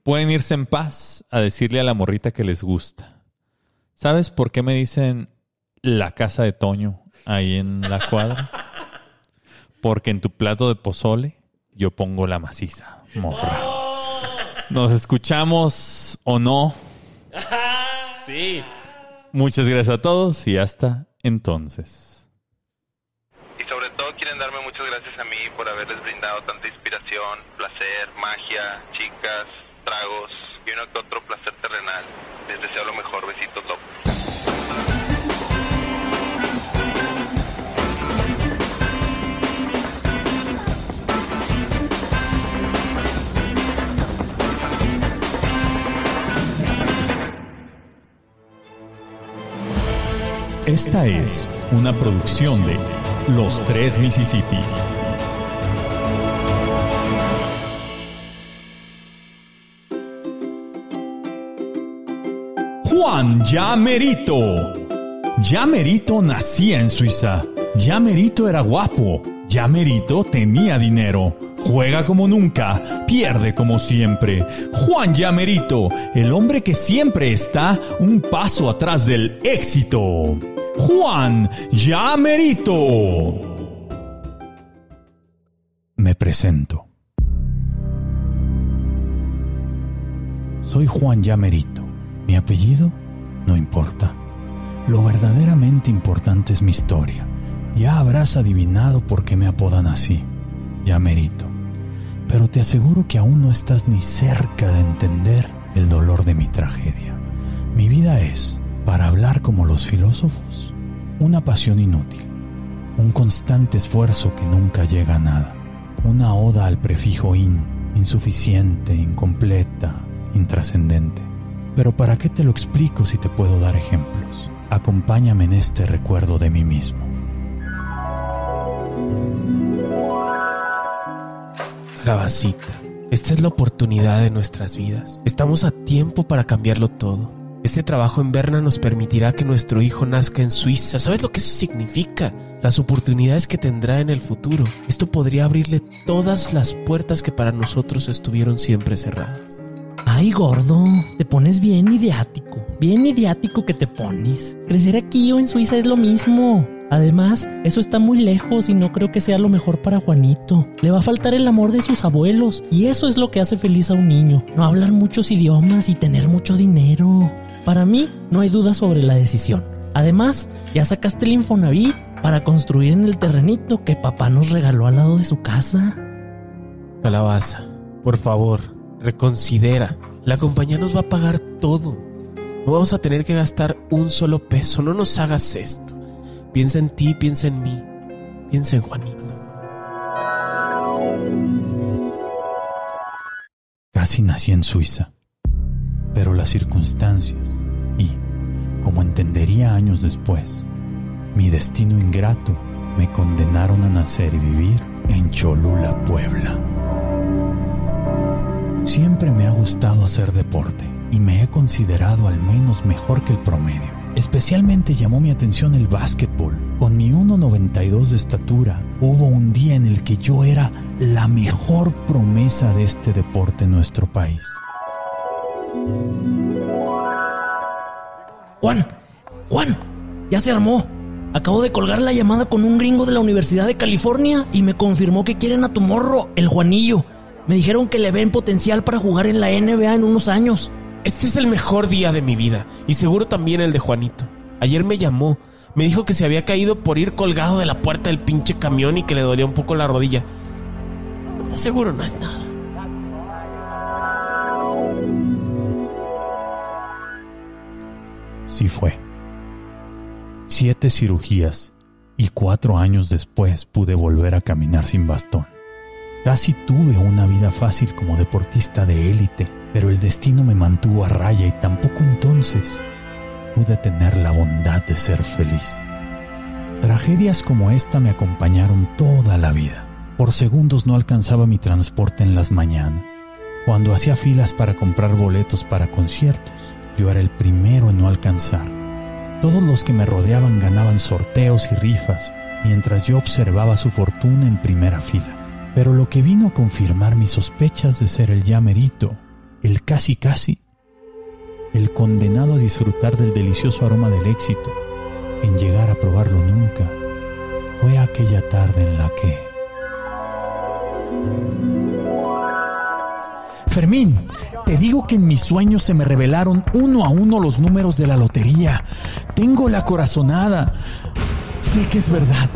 S3: pueden irse en paz a decirle a la morrita que les gusta. ¿Sabes por qué me dicen la casa de Toño ahí en la
S6: *laughs*
S3: cuadra? Porque en tu plato de pozole yo pongo la maciza, morra. Nos escuchamos o no.
S4: Sí.
S3: Muchas gracias a todos y hasta entonces.
S2: Y sobre todo quieren darme muchas gracias a mí por haberles brindado tanta inspiración, placer, magia, chicas, tragos y uno que otro placer terrenal. Les deseo lo mejor. Besitos, López.
S3: Esta es una producción de Los Tres Mississippis. Juan Yamerito. Yamerito nacía en Suiza. Yamerito era guapo. Yamerito tenía dinero. Juega como nunca, pierde como siempre. Juan Yamerito, el hombre que siempre está un paso atrás del éxito. Juan Yamerito. Me presento. Soy Juan Yamerito. Mi apellido no importa. Lo verdaderamente importante es mi historia. Ya habrás adivinado por qué me apodan así. Ya merito. Pero te aseguro que aún no estás ni cerca de entender el dolor de mi tragedia. Mi vida es, para hablar como los filósofos, una pasión inútil, un constante esfuerzo que nunca llega a nada, una oda al prefijo in, insuficiente, incompleta, intrascendente. Pero ¿para qué te lo explico si te puedo dar ejemplos? Acompáñame en este recuerdo de mí mismo.
S4: Calabacita, esta es la oportunidad de nuestras vidas. Estamos a tiempo para cambiarlo todo. Este trabajo en Berna nos permitirá que nuestro hijo nazca en Suiza. ¿Sabes lo que eso significa? Las oportunidades que tendrá en el futuro. Esto podría abrirle todas las puertas que para nosotros estuvieron siempre cerradas.
S6: Ay, gordo, te pones bien ideático, bien ideático que te pones. Crecer aquí o en Suiza es lo mismo. Además, eso está muy lejos y no creo que sea lo mejor para Juanito. Le va a faltar el amor de sus abuelos y eso es lo que hace feliz a un niño, no hablar muchos idiomas y tener mucho dinero. Para mí, no hay duda sobre la decisión. Además, ya sacaste el Infonavit para construir en el terrenito que papá nos regaló al lado de su casa.
S4: Calabaza, por favor, reconsidera. La compañía nos va a pagar todo. No vamos a tener que gastar un solo peso. No nos hagas esto. Piensa en ti, piensa en mí. Piensa en Juanito.
S7: Casi nací en Suiza, pero las circunstancias y, como entendería años después, mi destino ingrato me condenaron a nacer y vivir en Cholula, Puebla. Siempre me ha gustado hacer deporte y me he considerado al menos mejor que el promedio. Especialmente llamó mi atención el básquetbol. Con mi 1,92 de estatura, uh. hubo un día en el que yo era la mejor promesa de este deporte en nuestro país.
S6: Juan, Juan, ya se armó. Acabo de colgar la llamada con un gringo de la Universidad de California y me confirmó que quieren a tu morro, el Juanillo. Me dijeron que le ven potencial para jugar en la NBA en unos años.
S4: Este es el mejor día de mi vida y seguro también el de Juanito. Ayer me llamó. Me dijo que se había caído por ir colgado de la puerta del pinche camión y que le dolía un poco la rodilla. Seguro no es nada.
S7: Sí fue. Siete cirugías y cuatro años después pude volver a caminar sin bastón. Casi tuve una vida fácil como deportista de élite, pero el destino me mantuvo a raya y tampoco entonces pude tener la bondad de ser feliz. Tragedias como esta me acompañaron toda la vida. Por segundos no alcanzaba mi transporte en las mañanas. Cuando hacía filas para comprar boletos para conciertos, yo era el primero en no alcanzar. Todos los que me rodeaban ganaban sorteos y rifas, mientras yo observaba su fortuna en primera fila. Pero lo que vino a confirmar mis sospechas de ser el ya merito, el casi casi, el condenado a disfrutar del delicioso aroma del éxito, sin llegar a probarlo nunca, fue aquella tarde en la que... Fermín, te digo que en mis sueños se me revelaron uno a uno los números de la lotería. Tengo la corazonada. Sé que es verdad.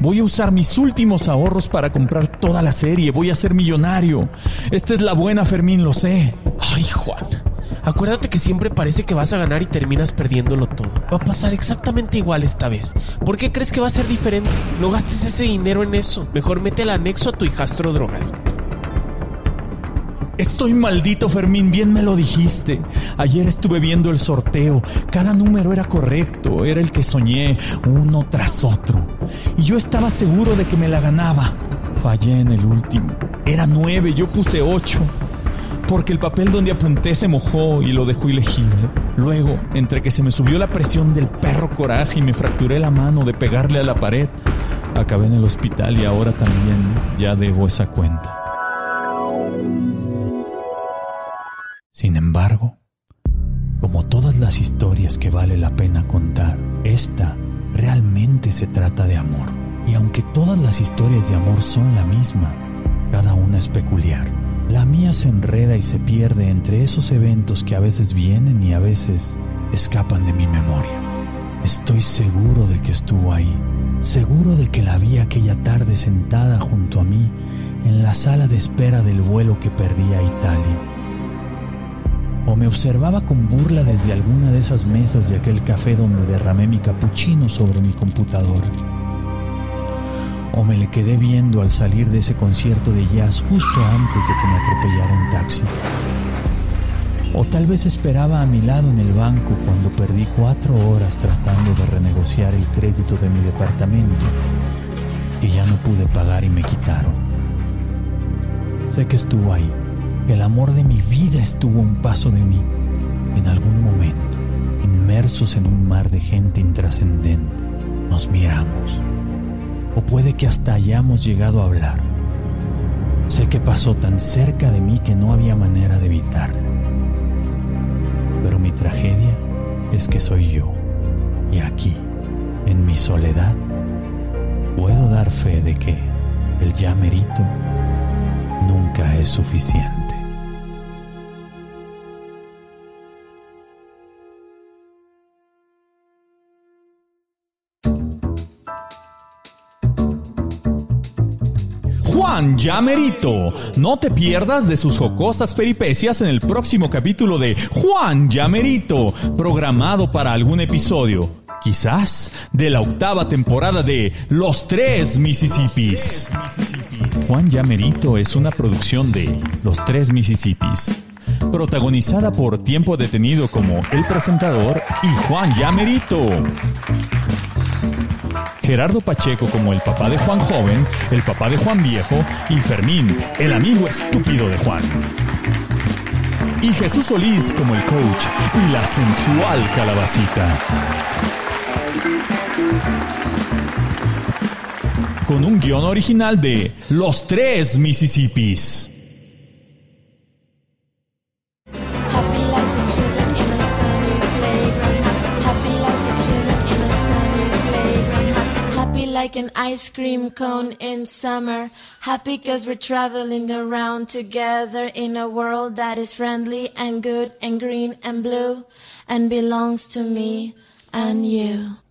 S7: Voy a usar mis últimos ahorros para comprar toda la serie. Voy a ser millonario. Esta es la buena, Fermín, lo sé.
S4: Ay, Juan. Acuérdate que siempre parece que vas a ganar y terminas perdiéndolo todo. Va a pasar exactamente igual esta vez. ¿Por qué crees que va a ser diferente? No gastes ese dinero en eso. Mejor mete el anexo a tu hijastro drogado.
S7: Estoy maldito, Fermín, bien me lo dijiste. Ayer estuve viendo el sorteo. Cada número era correcto, era el que soñé, uno tras otro. Y yo estaba seguro de que me la ganaba. Fallé en el último. Era nueve, yo puse ocho. Porque el papel donde apunté se mojó y lo dejó ilegible. Luego, entre que se me subió la presión del perro coraje y me fracturé la mano de pegarle a la pared, acabé en el hospital y ahora también ya debo esa cuenta. Sin embargo, como todas las historias que vale la pena contar, esta realmente se trata de amor. Y aunque todas las historias de amor son la misma, cada una es peculiar. La mía se enreda y se pierde entre esos eventos que a veces vienen y a veces escapan de mi memoria. Estoy seguro de que estuvo ahí, seguro de que la vi aquella tarde sentada junto a mí en la sala de espera del vuelo que perdí a Italia o me observaba con burla desde alguna de esas mesas de aquel café donde derramé mi capuchino sobre mi computadora. O me le quedé viendo al salir de ese concierto de jazz justo antes de que me atropellara un taxi. O tal vez esperaba a mi lado en el banco cuando perdí cuatro horas tratando de renegociar el crédito de mi departamento, que ya no pude pagar y me quitaron. Sé que estuvo ahí. El amor de mi vida estuvo a un paso de mí, en algún momento, inmersos en un mar de gente intrascendente. Nos miramos. O puede que hasta hayamos llegado a hablar. Sé que pasó tan cerca de mí que no había manera de evitarlo. Pero mi tragedia es que soy yo. Y aquí, en mi soledad, puedo dar fe de que el ya merito nunca es suficiente. Juan Llamerito, no te pierdas de sus jocosas peripecias en el próximo capítulo de Juan Llamerito, programado para algún episodio, quizás de la octava temporada de Los Tres Mississippis. Juan Llamerito es una producción de Los Tres Mississippis, protagonizada por Tiempo Detenido como el presentador y Juan Llamerito. Gerardo Pacheco como el papá de Juan Joven, el papá de Juan Viejo y Fermín, el amigo estúpido de Juan. Y Jesús Solís como el coach y la sensual calabacita. Con un guión original de Los Tres Mississippis.
S8: Happy like the children in a sunny playground. Happy like the children in a sunny playground. Happy like an ice cream cone in summer. Happy cause we're traveling around together in a world that is friendly and good and green and blue and belongs to me and you.